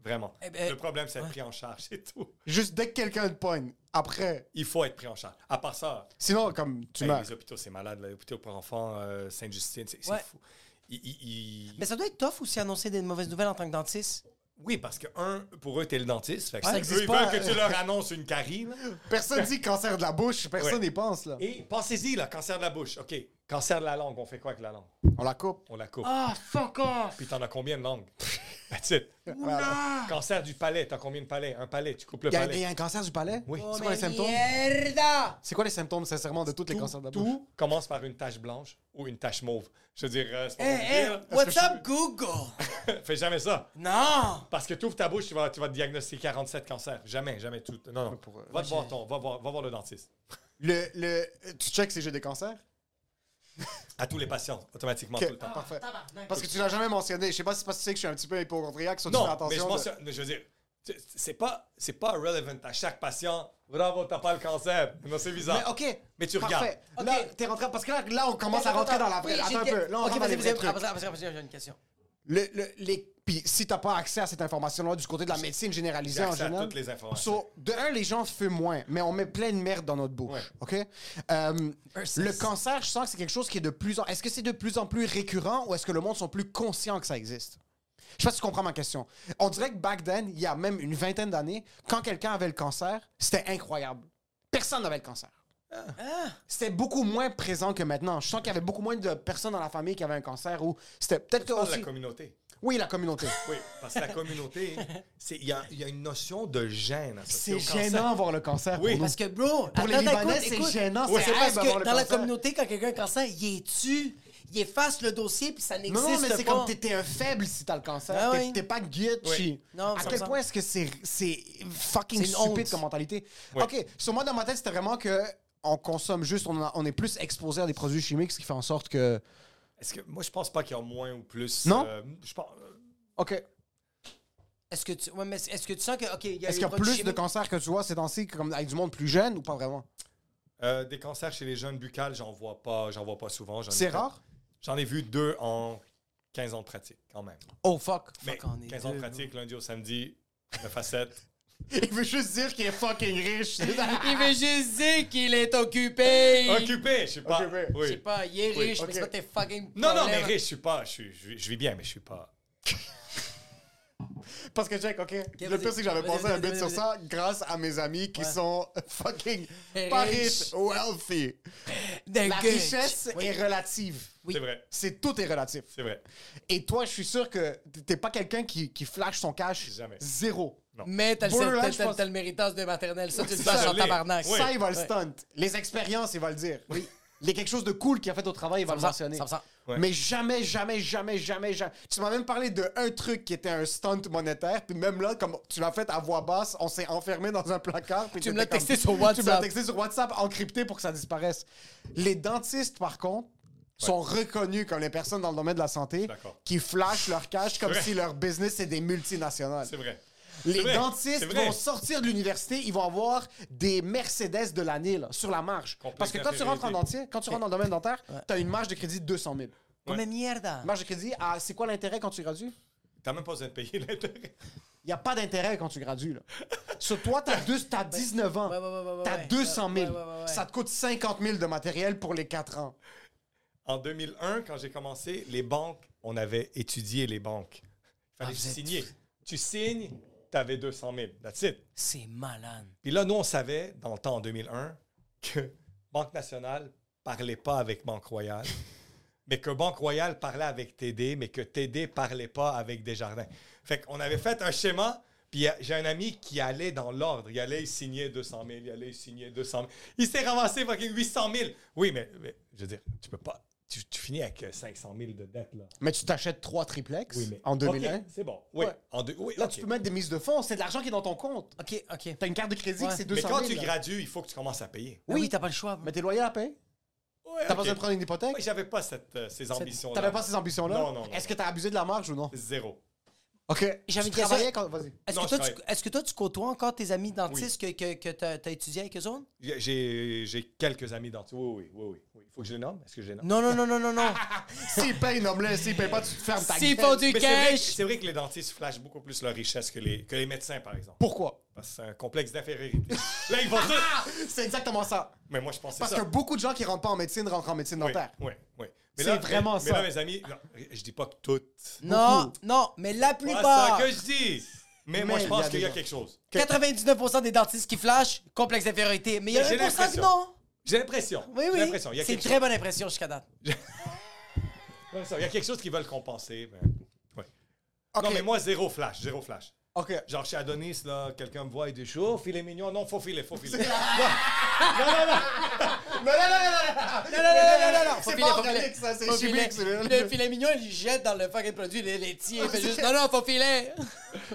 Speaker 5: Vraiment.
Speaker 3: Eh ben,
Speaker 5: le problème, c'est être pris en charge, c'est tout.
Speaker 4: Juste dès que quelqu'un te pogne, après.
Speaker 5: Il faut être pris en charge. À part ça,
Speaker 4: Sinon, comme tu
Speaker 5: Hey,
Speaker 4: meurs.
Speaker 5: les hôpitaux, c'est malade. là. Les hôpitaux pour enfants, euh, Sainte-Justine, c'est c'est
Speaker 3: Ouais.
Speaker 5: fou. ils- ils- ils-
Speaker 3: Mais ça doit être tough aussi annoncer des mauvaises nouvelles en tant que dentiste.
Speaker 5: Oui, parce que, un, pour eux, t'es le dentiste. Fait que
Speaker 3: Ouais,
Speaker 5: si
Speaker 3: ça
Speaker 5: eux,
Speaker 3: existe
Speaker 5: ils
Speaker 3: pas.
Speaker 4: euh,
Speaker 5: veulent que tu leur annonces une carie. là.
Speaker 4: Personne dit cancer de la bouche, personne
Speaker 5: Ouais.
Speaker 4: n'y pense, là.
Speaker 5: Et pensez-y, là, cancer de la bouche. OK, cancer de la langue, on fait quoi avec la langue?
Speaker 4: On la coupe.
Speaker 5: On la coupe.
Speaker 3: Ah, fuck off!
Speaker 5: Puis t'en as combien de langues? That's it. Cancer du palais, t'as combien de palais? Un palais, tu coupes le
Speaker 4: Il y, a,
Speaker 5: palais.
Speaker 4: un cancer du palais?
Speaker 5: Oui.
Speaker 4: C'est quoi les symptômes?
Speaker 3: Merde!
Speaker 4: C'est quoi les symptômes, sincèrement, de tous les
Speaker 5: Tout-
Speaker 4: cancers de la bouche?
Speaker 5: Tout commence par une tache blanche ou une tache mauve. Je veux dire, euh, c'est
Speaker 4: Eh,
Speaker 5: pas
Speaker 3: Hey,
Speaker 5: pour
Speaker 3: hey,
Speaker 5: dire, là.
Speaker 3: Eh, what's up, Google?
Speaker 5: Fais jamais ça.
Speaker 3: Non!
Speaker 5: Parce que tu ouvres ta bouche, tu vas, tu vas te diagnostiquer 47 cancers. Jamais, jamais tout. Non, non.
Speaker 4: euh,
Speaker 5: va, te voir ton, va, voir, va voir le dentiste.
Speaker 4: Le, le, tu checks si j'ai des cancers?
Speaker 5: Ah, À tous les patients, automatiquement,
Speaker 4: Ok, Ah,
Speaker 5: tout le temps.
Speaker 3: Ah,
Speaker 4: Parfait. Parce que tu l'as jamais mentionné. Je sais pas si c'est parce que tu sais que je suis un petit peu hypochondriaque, soit tu fais
Speaker 5: Non, mais je,
Speaker 4: attention. de-
Speaker 5: pense que- mais je veux dire, c'est- c'est pas, c'est pas relevant à chaque patient. Bravo, t'as pas le cancer. Non, c'est bizarre.
Speaker 4: Mais ok.
Speaker 5: Mais tu
Speaker 4: Parfait.
Speaker 5: regardes.
Speaker 4: Là,
Speaker 3: Ok.
Speaker 4: t'es rentré. Parce que là, là, on commence à rentrer dans la vraie.
Speaker 3: Oui, j'ai
Speaker 4: Attends un
Speaker 3: une-
Speaker 4: peu. Là,
Speaker 3: Ok,
Speaker 4: on rentre dans
Speaker 3: vas-y,
Speaker 4: les vrais
Speaker 3: vas-y,
Speaker 4: trucs.
Speaker 3: après ça, après ça, après ça, j'ai une question.
Speaker 4: Le, le- les... Puis si t'as pas accès à cette information-là du côté de la médecine généralisée
Speaker 5: J'ai
Speaker 4: en
Speaker 5: accès à
Speaker 4: général.
Speaker 5: toutes les informations.
Speaker 4: So, de un, les gens fument moins, mais on met plein de merde dans notre bouche.
Speaker 5: Ouais.
Speaker 4: OK? Euh, le cancer, je sens que c'est quelque chose qui est de plus en. Est-ce que c'est de plus en plus récurrent ou est-ce que le monde sont plus conscients que ça existe? Je sais pas si tu comprends ma question. On dirait que back then, il y a même une vingtaine d'années, quand quelqu'un avait le cancer, c'était incroyable. Personne n'avait le cancer.
Speaker 5: Ah.
Speaker 4: C'était beaucoup moins présent que maintenant. Je sens qu'il y avait beaucoup moins de personnes dans la famille qui avaient un cancer ou c'était peut-être que
Speaker 5: Parle de
Speaker 4: aussi...
Speaker 5: la communauté.
Speaker 4: Oui, la communauté.
Speaker 5: Oui, parce que la communauté, c'est- il y a, il y a une notion de gêne. associée
Speaker 4: C'est
Speaker 5: au cancer.
Speaker 4: gênant voir le cancer. pour
Speaker 5: Oui.
Speaker 4: nous.
Speaker 3: Parce que, bro,
Speaker 4: Pour les
Speaker 3: attends,
Speaker 4: Libanais,
Speaker 3: écoute,
Speaker 4: c'est
Speaker 3: écoute.
Speaker 4: gênant,
Speaker 3: Ouais,
Speaker 4: c'est
Speaker 3: C'est
Speaker 4: hype
Speaker 3: parce
Speaker 4: d'avoir
Speaker 3: que
Speaker 4: le
Speaker 3: dans la
Speaker 4: cancer.
Speaker 3: communauté, quand quelqu'un a un cancer, il est tu, il efface le dossier, puis ça n'existe
Speaker 4: Non,
Speaker 3: pas.
Speaker 4: non, mais c'est comme t'étais un faible si t'as le cancer.
Speaker 3: Ah
Speaker 4: T'es-
Speaker 3: oui.
Speaker 4: T'es pas Gucci.
Speaker 5: Oui.
Speaker 3: Non,
Speaker 4: à
Speaker 3: ça
Speaker 4: quel
Speaker 3: me
Speaker 4: point est-ce que c'est c'est fucking
Speaker 3: C'est une honte.
Speaker 4: stupide comme mentalité?
Speaker 5: Oui.
Speaker 4: OK, sur moi, dans ma tête, c'était vraiment que on consomme juste, on, a- on est plus exposé à des produits chimiques, ce qui fait en sorte que...
Speaker 5: Est-ce que moi je pense pas qu'il y a moins ou plus.
Speaker 4: Non?
Speaker 5: euh, je pense, euh,
Speaker 4: OK,
Speaker 3: Est-ce que tu, ouais, mais est-ce que tu sens que, ok, il y a
Speaker 4: est-ce
Speaker 3: les
Speaker 4: qu'il y a
Speaker 3: produits
Speaker 4: plus de
Speaker 3: chimiques-
Speaker 4: cancers que tu vois ces temps-ci que comme avec du monde plus jeune ou pas vraiment?
Speaker 5: euh, des cancers chez les jeunes buccales, j'en vois pas, j'en vois pas souvent. j'en ai
Speaker 4: C'est
Speaker 5: fait-
Speaker 4: rare?
Speaker 5: J'en ai vu deux en 15 ans de pratique, quand même.
Speaker 3: Oh fuck.
Speaker 5: Mais
Speaker 3: Fuck, on est
Speaker 5: 15 ans de
Speaker 3: deux,
Speaker 5: pratique, lundi au samedi, de facette.
Speaker 4: Il veut juste dire qu'il est fucking riche.
Speaker 3: Il veut juste dire qu'il est occupé. Ah,
Speaker 5: Occupé, je sais pas.
Speaker 4: Occupé.
Speaker 5: Oui.
Speaker 3: Je sais pas, il est riche, mais
Speaker 4: ok.
Speaker 3: c'est pas tes fucking.
Speaker 5: Non, non, mais
Speaker 3: problèmes.
Speaker 5: riche, je suis pas. Je, suis- je- je vis bien, mais je suis pas.
Speaker 4: Parce que, Jack, OK, le
Speaker 3: vas-y.
Speaker 4: pire, c'est que j'avais
Speaker 3: Vas-y,
Speaker 4: pensé à un
Speaker 3: vas-y,
Speaker 4: bit sur
Speaker 3: vas-y.
Speaker 4: ça grâce à mes amis qui
Speaker 3: Ouais.
Speaker 4: sont fucking
Speaker 3: Riches.
Speaker 4: pas riches, wealthy.
Speaker 3: Des
Speaker 4: La
Speaker 3: gueux.
Speaker 4: richesse
Speaker 3: Oui.
Speaker 4: est relative.
Speaker 5: C'est vrai.
Speaker 4: C'est tout est relatif.
Speaker 5: C'est vrai.
Speaker 4: Et toi, je suis sûr que t'es pas quelqu'un qui, qui flash son cash.
Speaker 5: Jamais.
Speaker 4: Zéro.
Speaker 3: Mais t'as le,
Speaker 4: Pour eux,
Speaker 3: t'as-
Speaker 4: je
Speaker 3: t'as-
Speaker 4: pense-
Speaker 3: t'as le méritage de maternelle, ça tu le
Speaker 5: Ça,
Speaker 3: sens
Speaker 5: je
Speaker 3: en
Speaker 5: l'ai.
Speaker 3: tabarnak.
Speaker 5: Oui.
Speaker 4: Ça, il va le
Speaker 3: Ouais.
Speaker 4: stunt. Les expériences, il va le dire. Oui. Il y a quelque chose de cool qu'il a fait au travail, il va le
Speaker 3: 100%,
Speaker 4: mentionner.
Speaker 3: 100%.
Speaker 5: Ouais.
Speaker 4: Mais jamais, jamais, jamais, jamais, jamais. Tu m'as même parlé de un truc qui était un stunt monétaire, puis même là, comme tu l'as fait à voix basse, on s'est enfermé dans un placard. puis
Speaker 3: Tu me
Speaker 4: t'étais
Speaker 3: l'as
Speaker 4: comme-
Speaker 3: texté sur
Speaker 4: Tu me l'as
Speaker 3: WhatsApp.
Speaker 4: texté sur WhatsApp encrypté pour que ça disparaisse. Les dentistes, par contre, sont reconnus comme les personnes dans le domaine de la santé
Speaker 5: D'accord.
Speaker 4: qui flashent leur cash comme
Speaker 5: vrai.
Speaker 4: si leur business c'est des multinationales.
Speaker 5: C'est vrai.
Speaker 4: Les
Speaker 5: C'est vrai.
Speaker 4: dentistes
Speaker 5: C'est vrai.
Speaker 4: vont sortir de l'université, ils vont avoir des Mercedes de l'année là, sur la marge.
Speaker 5: Complexe
Speaker 4: Parce que quand tu rentres en
Speaker 5: infériorité.
Speaker 4: dentier, quand tu rentres dans le domaine dentaire, tu as une marge de crédit de 200 000.
Speaker 3: Comme une merde.
Speaker 4: Marge de crédit, ah, c'est quoi l'intérêt quand tu gradues?
Speaker 5: T'as même pas besoin de payer l'intérêt.
Speaker 4: Il n'y a pas d'intérêt quand tu gradues. Là. Sur toi, tu as, 19 ans,
Speaker 3: Ben, Ouais, ouais, ouais, ouais,
Speaker 4: tu as
Speaker 3: ouais.
Speaker 4: 200
Speaker 3: Ouais, ouais,
Speaker 4: 000.
Speaker 3: ouais, ouais.
Speaker 4: Ça te coûte 50 000 de matériel pour les 4 ans.
Speaker 5: En 2001, quand j'ai commencé, les banques, on avait étudié les banques. Il fallait
Speaker 3: Ah, vous êtes-
Speaker 5: signer. Tu signes, t'avais 200 000. That's it.
Speaker 3: C'est malade.
Speaker 5: Puis là, nous, on savait, dans le temps, en 2001, que Banque Nationale parlait pas avec Banque Royale, mais que Banque Royale parlait avec TD, mais que TD parlait pas avec Desjardins. Fait qu'on avait fait un schéma, puis euh, j'ai un ami qui allait dans l'ordre. Il allait signer 200 000, il allait signer 200 000. Il s'est ramassé fucking 800 000. Oui, mais, mais, je veux dire, tu peux pas... Tu, tu finis avec euh, 500 000 de dette, là.
Speaker 4: Mais tu t'achètes 3 triplex
Speaker 5: Oui, mais-
Speaker 4: en 2001.
Speaker 5: OK, c'est bon. Oui,
Speaker 4: Ouais.
Speaker 5: en deux- oui,
Speaker 4: Là,
Speaker 5: OK.
Speaker 4: tu peux mettre des mises de fonds. C'est de l'argent qui est dans ton compte.
Speaker 3: Ok, ok.
Speaker 4: Tu as une carte de crédit,
Speaker 3: Ouais.
Speaker 4: que c'est
Speaker 5: Mais
Speaker 4: 200 000.
Speaker 5: quand tu
Speaker 4: là.
Speaker 5: gradues, il faut que tu commences à payer.
Speaker 3: Oui, oui t'as pas le choix. bro.
Speaker 4: Mais t'es loyer à payer?
Speaker 5: Ouais,
Speaker 4: T'as
Speaker 5: OK.
Speaker 4: pas besoin de prendre une hypothèque?
Speaker 5: Moi, j'avais pas cette, euh, ces ambitions-là.
Speaker 4: T'avais pas ces ambitions-là?
Speaker 5: Non, non, non.
Speaker 4: Est-ce que t'as abusé de la marge ou non?
Speaker 5: Zéro.
Speaker 4: Ok.
Speaker 3: J'avais
Speaker 4: Tu
Speaker 3: une question.
Speaker 4: travaillais quand. Vas-y.
Speaker 3: Est-ce
Speaker 5: Non,
Speaker 3: que, toi,
Speaker 5: je
Speaker 3: tu,
Speaker 5: travaille.
Speaker 3: est-ce que toi, tu côtoies encore tes amis dentistes que, que, que t'as, t'as étudié avec eux autres?
Speaker 5: J'ai j'ai quelques amis dans... Oui, oui, oui, oui. oui. Il faut que je les nomme? Est-ce que je les nomme?
Speaker 3: Non, non, non, non, non, non.
Speaker 4: S'ils payent, nomme-les. S'ils payent pas, tu te fermes ta gueule.
Speaker 3: S'ils font du
Speaker 5: Mais c'est vrai, que-
Speaker 3: cash.
Speaker 5: c'est vrai que les dentistes flashent beaucoup plus leur richesse que les, que les médecins, par exemple.
Speaker 4: Pourquoi?
Speaker 5: Parce que c'est un complexe d'infériorité. Là, ils vont dire...
Speaker 4: C'est exactement ça.
Speaker 5: Mais moi, je pensais
Speaker 4: Ah! Parce
Speaker 5: ça.
Speaker 4: que beaucoup de gens qui rentrent pas en médecine rentrent en médecine
Speaker 5: Oui,
Speaker 4: dentaire.
Speaker 5: oui, oui. Mais
Speaker 6: C'est
Speaker 5: là,
Speaker 6: vraiment
Speaker 5: mais-
Speaker 6: ça.
Speaker 5: Mais là, mes amis, non, je dis pas que toutes.
Speaker 3: Non, non, mais la
Speaker 5: C'est
Speaker 3: plupart.
Speaker 5: ça que je dis. Mais, moi,
Speaker 4: Mais
Speaker 5: je
Speaker 4: il y
Speaker 5: pense
Speaker 4: a
Speaker 5: qu'il y a
Speaker 4: des gens.
Speaker 5: quelque chose.
Speaker 3: 99% des dentistes qui flashent, complexe d'infériorité. Mais il y a
Speaker 5: J'ai
Speaker 3: 1% que
Speaker 5: l'impression.
Speaker 3: non.
Speaker 5: J'ai l'impression.
Speaker 3: Oui,
Speaker 5: J'ai
Speaker 3: oui.
Speaker 5: l'impression. Il y a
Speaker 3: C'est une
Speaker 5: quelque
Speaker 3: très bonne impression jusqu'à date.
Speaker 5: chose. Il y a quelque chose qu'ils veulent compenser. mais- Ouais.
Speaker 4: Ok.
Speaker 5: Non, mais moi, zéro flash. Zéro flash.
Speaker 4: OK.
Speaker 5: Genre, chez Adonis, là, quelqu'un me voit et dit chaud, oh, filet mignon. Non, faut filer, faut filer. non, non, non.
Speaker 4: Non, non, non, non, non, non, non, non, non, non, non,
Speaker 3: Ah, Faut
Speaker 4: c'est
Speaker 3: filer,
Speaker 4: pas
Speaker 3: faut
Speaker 4: organique,
Speaker 3: filer.
Speaker 4: ça, c'est Ah,
Speaker 3: Faut
Speaker 4: chimique,
Speaker 3: filer.
Speaker 4: celui-là.
Speaker 3: Le filet mignon, il jette dans le fucking produit les laitiers. Il fait juste non, non, faut filer.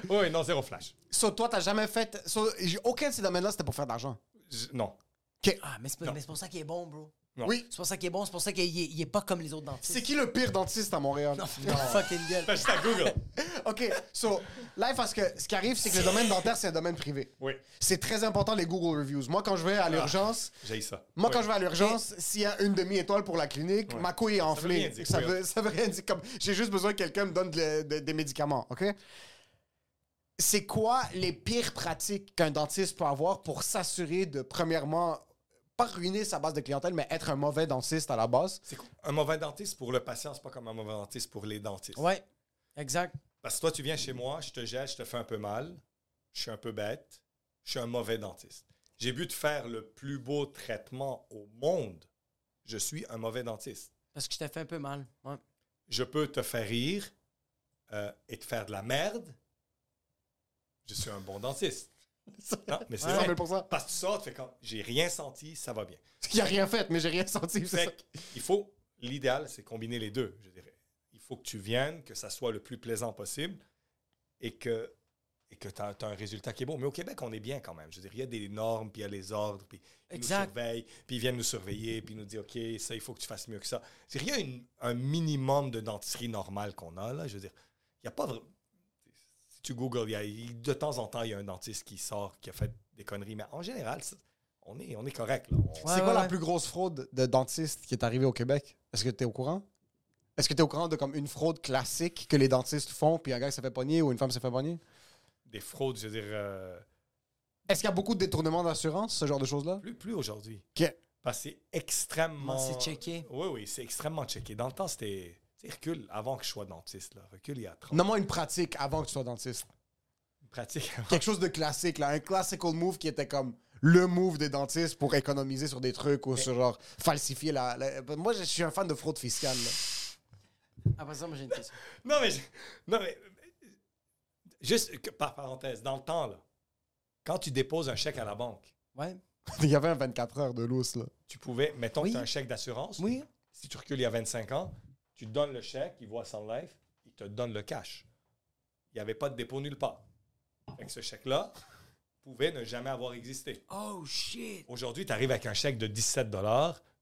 Speaker 5: Oui, oui, non, zéro flash.
Speaker 4: So, toi, t'as jamais fait... so, j'ai- aucun de ces domaines-là, c'était pour faire de l'argent.
Speaker 5: Je- Non.
Speaker 3: Ah, mais c'est pas- mais c'est pour ça qu'il est bon, bro.
Speaker 5: Non.
Speaker 4: Oui.
Speaker 3: C'est pour ça qu'il est bon, c'est pour ça qu'il est, il est pas comme les autres dentistes.
Speaker 4: C'est qui le pire dentiste à Montréal?
Speaker 3: Fucking gueule.
Speaker 5: Fais juste à Google.
Speaker 4: OK, so, là, parce que ce qui arrive, c'est que le domaine dentaire, c'est un domaine privé.
Speaker 5: Oui.
Speaker 4: C'est très important, les Google Reviews. Moi, quand je vais à l'urgence...
Speaker 5: J'ai ça.
Speaker 4: Moi,
Speaker 5: Oui.
Speaker 4: quand je vais à l'urgence, s'il y a une demi-étoile pour la clinique, ma couille est
Speaker 5: veut
Speaker 4: enflée.
Speaker 5: rien dire,
Speaker 4: Ça
Speaker 5: oui.
Speaker 4: veut, ça veut rien dire. Comme, j'ai juste besoin que quelqu'un me donne de- de- des médicaments, OK? C'est quoi les pires pratiques qu'un dentiste peut avoir pour s'assurer de, premièrement, pas ruiner sa base de clientèle, mais être un mauvais dentiste à la base?
Speaker 5: C'est quoi? Un mauvais dentiste pour le patient, c'est pas comme un mauvais dentiste pour les dentistes.
Speaker 3: Ouais, exact.
Speaker 5: Parce que toi, tu viens chez moi, je te jette, je te fais un peu mal, je suis un peu bête, je suis un mauvais dentiste. J'ai bu de faire le plus beau traitement au monde. Je suis un mauvais dentiste.
Speaker 3: Parce que je t'ai fait un peu mal. Ouais.
Speaker 5: Je peux te faire rire euh, et te faire de la merde. Je suis un bon dentiste. Non, mais c'est
Speaker 4: Ouais.
Speaker 5: vrai.
Speaker 4: 100 000%.
Speaker 5: Parce que tu sors, tu fais comme j'ai rien senti, ça va bien.
Speaker 4: Il a rien fait, mais j'ai rien senti. c'est ça.
Speaker 5: Fait que il faut, l'idéal, c'est combiner les deux, je dirais. Il faut que tu viennes, que ça soit le plus plaisant possible et que et que tu as, un résultat qui est beau. Mais au Québec, on est bien quand même. Je dirais, il y a des normes, puis il y a les ordres, puis ils
Speaker 3: Exact.
Speaker 5: nous surveillent, puis ils viennent nous surveiller, puis ils nous disent, OK, ça, il faut que tu fasses mieux que ça. Je dirais, il y a une- un minimum de dentisterie normale qu'on a, là. Je veux dire, il n'y a pas... vra- Si tu googles, il y a- il- de temps en temps, il y a un dentiste qui sort, qui a fait des conneries. Mais en général, ça- on, est, on est correct, là. On-
Speaker 4: C'est
Speaker 3: Ouais,
Speaker 4: quoi
Speaker 3: ouais,
Speaker 4: la
Speaker 3: ouais.
Speaker 4: plus grosse fraude de dentiste qui est arrivée au Québec? Est-ce que tu es au courant? Est-ce que tu es au courant de comme une fraude classique que les dentistes font, puis un gars qui s'est fait pogner ou une femme s'est fait pogner?
Speaker 5: des fraudes, je veux dire... euh,
Speaker 4: Est-ce qu'il y a beaucoup de détournements d'assurance, ce genre de choses-là?
Speaker 5: Plus, plus aujourd'hui.
Speaker 4: OK.
Speaker 5: Parce que c'est extrêmement.
Speaker 3: Comment c'est checké?
Speaker 5: Oui, oui, c'est extrêmement checké. Dans le temps, c'était. tu sais, recule avant que je sois dentiste, là. Recule il y a 30
Speaker 4: Nomme-moi une pratique avant que tu sois dentiste.
Speaker 5: pratiques.
Speaker 4: Quelque chose de classique, là. Un classical move qui était comme le move des dentistes pour économiser sur des trucs ou sur genre falsifier la. la- Moi, je suis un fan de fraude fiscale. là.
Speaker 3: Après ça, moi, j'ai une question.
Speaker 5: non, mais. je- Non, mais. Juste que- par parenthèse, dans le temps, là, quand tu déposes un chèque à la banque,
Speaker 3: Ouais.
Speaker 4: Il y avait un 24 heures de lousse, là.
Speaker 5: tu pouvais. Mettons
Speaker 3: Oui.
Speaker 5: que tu as un chèque d'assurance.
Speaker 3: Oui.
Speaker 5: Si tu recules il y a 25 ans, tu donnes le chèque, il voit Sun Life, il te donne le cash. Il n'y avait pas de dépôt nulle part. Fait que ce chèque-là pouvait ne jamais avoir existé.
Speaker 3: Oh shit.
Speaker 5: Aujourd'hui, tu arrives avec un chèque de 17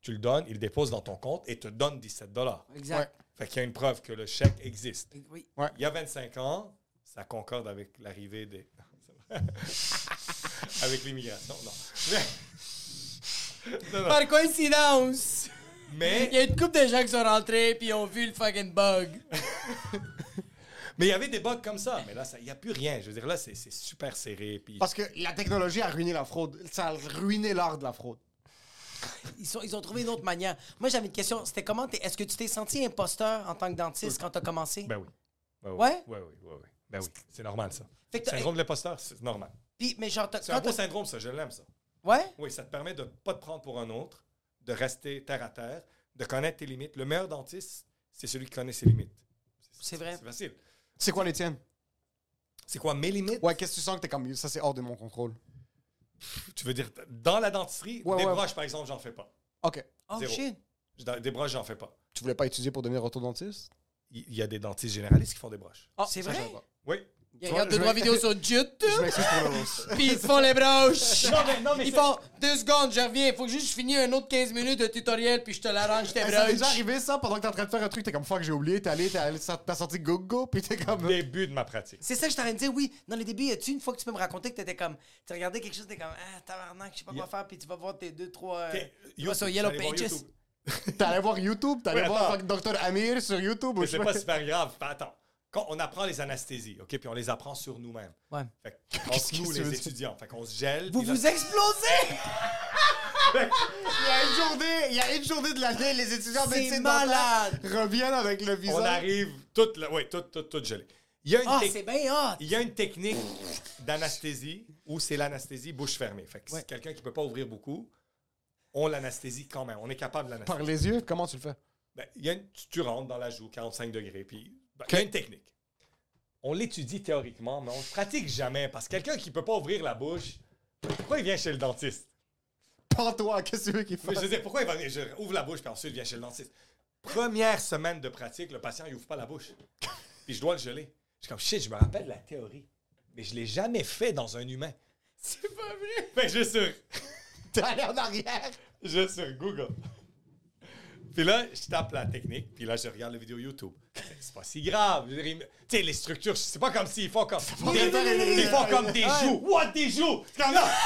Speaker 5: tu le donnes, il le dépose dans ton compte et te donne 17
Speaker 3: Exact.
Speaker 5: Fait qu'il y a une preuve que le chèque existe.
Speaker 3: Oui.
Speaker 5: Il y a 25 ans, ça concorde avec l'arrivée des. avec l'immigration, non. Non, non.
Speaker 3: Par coïncidence, il
Speaker 4: Eh.
Speaker 3: y
Speaker 5: Mais
Speaker 3: a une couple de gens qui sont rentrés puis ils ont vu le fucking bug.
Speaker 5: mais il y avait des bugs comme ça. Mais là, ça- il n'y a plus rien. Je veux dire, là, c'est c'est super serré. Puis...
Speaker 4: Parce que la technologie a ruiné la fraude. Ça a ruiné l'art de la fraude.
Speaker 3: Ils, sont, ils ont trouvé une autre manière. Moi, j'avais une question. C'était comment t'es- Est-ce que tu t'es senti imposteur en tant que dentiste quand t'as commencé?
Speaker 5: Ben oui. Ben oui.
Speaker 3: Ouais?
Speaker 5: Ouais, oui, ouais, oui. Ben oui. C'est normal, ça.
Speaker 3: Fait que t'as-
Speaker 5: syndrome de l'imposteur, c'est normal.
Speaker 3: Puis, mais genre, t'as-
Speaker 5: C'est un
Speaker 3: quand
Speaker 5: beau
Speaker 3: t'as-
Speaker 5: syndrome, ça. Je l'aime, ça.
Speaker 3: Ouais?
Speaker 5: Oui, ça te permet de ne pas te prendre pour un autre, de rester terre à terre, de connaître tes limites. Le meilleur dentiste, c'est celui qui connaît ses limites.
Speaker 3: C'est vrai.
Speaker 5: C'est facile.
Speaker 4: C'est quoi les tiennes?
Speaker 5: C'est quoi mes limites?
Speaker 4: Ouais, qu'est-ce que tu sens que t'es comme. Ça, c'est hors de mon contrôle.
Speaker 5: Tu veux dire, dans la dentisterie,
Speaker 4: Ouais,
Speaker 5: des
Speaker 4: ouais.
Speaker 5: broches, par exemple, j'en fais pas.
Speaker 4: OK.
Speaker 3: Oh
Speaker 5: Zéro.
Speaker 3: shit.
Speaker 5: Je- dans- Des broches, j'en fais pas.
Speaker 4: Tu voulais pas étudier pour devenir orthodontiste?
Speaker 5: Il il y a des dentistes généralistes qui font des broches.
Speaker 3: c'est
Speaker 4: Ah, Ça, je
Speaker 3: vrai?
Speaker 4: savais pas.
Speaker 5: Oui.
Speaker 3: Ils regardent deux,
Speaker 4: je vais-
Speaker 3: trois vidéos sur
Speaker 4: Je
Speaker 3: YouTube,
Speaker 4: m'excuse Ben, pour le lousse.
Speaker 3: puis ils se font les broches.
Speaker 5: Non, mais- non, mais
Speaker 3: ils
Speaker 5: c'est-
Speaker 3: font deux secondes, je reviens. Il faut que juste je finisse un autre 15 minutes de tutoriel, puis je te l'arrange, tes
Speaker 4: Hey, Eh, Ça t'est déjà
Speaker 3: broches.
Speaker 4: arrivé ça pendant que t'es en train de faire un truc, t'es comme fuck, j'ai oublié, t'es allé, t'es allé, ça- t'as sorti go go, puis t'es comme.
Speaker 5: Début de ma pratique.
Speaker 3: C'est ça que je suis en train de dire, oui. Dans les débuts, tu une fois que tu peux me raconter que t'étais comme. Tu regardais quelque chose, t'es comme, ah, tabarnak, je sais pas quoi
Speaker 5: Yeah.
Speaker 3: faire, puis tu vas voir tes deux, trois. euh,
Speaker 5: Ok,
Speaker 3: tu vas
Speaker 5: YouTube,
Speaker 3: sur Yellow
Speaker 5: allez voir
Speaker 3: Pages.
Speaker 5: YouTube.
Speaker 4: T'es allé voir YouTube, t'es allé
Speaker 5: Oui,
Speaker 4: voir
Speaker 5: attends.
Speaker 4: Dr Amir sur YouTube. ou
Speaker 5: Mais
Speaker 4: je
Speaker 5: c'est
Speaker 4: sais
Speaker 5: pas
Speaker 4: pas.
Speaker 5: super grave. Pas- attends. Quand on apprend les anesthésies, OK? Puis on les apprend sur nous-mêmes.
Speaker 3: Ouais.
Speaker 5: Fait que, entre
Speaker 4: que
Speaker 5: nous,
Speaker 4: tu veux
Speaker 5: les
Speaker 4: dire?
Speaker 5: étudiants. Fait qu'on se gèle.
Speaker 3: Vous
Speaker 5: puis là-
Speaker 3: vous explosez!
Speaker 4: Il y a une journée, il y a une journée de l'année, les étudiants en
Speaker 3: C'est
Speaker 4: médecine
Speaker 3: malade.
Speaker 4: dentaire reviennent avec le visage.
Speaker 5: On arrive, tout, le- ouais, tout, tout, tout gelé. Il y a une
Speaker 3: Ah,
Speaker 5: tec-
Speaker 3: c'est bien hot!
Speaker 5: Il y a une technique d'anesthésie où c'est l'anesthésie bouche fermée. Fait que
Speaker 3: Ouais.
Speaker 5: si quelqu'un qui ne peut pas ouvrir beaucoup, on l'anesthésie quand même. On est capable de l'anesthésie.
Speaker 4: Par les yeux, comment tu le fais?
Speaker 5: Ben, il y a une- tu, tu rentres dans la joue, 45 degrés, puis ben, il y a une technique. On l'étudie théoriquement, mais on ne pratique jamais parce que quelqu'un qui ne peut pas ouvrir la bouche, pourquoi il vient chez le dentiste?
Speaker 4: Pends-toi, qu'est-ce que tu veux qu'il
Speaker 5: Mais
Speaker 4: fasse?
Speaker 5: Je veux dire, pourquoi il va venir? Je ouvre la bouche, puis ensuite, il vient chez le dentiste. Première semaine de pratique, le patient, il ouvre pas la bouche. Puis je dois le geler. Je suis comme, shit, je me rappelle la théorie. Mais je l'ai jamais fait dans un humain. C'est pas vrai! Fait que je suis sur,
Speaker 4: T'es allé en arrière!
Speaker 5: je suis sur Google. Puis là, je tape la technique, puis là, je regarde la vidéo YouTube. C'est pas si grave. Je veux dire, ils me- Tu sais, les structures, c'est pas comme s'ils font comme. Des, ils font comme des joues. What, des joues? C'est comme là!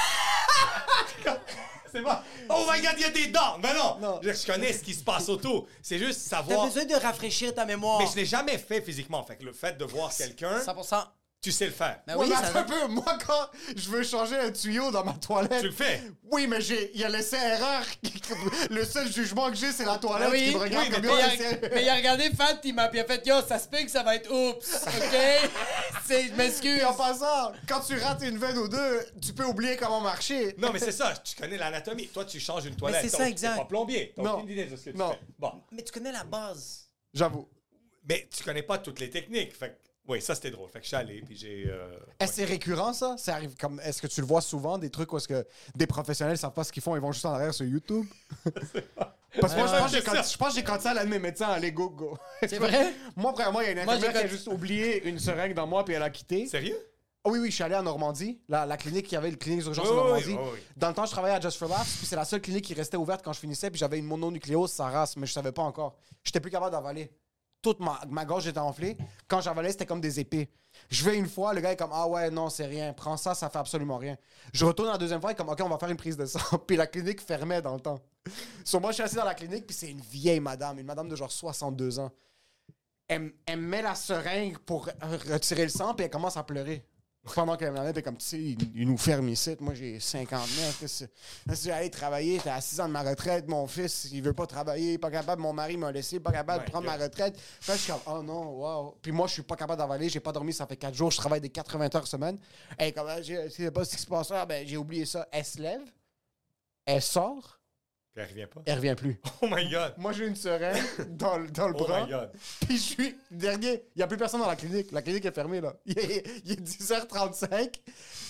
Speaker 5: C'est pas. Oh my god, il y a des dents! Mais non! Je, je connais ce qui se passe autour. C'est juste
Speaker 3: T'as
Speaker 5: savoir.
Speaker 3: besoin de rafraîchir ta mémoire.
Speaker 5: Mais je l'ai jamais fait physiquement. Fait que le fait de voir quelqu'un,
Speaker 3: 100%.
Speaker 5: tu sais le faire.
Speaker 3: Ben
Speaker 4: Ouais,
Speaker 3: oui,
Speaker 4: mais
Speaker 3: ça
Speaker 4: attends un peu, moi, quand je veux changer un tuyau dans ma toilette...
Speaker 5: Tu le fais.
Speaker 4: Oui, mais j'ai... il y a laissé erreur. le seul jugement que j'ai, c'est la toilette
Speaker 3: Ah oui,
Speaker 4: qui me regarde
Speaker 3: oui,
Speaker 4: comme
Speaker 3: mais,
Speaker 4: yo,
Speaker 3: il
Speaker 4: laissez-
Speaker 3: a, mais il a regardé Fat, il m'a bien fait Yo, ça se peut que ça va être oups, ok? C'est- je m'excuse.
Speaker 4: Puis en passant, quand tu rates une veine ou deux, tu peux oublier comment marcher.
Speaker 5: Non, mais c'est ça. Tu connais l'anatomie. Toi, tu changes une toilette.
Speaker 3: c'est ça,
Speaker 5: Donc, t'es
Speaker 3: exact.
Speaker 5: pas plombier. T'as
Speaker 4: Non.
Speaker 5: aucune idée de ce que tu
Speaker 4: Non.
Speaker 5: fais. Bon.
Speaker 3: Mais tu connais la base.
Speaker 4: J'avoue.
Speaker 5: Mais tu connais pas toutes les techniques. Fait que. Oui, ça c'était drôle. Fait que je suis allé, puis j'ai. euh,
Speaker 3: Eh,
Speaker 4: Est-ce que c'est récurrent, ça? ça arrive comme... Est-ce que tu le vois souvent, des trucs où est-ce que des professionnels savent pas ce qu'ils font, ils vont juste en arrière sur YouTube? Parce que moi, je pense que j'ai
Speaker 5: c'est
Speaker 4: quand-
Speaker 5: ça.
Speaker 4: je pense que j'ai quand ça à l'un de mes médecins, allez, go, go.
Speaker 3: C'est vrai?
Speaker 4: Moi, premièrement, il y a une
Speaker 3: Moi, j'ai
Speaker 4: infirmière qui a
Speaker 3: quand-
Speaker 4: juste oublié une seringue dans moi, puis elle a quitté.
Speaker 5: Sérieux?
Speaker 4: Ah Oui, oui, je suis allé en Normandie, la, la clinique qui avait le clinique d'urgence
Speaker 5: Oui,
Speaker 4: en
Speaker 5: oui,
Speaker 4: Normandie.
Speaker 5: oui, oui.
Speaker 4: Dans le temps, je travaillais à Just for Laughs, puis c'est la seule clinique qui restait ouverte quand je finissais, puis j'avais une mononucléose, sa race, mais je savais pas encore. J'étais plus capable d'avaler. Toute ma, ma gorge était enflée. Quand j'avalais, c'était comme des épées. Je vais une fois, le gars est comme Ah ouais, non, c'est rien, prends ça, ça fait absolument rien. Je retourne la deuxième fois, il est comme Ok, on va faire une prise de sang. puis la clinique fermait dans le temps. Sur moi, je suis assis dans la clinique, puis c'est une vieille madame, une madame de genre 62 ans elle, m- elle me met la seringue pour re- retirer le sang, puis elle commence à pleurer. Pendant qu'elle me la met, puis comme, tu sais, ils, ils nous ferment ici. Moi, j'ai 59. Qu'est-ce que c'est? Qu'est-ce que j'ai allé travailler? J'étais à 6 ans de ma retraite. Mon fils, il veut pas travailler. il est Pas capable. Mon mari m'a laissé. Pas capable de prendre ma retraite. Puis là, je suis comme, oh non, wow. Puis moi, je suis pas capable d'avaler. J'ai pas dormi. Ça fait 4 jours. Je travaille des 80 heures semaine. Et comme, Ah, je je sais pas ce qui se passe là. Ben, j'ai oublié ça. Elle se lève. Elle sort.
Speaker 5: Puis elle revient pas.
Speaker 4: Elle revient plus.
Speaker 5: Oh my god!
Speaker 4: Moi, j'ai une seringue dans, le- dans le
Speaker 5: Oh
Speaker 4: bras.
Speaker 5: my god!
Speaker 4: Puis je suis dernier. Il n'y a plus personne dans la clinique. La clinique est fermée, là. Il est, il est 10h35.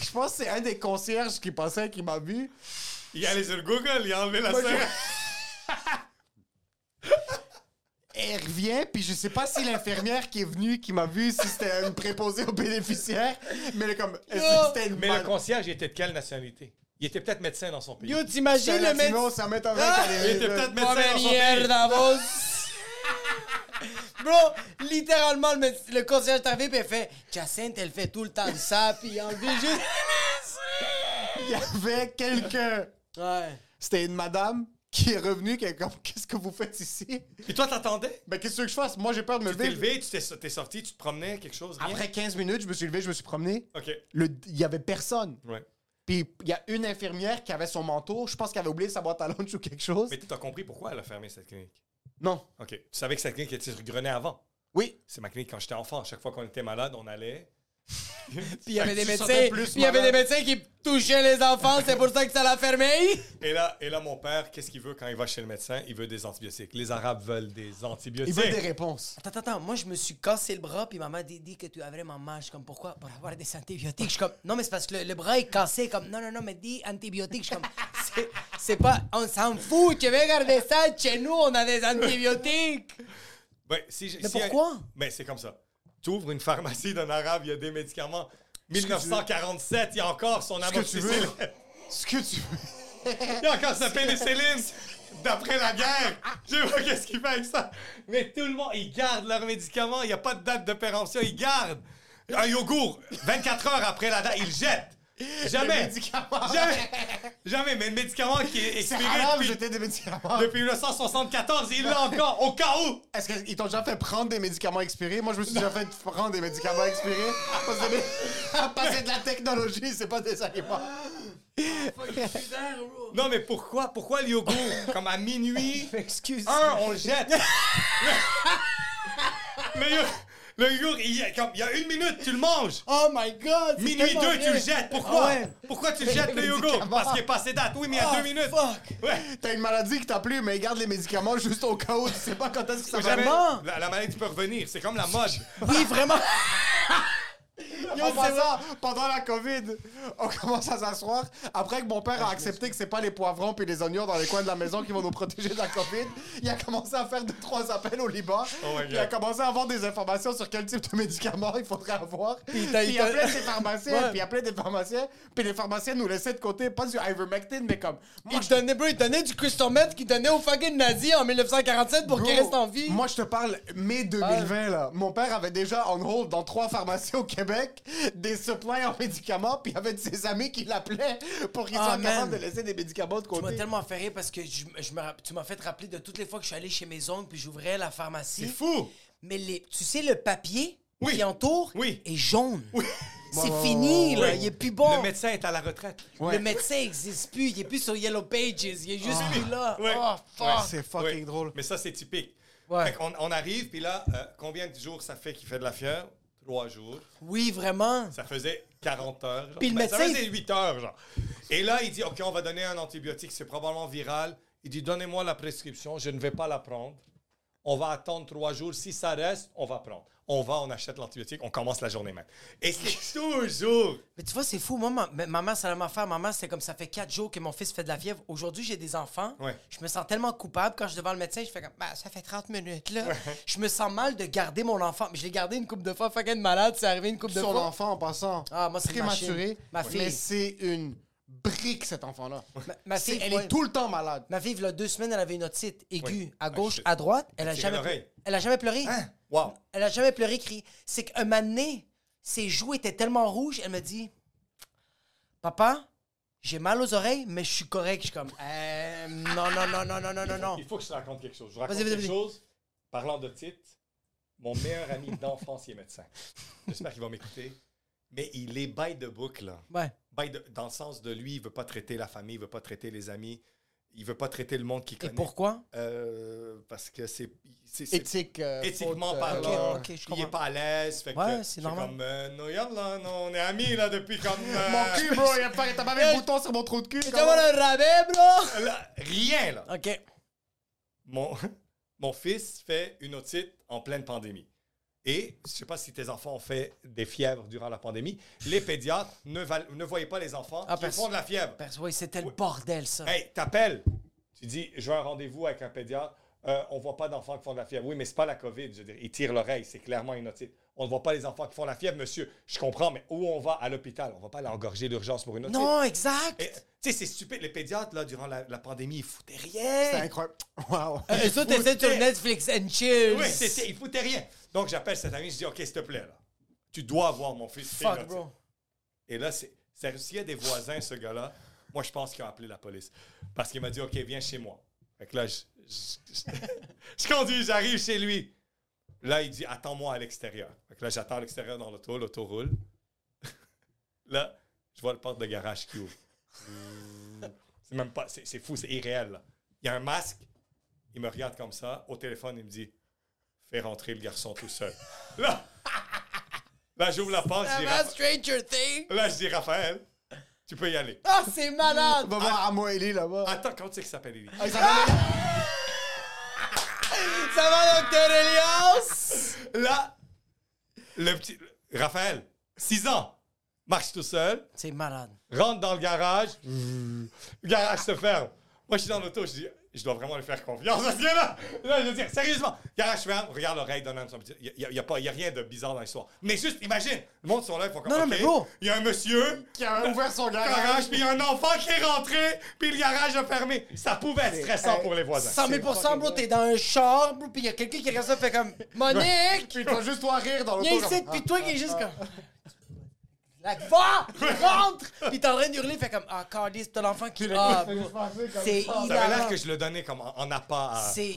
Speaker 4: Je pense que c'est un des concierges qui passait qui m'a vu.
Speaker 5: Il est allé sur Google, il a enlevé la seringue.
Speaker 4: Et il revient, puis je sais pas si l'infirmière qui est venue, qui m'a vu, si c'était une préposée aux bénéficiaires, mais elle est comme... Est-ce que c'était une
Speaker 5: Mais
Speaker 4: mal-
Speaker 5: le concierge, il était de quelle nationalité? Il était peut-être médecin dans son pays.
Speaker 3: Yo, t'imagines
Speaker 4: C'était
Speaker 3: le Ah!
Speaker 4: latino,
Speaker 3: médecin.
Speaker 4: ça m'étonnerait qu'elle
Speaker 5: Il
Speaker 4: ait-
Speaker 5: était peut-être médecin dans son pays.
Speaker 3: Mierda, vos. Bro, littéralement, le, méde- le concierge est arrivé et fait Jacinthe, elle fait tout le temps ça, puis il a enlevé juste.
Speaker 4: Il y avait quelqu'un.
Speaker 3: Ouais.
Speaker 4: C'était une madame qui est revenue, qui est comme, qu'est-ce que vous faites ici?
Speaker 5: Et toi, t'attendais?
Speaker 4: Ben, qu'est-ce que tu veux que je fasse? Moi, j'ai peur de me
Speaker 5: Tu t'es
Speaker 4: lever.
Speaker 5: levé, tu t'es t'es sorti, tu te promenais, quelque chose? rien?
Speaker 4: Après 15 minutes, je me suis levé, je me suis promené.
Speaker 5: OK.
Speaker 4: Le- Il y avait personne.
Speaker 5: Ouais.
Speaker 4: Puis il y a une infirmière qui avait son manteau. Je pense qu'elle avait oublié sa boîte à lunch ou quelque chose.
Speaker 5: Mais t'as compris pourquoi elle a fermé cette clinique?
Speaker 4: Non.
Speaker 5: OK. Tu savais que cette clinique était sur Grenet avant?
Speaker 4: Oui.
Speaker 5: C'est ma clinique quand j'étais enfant. Chaque fois qu'on était malade, on allait.
Speaker 3: Puis il y avait des
Speaker 4: tu
Speaker 3: médecins.
Speaker 4: sentais plus
Speaker 3: Puis il y avait des
Speaker 4: malade.
Speaker 3: médecins qui touchaient les enfants, c'est pour ça que ça l'a fermé.
Speaker 5: Et là, et là mon père, qu'est-ce qu'il veut quand il va chez le médecin? Il veut des antibiotiques. Les Arabes veulent des
Speaker 4: Il
Speaker 5: antibiotiques.
Speaker 4: veut des réponses.
Speaker 3: Attends, attends, moi je me suis cassé le bras, puis maman dit, dit que tu avais vraiment mal. Je suis comme, pourquoi Pour avoir des antibiotiques. Je suis comme, non, mais c'est parce que le, le bras est cassé. Comme, non, non, non, mais dis antibiotiques. Je suis comme, c'est- c'est pas, on s'en fout, tu veux garder ça, chez nous, on a des antibiotiques.
Speaker 5: Ben, si j'ai-
Speaker 3: Mais
Speaker 5: si-
Speaker 3: pourquoi?
Speaker 5: Ben, c'est comme ça. Tu ouvres une pharmacie d'un arabe, il y a des médicaments. 1947, il y a encore son
Speaker 4: que tu veux.
Speaker 5: amoxicilline.
Speaker 4: Ce que tu veux.
Speaker 5: Il y a encore sa pénicilline d'après la guerre. Je vois qu'est-ce qu'il fait avec ça. Mais tout le monde, ils gardent leurs médicaments. Il n'y a pas de date de péremption. Ils gardent un yogourt 24 heures après la date. Ils le jettent. Jamais.
Speaker 4: médicament.
Speaker 5: Jamais. Jamais. Mais le médicament qui est
Speaker 4: C'est
Speaker 5: expiré
Speaker 4: grave,
Speaker 5: depuis,
Speaker 4: j'étais des médicaments.
Speaker 5: depuis 1974, il l'a encore au cas où.
Speaker 4: Est-ce qu'ils t'ont déjà fait prendre des médicaments expirés? Moi, je me suis déjà fait prendre des médicaments expirés. Parce que- Passer de la technologie, c'est pas des aliments.
Speaker 5: Non, mais pourquoi? Pourquoi le yogourt? Comme à minuit,
Speaker 3: Excuse.
Speaker 5: un, on le jette. le yogourt, le yogourt, il y, a, comme, il y a une minute, tu le manges.
Speaker 3: Oh my god! c'est
Speaker 5: Minuit
Speaker 3: tellement
Speaker 5: deux, tu le
Speaker 3: vrai.
Speaker 5: jettes. Pourquoi?
Speaker 3: Ah ouais.
Speaker 5: Pourquoi tu le jettes, le yogourt? Parce qu'il est passé date. Oui, mais il y a
Speaker 3: Ah,
Speaker 5: deux minutes.
Speaker 3: fuck.
Speaker 5: Ouais.
Speaker 4: T'as une maladie qui t'a plu, mais garde les médicaments juste au cas où. Tu sais pas quand est-ce que ça va.
Speaker 5: Jamais-
Speaker 3: Vraiment?
Speaker 5: La, la maladie peut revenir. C'est comme la mode.
Speaker 3: Oui, vraiment!
Speaker 4: En passant, pendant la COVID, on commence à s'asseoir. Après que mon père a accepté que c'est pas les poivrons puis les oignons dans les coins de la maison qui vont nous protéger de la COVID, il a commencé à faire deux, trois appels au Liban.
Speaker 5: Oh my God.
Speaker 4: il a commencé à avoir des informations sur quel type de médicaments il faudrait avoir. Puis
Speaker 3: t'a-
Speaker 4: il
Speaker 3: il t'a-
Speaker 4: appelait ses pharmaciens,
Speaker 3: Ouais.
Speaker 4: puis il appelait des pharmaciens, puis les pharmaciens nous laissaient de côté, pas du ivermectin, mais comme... Moi,
Speaker 3: Il donnait, bro, il donnait du crystal meth qu'il donnait aux fucking nazis en 1947 pour
Speaker 4: Bro,
Speaker 3: qu'ils restent en vie.
Speaker 4: Moi, je te parle mai 2020, là. Mon père avait déjà en hold dans trois pharmacies au Québec des supplies en médicaments, puis il y avait de ses amis qui l'appelaient pour qu'ils
Speaker 3: Ah,
Speaker 4: soient capables de
Speaker 3: man.
Speaker 4: laisser des médicaments de
Speaker 3: Tu m'as
Speaker 4: côté.
Speaker 3: tellement fait rire parce que je, je me, rapp- tu m'as fait rappeler de toutes les fois que je suis allé chez mes oncles puis j'ouvrais la pharmacie.
Speaker 5: C'est fou.
Speaker 3: Mais les, tu sais, le papier
Speaker 5: Oui.
Speaker 3: qui entoure
Speaker 5: Oui.
Speaker 3: est jaune. C'est fini, là.
Speaker 5: Oui.
Speaker 3: Il est plus bon.
Speaker 5: Le médecin est à la retraite.
Speaker 3: Le médecin n'existe plus. Il est plus sur Yellow Pages. Il est juste plus là.
Speaker 5: Ah. Ouais.
Speaker 3: Oh, Ah, fuck.
Speaker 4: C'est fucking
Speaker 5: Oui.
Speaker 4: drôle.
Speaker 5: Mais ça, c'est typique.
Speaker 3: Ouais.
Speaker 5: Fait qu'on- on, arrive, puis là, euh, combien de jours ça fait qu'il fait de la fièvre? Trois jours.
Speaker 3: Oui, vraiment.
Speaker 5: Ça faisait 40 heures. genre.
Speaker 3: Puis le
Speaker 5: Ben, Ça
Speaker 3: médecin-
Speaker 5: faisait 8 heures, genre. Et là, il dit, OK, on va donner un antibiotique, c'est probablement viral. Il dit, donnez-moi la prescription, je ne vais pas la prendre. On va attendre trois jours. Si ça reste, on va prendre. On va, on achète l'antibiotique, on commence la journée même. Et c'est toujours...
Speaker 3: Mais tu vois, c'est fou. Moi, ma, ma- maman, ça la m'a fait. Maman, c'est comme ça fait quatre jours que mon fils fait de la fièvre. Aujourd'hui, j'ai des enfants.
Speaker 5: Ouais.
Speaker 3: Je me sens tellement coupable quand je suis devant le médecin. Je fais comme, bah, ça fait 30 minutes, là. Je me sens mal de garder mon enfant. Mais je l'ai gardé une coupe de fois, fucking malade. C'est arrivé une coupe de
Speaker 4: Son
Speaker 3: fois.
Speaker 4: enfant, en passant,
Speaker 3: Ah, moi, c'est une machine.
Speaker 4: prématuré,
Speaker 3: Ma fille.
Speaker 4: mais c'est une brique, cet enfant-là.
Speaker 3: Ma, ma
Speaker 4: C'est-
Speaker 3: fille,
Speaker 4: elle
Speaker 3: ouais.
Speaker 4: est tout le temps malade.
Speaker 3: Ma fille, il y a deux semaines, elle avait une otite aiguë
Speaker 5: Oui.
Speaker 3: à gauche,
Speaker 5: Ah, je-
Speaker 3: à droite. Elle a
Speaker 5: tiré
Speaker 3: jamais,
Speaker 5: l'oreille.
Speaker 3: elle a jamais pleuré.
Speaker 5: Hein? Wow.
Speaker 3: Elle a jamais pleuré, crié. C'est qu'un moment donné, ses joues étaient tellement rouges, elle me dit Papa, j'ai mal aux oreilles, mais je suis correct. Je suis comme Euh, Non, non, non, non, non, non, non, non.
Speaker 5: Il faut que je te raconte quelque chose. Je vous raconte
Speaker 3: Vas-y, vas-y,
Speaker 5: quelque
Speaker 3: vas-y.
Speaker 5: chose. Parlant de titre, mon meilleur ami d'enfance, il est médecin. J'espère qu'il va m'écouter. Mais il est by the book, là.
Speaker 3: Ouais.
Speaker 5: By the- dans le sens de lui, il veut pas traiter la famille, il veut pas traiter les amis, il veut pas traiter le monde qu'il
Speaker 3: Et
Speaker 5: connaît.
Speaker 3: pourquoi
Speaker 5: Euh, Parce que c'est... c'est- c'est-
Speaker 4: Éthique. euh,
Speaker 5: Éthiquement
Speaker 4: faute, euh,
Speaker 5: parlant,
Speaker 3: ok, ok, je
Speaker 5: il est
Speaker 3: comprends.
Speaker 5: pas à l'aise. Fait que
Speaker 3: Ouais,
Speaker 5: je
Speaker 3: c'est
Speaker 5: suis
Speaker 3: normal.
Speaker 5: comme, euh, no, y'a là, non, on est amis là depuis comme. euh,
Speaker 4: Mon cul, bro, il a pas- t'as pas mis le bouton sur mon trou de cul.
Speaker 3: T'as mal un rabais, bro
Speaker 5: là, rien là.
Speaker 3: Ok.
Speaker 5: mon, mon fils fait une otite en pleine pandémie. Et je ne sais pas si tes enfants ont fait des fièvres durant la pandémie. Les pédiatres ne, val- ne voyaient pas les enfants
Speaker 3: Ah,
Speaker 5: qui
Speaker 3: parce-
Speaker 5: font de la fièvre.
Speaker 3: Parce que, ouais, c'était le bordel, ça.
Speaker 5: Hey, t'appelles. Tu dis, je veux un rendez-vous avec un pédiatre. Euh, on ne voit pas d'enfants qui font de la fièvre. Oui, mais c'est pas la COVID. Je veux dire, ils tirent l'oreille. C'est clairement une otite. On ne voit pas les enfants qui font la fièvre, monsieur. Je comprends, mais où on va à l'hôpital? On ne va pas aller engorger l'urgence pour une otite.
Speaker 3: non, exact.
Speaker 5: Et, Tu sais, c'est stupide. Les pédiatres, là, durant la, la pandémie, ils foutaient rien.
Speaker 4: C'est incroyable. Wow.
Speaker 3: Euh, Les autres étaient sur
Speaker 5: Foutez-
Speaker 3: Netflix and chill.
Speaker 5: Oui, c'était, il foutait rien. Donc, j'appelle cet ami, je dis, OK, s'il te plaît, là. Tu dois voir mon fils. c'est
Speaker 3: Fuck,
Speaker 5: gentil.
Speaker 3: bro.
Speaker 5: Et là, c'est, c'est- s'il y a des voisins, ce gars-là, moi, je pense qu'il a appelé la police. Parce qu'il m'a dit, OK, viens chez moi. Fait que là, je, je- je- je conduis, j'arrive chez lui. Là, il dit, attends-moi à l'extérieur. Fait que là, j'attends à l'extérieur dans l'auto, l'auto roule. là, je vois le porte de garage qui ouvre. C'est même pas, c'est, c'est fou, c'est irréel. là. Il y a un masque, il me regarde comme ça, au téléphone, il me dit, fais rentrer le garçon tout seul. Là, là j'ouvre la porte, je dis,
Speaker 3: Ah,
Speaker 5: Raphaël-
Speaker 3: Stranger Things.
Speaker 5: Là, je dis, Raphaël, tu peux y aller.
Speaker 3: Ah, c'est malade.
Speaker 4: On va voir Amoeli là-bas.
Speaker 5: Attends, comment tu sais qu'il s'appelle Eli?
Speaker 4: Ah, il s'appelle-
Speaker 3: Ça va, Docteur Elias?
Speaker 5: Là, le petit. Raphaël, 6 ans, marche tout seul,
Speaker 3: C'est malade.
Speaker 5: rentre dans le garage, le garage se ferme. Moi, je suis dans l'auto, je dis, je dois vraiment lui faire confiance parce que là, là, je veux dire, sérieusement, garage ferme, regarde l'oreille d'un homme. Il n'y a, y a pas- y a rien de bizarre dans l'histoire. Mais juste, imagine, le monde sont là, ils font comme
Speaker 3: Non, non,
Speaker 5: OK,
Speaker 3: mais bro.
Speaker 5: Il y a un monsieur
Speaker 4: qui a ouvert son
Speaker 5: garage,
Speaker 4: garage.
Speaker 5: puis il y a un enfant qui est rentré, puis le garage a fermé. Ça pouvait être stressant pour les voisins.
Speaker 3: 100 000 bro, t'es dans un char, bro, pis y'a quelqu'un qui regarde ça, fait comme Monique!
Speaker 4: Puis il faut juste toi rire dans Ah.
Speaker 3: Viens
Speaker 4: l'auto.
Speaker 3: ici,
Speaker 4: comme-
Speaker 3: pis toi qui est juste comme. Like, va! Rentre! Puis t'es en train d'hurler, fait comme, ah, Cardis, t'as l'enfant qui. Ah, bro. c'est
Speaker 5: Ça avait l'air
Speaker 3: hilarant.
Speaker 5: que je Ah. le donnais comme en, en appât. à-
Speaker 3: C'est.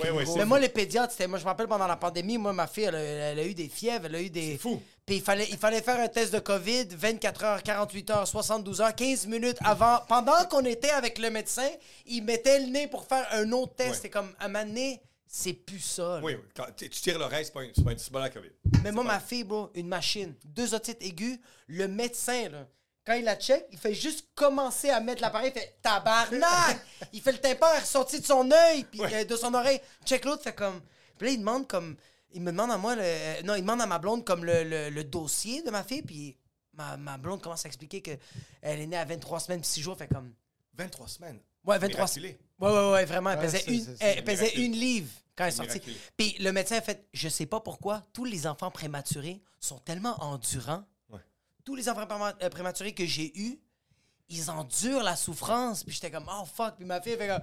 Speaker 5: Ouais, ouais, c'est-
Speaker 3: Mais moi, le pédiatre, c'était. Moi, je me rappelle pendant la pandémie, moi, ma fille, elle, a- elle a eu des fièvres, elle a eu des.
Speaker 5: C'est fou.
Speaker 3: Puis il fallait, il fallait faire un test de COVID 24 heures, 48 heures, 72 heures, 15 minutes avant. Pendant qu'on était avec le médecin, il mettait le nez pour faire un autre test.
Speaker 5: Ouais.
Speaker 3: C'est comme, à ma nez, c'est plus ça. là.
Speaker 5: Oui, oui. Quand tu tu tires l'oreille, c'est pas, une- c'est pas, une- c'est pas la COVID.
Speaker 3: Mais moi, ma fille, bro, une machine, deux otites aiguës, le médecin, là, quand il la check, il fait juste commencer à mettre l'appareil, il fait tabarnak! il fait le tympan ressorti de son œil, puis euh, de son oreille. Check l'autre, fait comme. Puis là, il demande comme. Il me demande à moi, le- euh, non, il demande à ma blonde comme le, le- le dossier de ma fille, puis ma, ma blonde commence à expliquer que elle est née à 23 semaines, puis 6 jours, fait comme.
Speaker 5: 23 semaines.
Speaker 3: Ouais, 23.
Speaker 5: Miraculé.
Speaker 3: Ouais, ouais, ouais, vraiment. Elle pesait,
Speaker 4: c'est-
Speaker 3: une,
Speaker 4: c'est-
Speaker 3: elle pesait
Speaker 5: miraculé.
Speaker 3: une livre quand elle est sortie.
Speaker 5: Miraculé.
Speaker 3: Puis le médecin a fait Je sais pas pourquoi, tous les enfants prématurés sont tellement endurants.
Speaker 5: Ouais.
Speaker 3: Tous les enfants préma- euh, prématurés que j'ai eus, ils endurent la souffrance. Puis j'étais comme Oh fuck. Puis ma fille fait comme.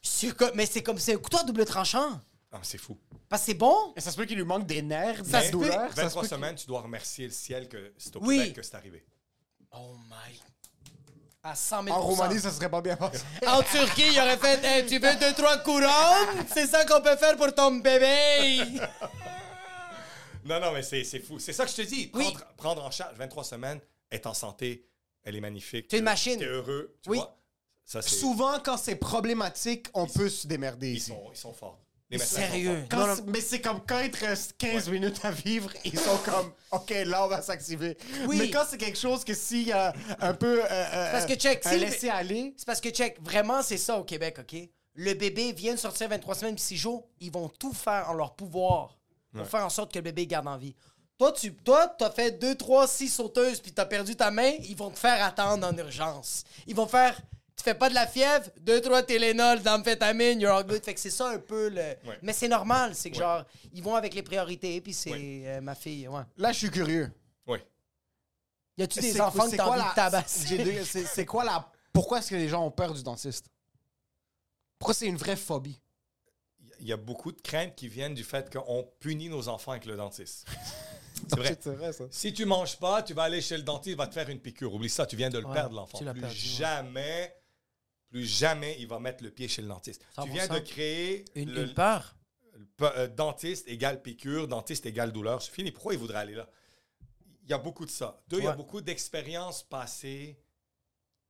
Speaker 3: C'est comme- Mais c'est comme. C'est un couteau à double tranchant.
Speaker 5: Ah, c'est fou.
Speaker 3: Parce que c'est bon.
Speaker 4: Et ça se peut qu'il lui manque des nerfs, de
Speaker 5: Mais
Speaker 4: la douleur. ça se
Speaker 5: 23
Speaker 4: peut qu'il-
Speaker 5: semaines, tu dois remercier le ciel que c'est au
Speaker 3: Oui.
Speaker 5: Québec que c'est arrivé.
Speaker 3: Oh my. À 100 000
Speaker 4: En Roumanie, ça serait pas bien passé.
Speaker 3: En Turquie, il aurait fait Hey, Tu veux deux, trois couronnes C'est ça qu'on peut faire pour ton bébé.
Speaker 5: Non, non, mais c'est c'est fou. C'est ça que je te dis. Prendre,
Speaker 3: Oui.
Speaker 5: prendre en charge 23 semaines, être en santé, elle est magnifique.
Speaker 3: T'es une
Speaker 5: Euh,
Speaker 3: machine.
Speaker 5: T'es heureux. Tu
Speaker 3: Oui.
Speaker 5: vois? Ça, c'est-
Speaker 4: Souvent, quand c'est problématique, on peut se démerder
Speaker 5: Ils
Speaker 4: ici.
Speaker 5: sont, ils sont forts. Les médecins sont
Speaker 3: Sérieux.
Speaker 5: forts.
Speaker 4: Quand
Speaker 3: Non, non.
Speaker 4: c'est- Mais c'est comme quand il te reste 15 minutes à vivre, ils sont comme, OK, là, on va s'activer.
Speaker 3: Oui.
Speaker 4: Mais quand c'est quelque chose que s'il y a un peu. euh, euh,
Speaker 3: parce que check,
Speaker 4: un
Speaker 3: si le-
Speaker 4: laisser-aller.
Speaker 3: C'est parce que, check, vraiment, c'est ça au Québec, OK? Le bébé vient de sortir 23 semaines puis 6 jours, ils vont tout faire en leur pouvoir pour faire en sorte que le bébé garde en vie. Toi, tu toi, as fait 2, 3, 6 sauteuses puis tu as perdu ta main, ils vont te faire attendre en urgence. Ils vont faire, tu fais pas de la fièvre, 2, 3 Tylenol, d'amphétamine, you're all good. Fait que c'est ça un peu le. Mais c'est normal, c'est que genre, ils vont avec les priorités puis c'est
Speaker 5: Ouais.
Speaker 3: euh, ma fille, ouais.
Speaker 4: Là, je suis curieux.
Speaker 5: Oui.
Speaker 3: Y a-tu
Speaker 4: C'est-
Speaker 3: des enfants
Speaker 4: c'est
Speaker 3: que t'as
Speaker 4: quoi
Speaker 3: envie
Speaker 4: la-
Speaker 3: de tabasser?
Speaker 4: j'ai deux- C'est c'est quoi la. Pourquoi est-ce que les gens ont peur du dentiste? Pourquoi c'est une vraie phobie?
Speaker 5: Il y a beaucoup de craintes qui viennent du fait qu'on punit nos enfants avec le dentiste. C'est vrai.
Speaker 4: ça.
Speaker 5: Si tu manges pas, tu vas aller chez le dentiste, il va te faire une piqûre. Oublie ça, tu viens de le
Speaker 3: Ouais,
Speaker 5: perdre, l'enfant.
Speaker 3: tu
Speaker 5: Plus
Speaker 3: l'as perdu, ouais.
Speaker 5: jamais, plus jamais, il va mettre le pied chez le dentiste. Tu
Speaker 3: 100%.
Speaker 5: viens de créer
Speaker 3: Une,
Speaker 5: le-
Speaker 3: une peur?
Speaker 5: Pe- euh, dentiste égale piqûre, dentiste égale douleur. C'est fini. Pourquoi il voudrait aller là? Il y a beaucoup de ça. Deux, il y a
Speaker 3: Ouais.
Speaker 5: beaucoup d'expériences passées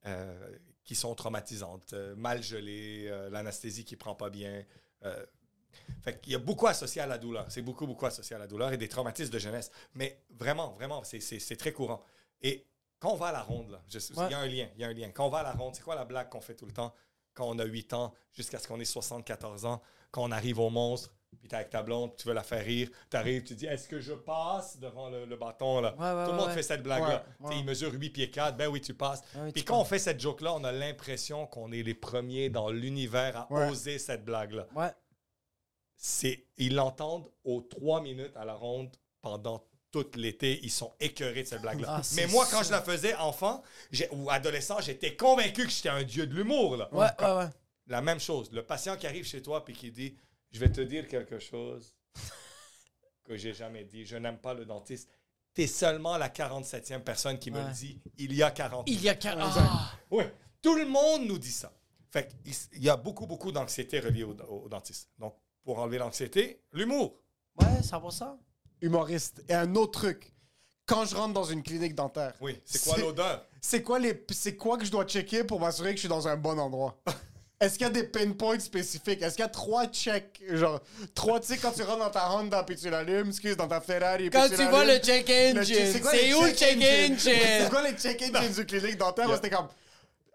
Speaker 5: euh, qui sont traumatisantes. Euh, mal gelées, euh, l'anesthésie qui prend pas bien. Euh, fait qu'il y a beaucoup associé à la douleur. C'est beaucoup, beaucoup associé à la douleur et des traumatismes de jeunesse. Mais vraiment, vraiment, c'est- c'est c'est très courant. Et quand on va à la ronde, là, je- il
Speaker 3: Ouais.
Speaker 5: y a un lien, il y a un lien. Quand on va à la ronde, c'est quoi la blague qu'on fait tout le temps quand on a 8 ans jusqu'à ce qu'on ait 74 ans, quand on arrive au monstre, puis t'es avec ta blonde, tu veux la faire rire, t'arrives, tu dis est-ce que je passe devant le, le bâton là
Speaker 3: Ouais, ouais,
Speaker 5: Tout le
Speaker 3: ouais,
Speaker 5: monde
Speaker 3: ouais. Ah
Speaker 5: fait cette blague-là.
Speaker 4: Ouais,
Speaker 5: Tu sais,
Speaker 4: ouais.
Speaker 5: Il mesure 8 pieds 4, ben oui, tu passes.
Speaker 3: oui,
Speaker 5: puis
Speaker 3: tu
Speaker 5: quand on fait cette joke-là, on a l'impression qu'on est les premiers dans l'univers à
Speaker 4: Ouais.
Speaker 5: oser cette blague-là
Speaker 3: Ouais.
Speaker 5: c'est ils l'entendent aux trois minutes à la ronde pendant tout l'été. Ils sont écœurés de cette blague-là.
Speaker 3: Ah, c'est
Speaker 5: Mais moi, quand
Speaker 3: sûr.
Speaker 5: je la faisais enfant j'ai- ou adolescent, j'étais convaincu que j'étais un dieu de l'humour. là.
Speaker 3: Ouais, ouais, ouais.
Speaker 5: La même chose. Le patient qui arrive chez toi et qui dit « Je vais te dire quelque chose que j'ai jamais dit. Je n'aime pas le dentiste. » T'es seulement la 47e personne qui me le dit il y a 40
Speaker 3: Il y a qu'un. Ah!
Speaker 5: oui, tout le monde nous dit ça. Fait qu'il s- il y a beaucoup, beaucoup d'anxiété reliée au, au- au dentiste. Donc, pour enlever l'anxiété, l'humour.
Speaker 3: Ouais, 100%.
Speaker 4: Humoriste. Et un autre truc. Quand je rentre dans une clinique dentaire,
Speaker 5: Oui, c'est quoi l'odeur?
Speaker 4: c'est quoi les c'est quoi que je dois checker pour m'assurer que je suis dans un bon endroit Est-ce qu'il y a des pinpoints spécifiques Est-ce qu'il y a trois checks genre trois tu sais quand tu rentres dans ta Honda puis tu l'allumes, excuse dans ta Ferrari puis
Speaker 3: Quand tu vois le
Speaker 4: l'allumes,
Speaker 3: check
Speaker 4: le
Speaker 3: engine,
Speaker 4: check- quoi
Speaker 3: c'est
Speaker 4: les
Speaker 3: où le check
Speaker 4: engines? C'est
Speaker 3: engine?
Speaker 4: quoi les check engines du clinique dentaire Moi, C'était comme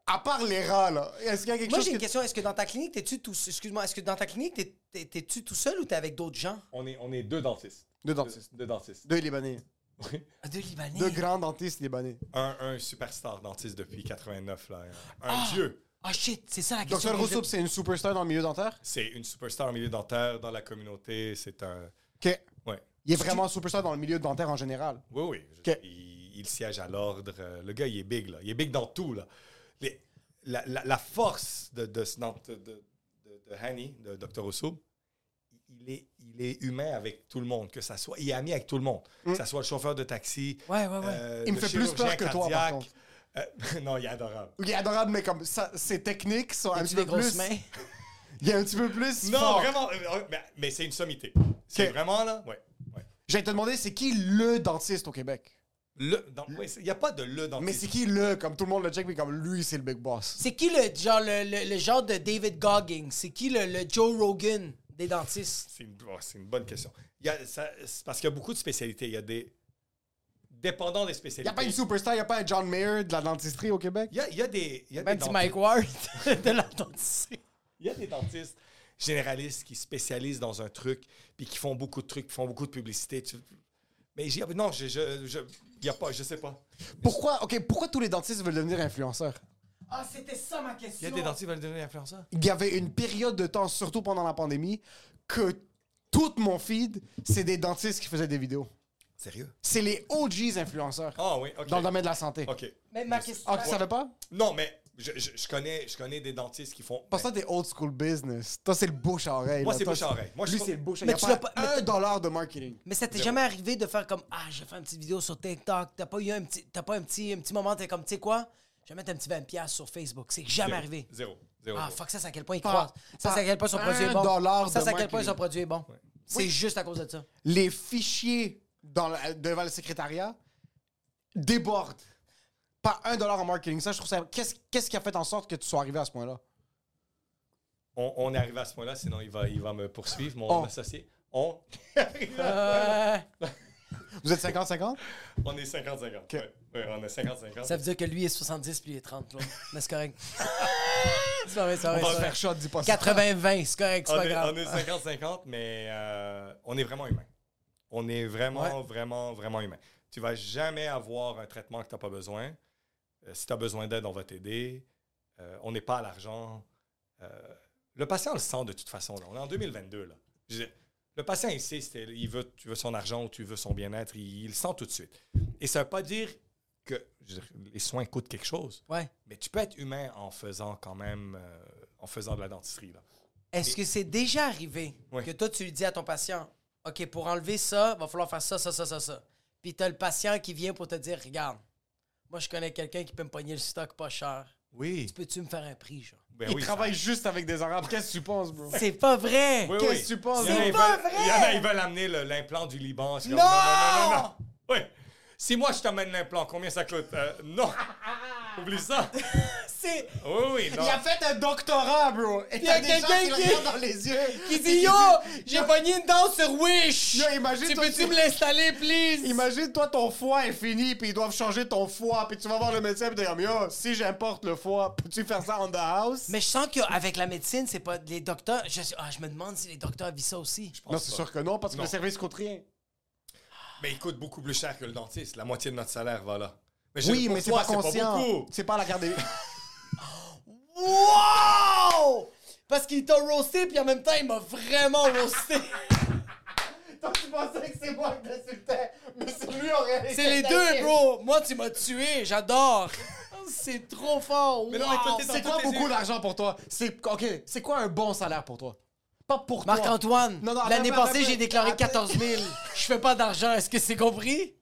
Speaker 4: à part les rats là. Est-ce qu'il y a quelque
Speaker 3: Moi,
Speaker 4: chose
Speaker 3: j'ai une
Speaker 4: que-
Speaker 3: question. Est-ce que dans ta clinique, t'es-tu tout seul? Excuse-moi, est-ce que dans ta clinique, t'es- t'es- t'es-tu tout seul ou t'es avec d'autres gens?
Speaker 5: On est, on est deux dentistes.
Speaker 4: Deux dentistes.
Speaker 5: Deux, deux dentistes.
Speaker 4: Deux Libanais,
Speaker 3: De Libanais.
Speaker 4: deux grands dentistes libanais.
Speaker 5: Un, un superstar dentiste depuis 89. Là. Un dieu.
Speaker 3: Ah shit, c'est ça la question.
Speaker 4: Docteur
Speaker 3: que je-
Speaker 4: Rousseau, c'est une superstar dans le milieu dentaire
Speaker 5: C'est une superstar au milieu dentaire, dans la communauté. C'est un...
Speaker 4: OK.
Speaker 5: Ouais.
Speaker 4: Il est vraiment superstar dans le milieu dentaire en général.
Speaker 5: Oui, oui. Je-
Speaker 4: Ok.
Speaker 5: Il, il siège à l'ordre. Euh, Le gars, il est big, là. Il est big dans tout, là. Les- la, la- la force de, de, ce- non, de, de, de- de Hani, de Dr. Rousseau, il- il est, il est humain avec tout le monde, que ça soit, il est ami avec tout le monde, que ça soit le chauffeur de taxi.
Speaker 3: Ouais, ouais, ouais.
Speaker 5: euh,
Speaker 4: Mm. Il me
Speaker 5: le
Speaker 4: fait plus peur
Speaker 5: chirurgien
Speaker 4: que toi, par
Speaker 5: cardiaque. Euh, non, il est adorable.
Speaker 4: Il est adorable, mais comme ça, ses techniques sont un
Speaker 3: As-tu
Speaker 4: petit
Speaker 3: des
Speaker 4: peu
Speaker 3: grosses
Speaker 4: plus.
Speaker 3: mains?
Speaker 4: Il est un petit peu plus.
Speaker 5: Non,
Speaker 4: fort.
Speaker 5: vraiment, euh, mais, mais c'est une sommité. C'est
Speaker 4: Ok.
Speaker 5: vraiment là, ouais. ouais.
Speaker 4: J'allais te demander, c'est qui le dentiste au Québec?
Speaker 5: Le, non, ouais, c'est- il n'y a pas de le dans
Speaker 4: Mais c'est qui le, comme tout le monde le check, mais comme lui, c'est le big boss.
Speaker 3: C'est qui le genre, le, le- le genre de David Goggins? C'est qui le, le Joe Rogan des dentistes?
Speaker 5: C'est une, oh, c'est une bonne question. Il y a, ça, c'est parce qu'il y a beaucoup de spécialités. Il y a des. Dépendant des
Speaker 4: Il n'y
Speaker 5: spécialités.
Speaker 4: a pas une superstar, il n'y a pas un John Mayer de la dentisterie au Québec?
Speaker 5: Il y a, il y a des.
Speaker 4: Ben,
Speaker 5: Il y a
Speaker 3: Un
Speaker 5: des
Speaker 3: petit
Speaker 5: dentistes,
Speaker 3: Mike Ward de l'authenticité.
Speaker 5: il y a des dentistes généralistes qui spécialisent dans un truc, puis qui font beaucoup de trucs, qui font beaucoup de publicité. Tu- Mais j'y- non, je, je, je, il y a pas, je sais pas.
Speaker 4: Pourquoi, ok, pourquoi tous les dentistes veulent devenir influenceurs?
Speaker 3: Ah, c'était ça ma
Speaker 5: Il y
Speaker 3: question.
Speaker 5: a des dentistes qui veulent devenir influenceurs.
Speaker 4: Il y avait une période de temps, surtout pendant la pandémie, que tout mon feed, c'est des dentistes qui faisaient des vidéos.
Speaker 5: Sérieux?
Speaker 4: C'est les OGs influenceurs
Speaker 5: Ah oui, ok.
Speaker 4: dans le domaine de la santé.
Speaker 5: Ok.
Speaker 3: Mais ma
Speaker 5: Je-
Speaker 3: question.
Speaker 4: Ah, tu savais pas?
Speaker 5: Non, mais je, je, je connais, je connais des dentistes qui font.
Speaker 4: Parce que toi, t'es old school business. Toi, c'est le bouche à oreille.
Speaker 5: Moi,
Speaker 4: là.
Speaker 5: c'est
Speaker 4: Toi,
Speaker 5: bouche à oreille. Moi, je
Speaker 4: Lui,
Speaker 5: trouve-
Speaker 4: c'est le bouche à
Speaker 3: Mais
Speaker 4: oreille.
Speaker 3: tu
Speaker 4: Il a
Speaker 3: l'as
Speaker 4: pas
Speaker 3: pas- mais-
Speaker 4: un dollar de marketing.
Speaker 3: Mais ça t'est jamais arrivé de faire comme Ah, j'ai fait une petite vidéo sur TikTok. T'as pas eu un petit, t'as pas un petit, un petit moment, t'es comme, tu sais quoi? Je vais mettre un petit 20$ sur Facebook. C'est jamais
Speaker 5: Zéro.
Speaker 3: arrivé.
Speaker 5: Zéro. Zéro.
Speaker 3: Ah, fuck, ça, c'est à quel point il
Speaker 4: Pas-
Speaker 3: croise. Ça,
Speaker 4: pas
Speaker 3: c'est à quel point son
Speaker 4: un
Speaker 3: produit est bon.
Speaker 4: dollar
Speaker 3: ça,
Speaker 4: de
Speaker 3: c'est à quel point
Speaker 4: marketing.
Speaker 3: son produit est bon. C'est juste à cause de ça.
Speaker 4: Les fichiers dans la- devant le secrétariat débordent. Pas un dollar en marketing. Ça, je trouve ça. Qu'est-ce qu'est-ce qui a fait en sorte que tu sois arrivé à ce point-là?
Speaker 5: On, on est arrivé à ce point-là, sinon il va, il va me poursuivre, mon
Speaker 4: On.
Speaker 5: associé. On,
Speaker 3: Euh,
Speaker 4: Vous êtes 50-50?
Speaker 5: on est 50-50. Ouais. Ouais, on est 50-50.
Speaker 3: ça veut dire que lui est 70 puis il est 30, là. Mais c'est correct. c'est pas vrai, c'est pas vrai,
Speaker 5: va
Speaker 3: c'est vrai.
Speaker 4: Faire shot, dis pas ça.
Speaker 3: 80-20, c'est correct, c'est
Speaker 5: on,
Speaker 3: pas
Speaker 5: est,
Speaker 3: grave.
Speaker 5: on est 50-50, mais euh, on est vraiment humain. On est vraiment, vraiment, vraiment humain. Tu vas jamais avoir un traitement que tu n'as pas besoin. Euh, si tu as besoin d'aide, on va t'aider. Euh, on n'est pas à l'argent. Euh, le patient le sent de toute façon. là. On est en 2022. Là. Je veux dire, le patient, il sait si t'es- il veut, tu veux son argent ou tu veux son bien-être. Il, il le sent tout de suite. Et ça ne veut pas dire que je veux dire, les soins coûtent quelque chose.
Speaker 3: Ouais.
Speaker 5: Mais tu peux être humain en faisant quand même, euh, en faisant de la dentisterie. Là.
Speaker 3: Est-ce que c'est déjà arrivé
Speaker 5: Ouais.
Speaker 3: que toi, tu lui dis à ton patient, OK, pour enlever ça, va falloir faire ça, ça, ça, ça, ça. Puis t'as le patient qui vient pour te dire, regarde, moi, je connais quelqu'un qui peut me pogner le stock pas cher.
Speaker 5: Oui.
Speaker 3: Peux-tu me faire un prix, genre?
Speaker 5: Ben
Speaker 4: Il
Speaker 5: oui, ça-
Speaker 4: travaille juste avec des arabes. Qu'est-ce que tu penses, bro?
Speaker 3: C'est pas vrai!
Speaker 5: Oui,
Speaker 4: Qu'est-ce
Speaker 5: oui.
Speaker 4: que tu penses?
Speaker 5: Il y en a,
Speaker 3: C'est
Speaker 5: ils
Speaker 3: pas
Speaker 5: veulent-
Speaker 3: vrai!
Speaker 5: Il y en a, ils veulent amener le- l'implant du Liban. C'est comme,
Speaker 3: Non!
Speaker 5: Oui. Si moi, je t'amène l'implant, combien ça coûte? Euh, non. Oublie ça.
Speaker 3: C'est...
Speaker 5: Oui, oui, Oh, non.
Speaker 4: Il a fait un doctorat, bro! Et
Speaker 3: y a
Speaker 4: t'as des gens
Speaker 3: quelqu'un
Speaker 4: qui le
Speaker 3: qui-
Speaker 4: regardent dans les yeux!
Speaker 3: Qui
Speaker 4: et
Speaker 3: dit, yo, j'ai pogné une dent sur Wish!
Speaker 4: Yo, imagine
Speaker 3: tu
Speaker 4: toi,
Speaker 3: peux-tu
Speaker 4: tu-
Speaker 3: me l'installer, please?
Speaker 4: Imagine, toi, ton foie est fini, puis ils doivent changer ton foie, puis tu vas voir le médecin, puis t'es comme, yo, si j'importe le foie, peux-tu faire ça on the house?
Speaker 3: Mais je sens qu'avec la médecine, c'est pas... Les docteurs... Je, ah, je me demande si les docteurs vivent ça aussi.
Speaker 4: non, c'est sûr que non, parce que
Speaker 5: Non.
Speaker 4: le service coûte rien.
Speaker 5: Mais il coûte beaucoup plus cher que le dentiste. La moitié de notre salaire va là. Mais je-
Speaker 4: Oui,
Speaker 5: pour
Speaker 4: mais c'est
Speaker 5: toi,
Speaker 4: pas conscient.
Speaker 5: beaucoup.
Speaker 4: C'est pas à la garde des-
Speaker 3: Wow! Parce qu'il t'a roasté, puis en même temps, il m'a vraiment roasté.
Speaker 4: Toi, tu pensais que c'est moi qui l'insultais, mais c'est lui en réalité.
Speaker 3: C'est les deux, bro. Moi, tu m'as tué. J'adore. C'est trop fort.
Speaker 5: Mais non,
Speaker 3: Wow.
Speaker 5: mais toi, t'es dans
Speaker 4: C'est
Speaker 5: toutes
Speaker 4: quoi
Speaker 5: les
Speaker 4: beaucoup
Speaker 5: écoles.
Speaker 4: d'argent pour toi? C'est OK, c'est quoi un bon salaire pour toi? Pas pour toi.
Speaker 3: Marc-Antoine,
Speaker 4: Non, non, attends,
Speaker 3: l'année
Speaker 4: attends,
Speaker 3: passée,
Speaker 4: attends,
Speaker 3: j'ai déclaré
Speaker 4: attends.
Speaker 3: 14 000. Je fais pas d'argent. Est-ce que c'est compris?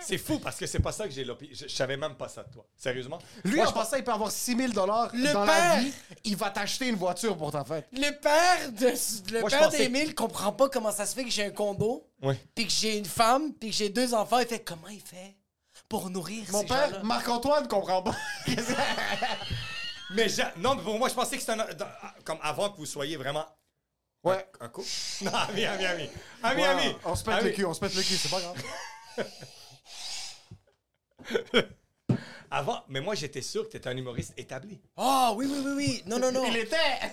Speaker 5: C'est fou parce que c'est pas ça que j'ai l'opinion. Je, je savais même pas ça de toi. Sérieusement?
Speaker 4: Lui,
Speaker 5: Moi,
Speaker 4: en passant, il peut avoir 6000 dollars
Speaker 3: Le
Speaker 4: dans la
Speaker 3: père.
Speaker 4: vie. Il va t'acheter une voiture pour ta fête.
Speaker 3: Le père de le
Speaker 5: Moi, je
Speaker 3: père
Speaker 5: pensais-
Speaker 3: d'Émile comprend pas comment ça se fait que j'ai un condo,
Speaker 5: Oui.
Speaker 3: puis que j'ai une femme, puis que j'ai deux enfants. Il fait comment il fait pour nourrir
Speaker 4: Mon
Speaker 3: ces gens-là?
Speaker 4: père, Marc-Antoine, comprend pas.
Speaker 5: Mais j'a- non, mais pour moi, je pensais que c'était un- dans- comme avant que vous soyez vraiment
Speaker 4: ouais.
Speaker 5: un couple. Non, ami, ami, ami. Ami,
Speaker 4: Ouais,
Speaker 5: ami.
Speaker 4: On se pète
Speaker 5: Ami.
Speaker 4: le cul, on se pète le cul, c'est pas grave.
Speaker 5: Avant, mais moi, j'étais sûr que t'étais un humoriste établi.
Speaker 3: Ah oui, oui, oui, oui. Non, non, non.
Speaker 4: Il était!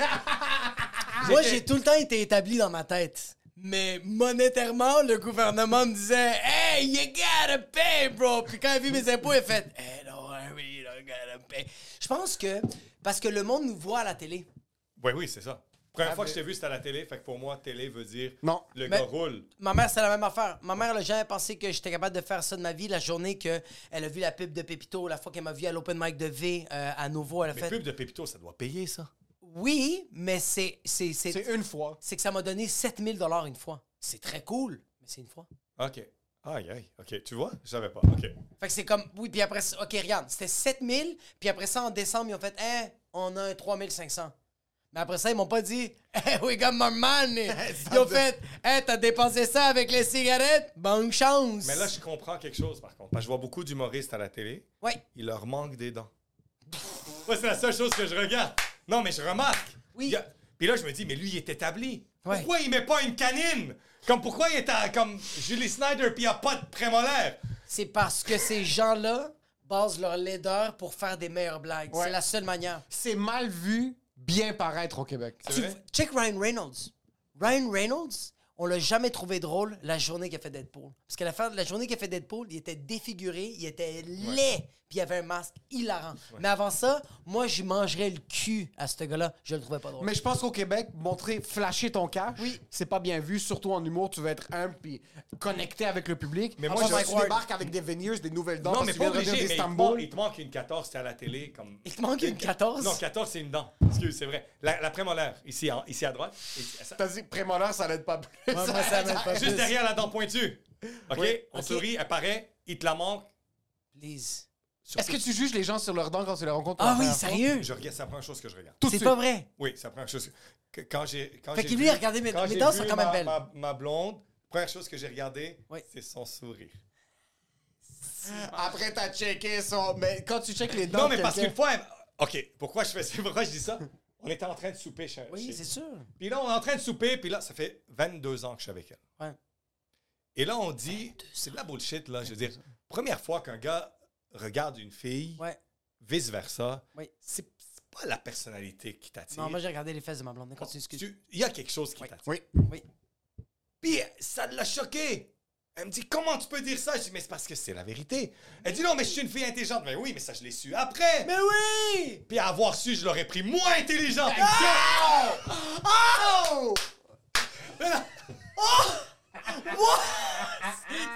Speaker 3: Moi, j'ai tout le temps été établi dans ma tête. Mais monétairement, le gouvernement me disait Hey, you gotta pay, bro. Puis quand il a vu mes impôts, il a fait Hey, don't worry, you don't gotta pay. Je pense que parce que le monde nous voit à la télé.
Speaker 5: Oui, oui, c'est ça. Première fois que je t'ai vu, c'était à la télé. Fait que pour moi, télé veut dire
Speaker 4: Ah, Non.
Speaker 5: le
Speaker 3: Mais-
Speaker 5: gars roule.
Speaker 3: Ma mère, c'est la même affaire. Ma mère, elle a jamais pensé que j'étais capable de faire ça de ma vie. La journée qu'elle a vu la pub de Pépito, la fois qu'elle m'a vu à l'open mic de V euh, à nouveau, elle a
Speaker 5: Mais
Speaker 3: fait
Speaker 5: pub de Pépito, ça doit payer, ça.
Speaker 3: oui, mais c'est. C'est
Speaker 4: C'est
Speaker 3: c'est-
Speaker 4: une fois.
Speaker 3: c'est que ça m'a donné 7000 dollars une fois. C'est très cool, mais c'est une fois.
Speaker 5: OK. Aïe, aïe. OK, tu vois? Je savais pas. OK.
Speaker 3: Fait que c'est comme, oui, puis après ça, OK, regarde, c'était 7000, puis après ça, en décembre, ils ont fait, eh, on a un 3500. Mais après ça, ils m'ont pas dit, hey, we got more money. Ils ont fait, hey, t'as dépensé ça avec les cigarettes? Bonne chance.
Speaker 5: Mais là, je comprends quelque chose, par contre. Parce que je vois beaucoup d'humoristes à la télé.
Speaker 3: Ouais.
Speaker 5: Il leur manque des dents. Moi, c'est la seule chose que je regarde. Non, mais je remarque.
Speaker 3: Oui.
Speaker 5: Il y a- Puis là, je me dis, mais lui, il est établi.
Speaker 3: Ouais.
Speaker 5: Pourquoi il met pas une canine? Comme pourquoi il est à- comme Julie Snyder puis il a pas de prémolaire?
Speaker 3: C'est parce que ces gens-là basent leur laideur pour faire des meilleures blagues. C'est la seule manière.
Speaker 4: C'est mal vu bien paraître au Québec.
Speaker 5: C'est
Speaker 3: Tu-
Speaker 5: vrai?
Speaker 3: check Ryan Reynolds. Ryan Reynolds, on l'a jamais trouvé drôle la journée qu'il a fait Deadpool. Parce que la, fin, la journée qu'il a fait Deadpool, il était défiguré, il était laid, puis il avait un masque hilarant. Mais avant ça, moi, je mangerais le cul à ce gars-là. Je le trouvais pas drôle.
Speaker 4: Mais je pense qu'au Québec, montrer, flasher ton cash, c'est pas bien vu, surtout en humour, tu veux être humble puis connecté avec le public.
Speaker 5: Mais
Speaker 4: Mais
Speaker 5: moi,
Speaker 4: moi,
Speaker 5: je-
Speaker 4: tu débarques avec des veneers, des nouvelles dents,
Speaker 5: Non,
Speaker 4: parce
Speaker 5: mais
Speaker 4: que
Speaker 5: pas
Speaker 4: tu viens de revenir
Speaker 5: obligé. Mais il, te
Speaker 4: d'Istanbul.
Speaker 5: manque- il te manque une 14, c'est à la télé. Comme...
Speaker 3: Il te manque une 14?
Speaker 5: Non, 14, c'est une dent. Excuse, c'est vrai. La, la prémolaire, ici, en- ici à droite. et- ça-
Speaker 4: T'as dit prémolaire, ça l'aide pas plus.
Speaker 3: Ouais, moi, ça m'aide pas
Speaker 5: juste
Speaker 3: plus.
Speaker 5: derrière la dent pointue. OK? On
Speaker 3: OK.
Speaker 5: sourit, elle paraît, il te la manque.
Speaker 3: Please.
Speaker 4: Est-ce que tu juges les gens sur leurs dents quand tu les rencontres?
Speaker 3: Ah
Speaker 4: pour la
Speaker 3: oui,
Speaker 4: première fois?
Speaker 3: sérieux?
Speaker 5: Je regarde, ça prend une chose que je regarde.
Speaker 4: Tout de
Speaker 3: C'est
Speaker 4: suite.
Speaker 3: pas vrai.
Speaker 5: Oui, ça prend une chose. que- quand j'ai. quand
Speaker 3: Fait
Speaker 5: j'ai
Speaker 3: qu'il
Speaker 5: vu-
Speaker 3: lui a regardé mes-
Speaker 5: quand
Speaker 3: mes
Speaker 5: j'ai
Speaker 3: dents
Speaker 5: vu
Speaker 3: sont quand
Speaker 5: ma-
Speaker 3: même belles.
Speaker 5: Ma, ma blonde, première chose que j'ai regardée,
Speaker 3: Oui.
Speaker 5: c'est son sourire.
Speaker 4: Après, t'as checké son. Mais quand tu checkes les dents.
Speaker 5: non,
Speaker 4: de
Speaker 5: mais parce
Speaker 4: quelqu'un-
Speaker 5: qu'une fois, elle- OK, pourquoi je fais ça? Pourquoi je dis ça? On était en train de souper chez
Speaker 3: Oui,
Speaker 5: chez-
Speaker 3: c'est sûr.
Speaker 5: Puis là, on est en train de souper, puis là, ça fait 22 ans que je suis avec elle.
Speaker 3: Ouais.
Speaker 5: Et là, on dit, c'est de la bullshit, là. Je veux dire, première fois qu'un gars regarde une fille,
Speaker 3: Ouais.
Speaker 5: vice-versa,
Speaker 3: Oui.
Speaker 5: c'est c'est pas la personnalité qui t'attire.
Speaker 3: Non, moi, j'ai regardé les fesses de ma blonde. Mais Continue, excuse.
Speaker 5: Tu- Il y a quelque chose qui t'attire.
Speaker 4: Oui.
Speaker 3: Oh, Oui.
Speaker 5: Puis ça l'a choqué. Elle me dit comment tu peux dire ça Je dis mais c'est parce que c'est la vérité. Elle dit non mais je suis une fille intelligente. Mais oui mais ça je l'ai su après.
Speaker 3: Mais oui!
Speaker 5: Puis à avoir su je l'aurais pris moins intelligente. Ah!
Speaker 3: Ah!
Speaker 4: Oh!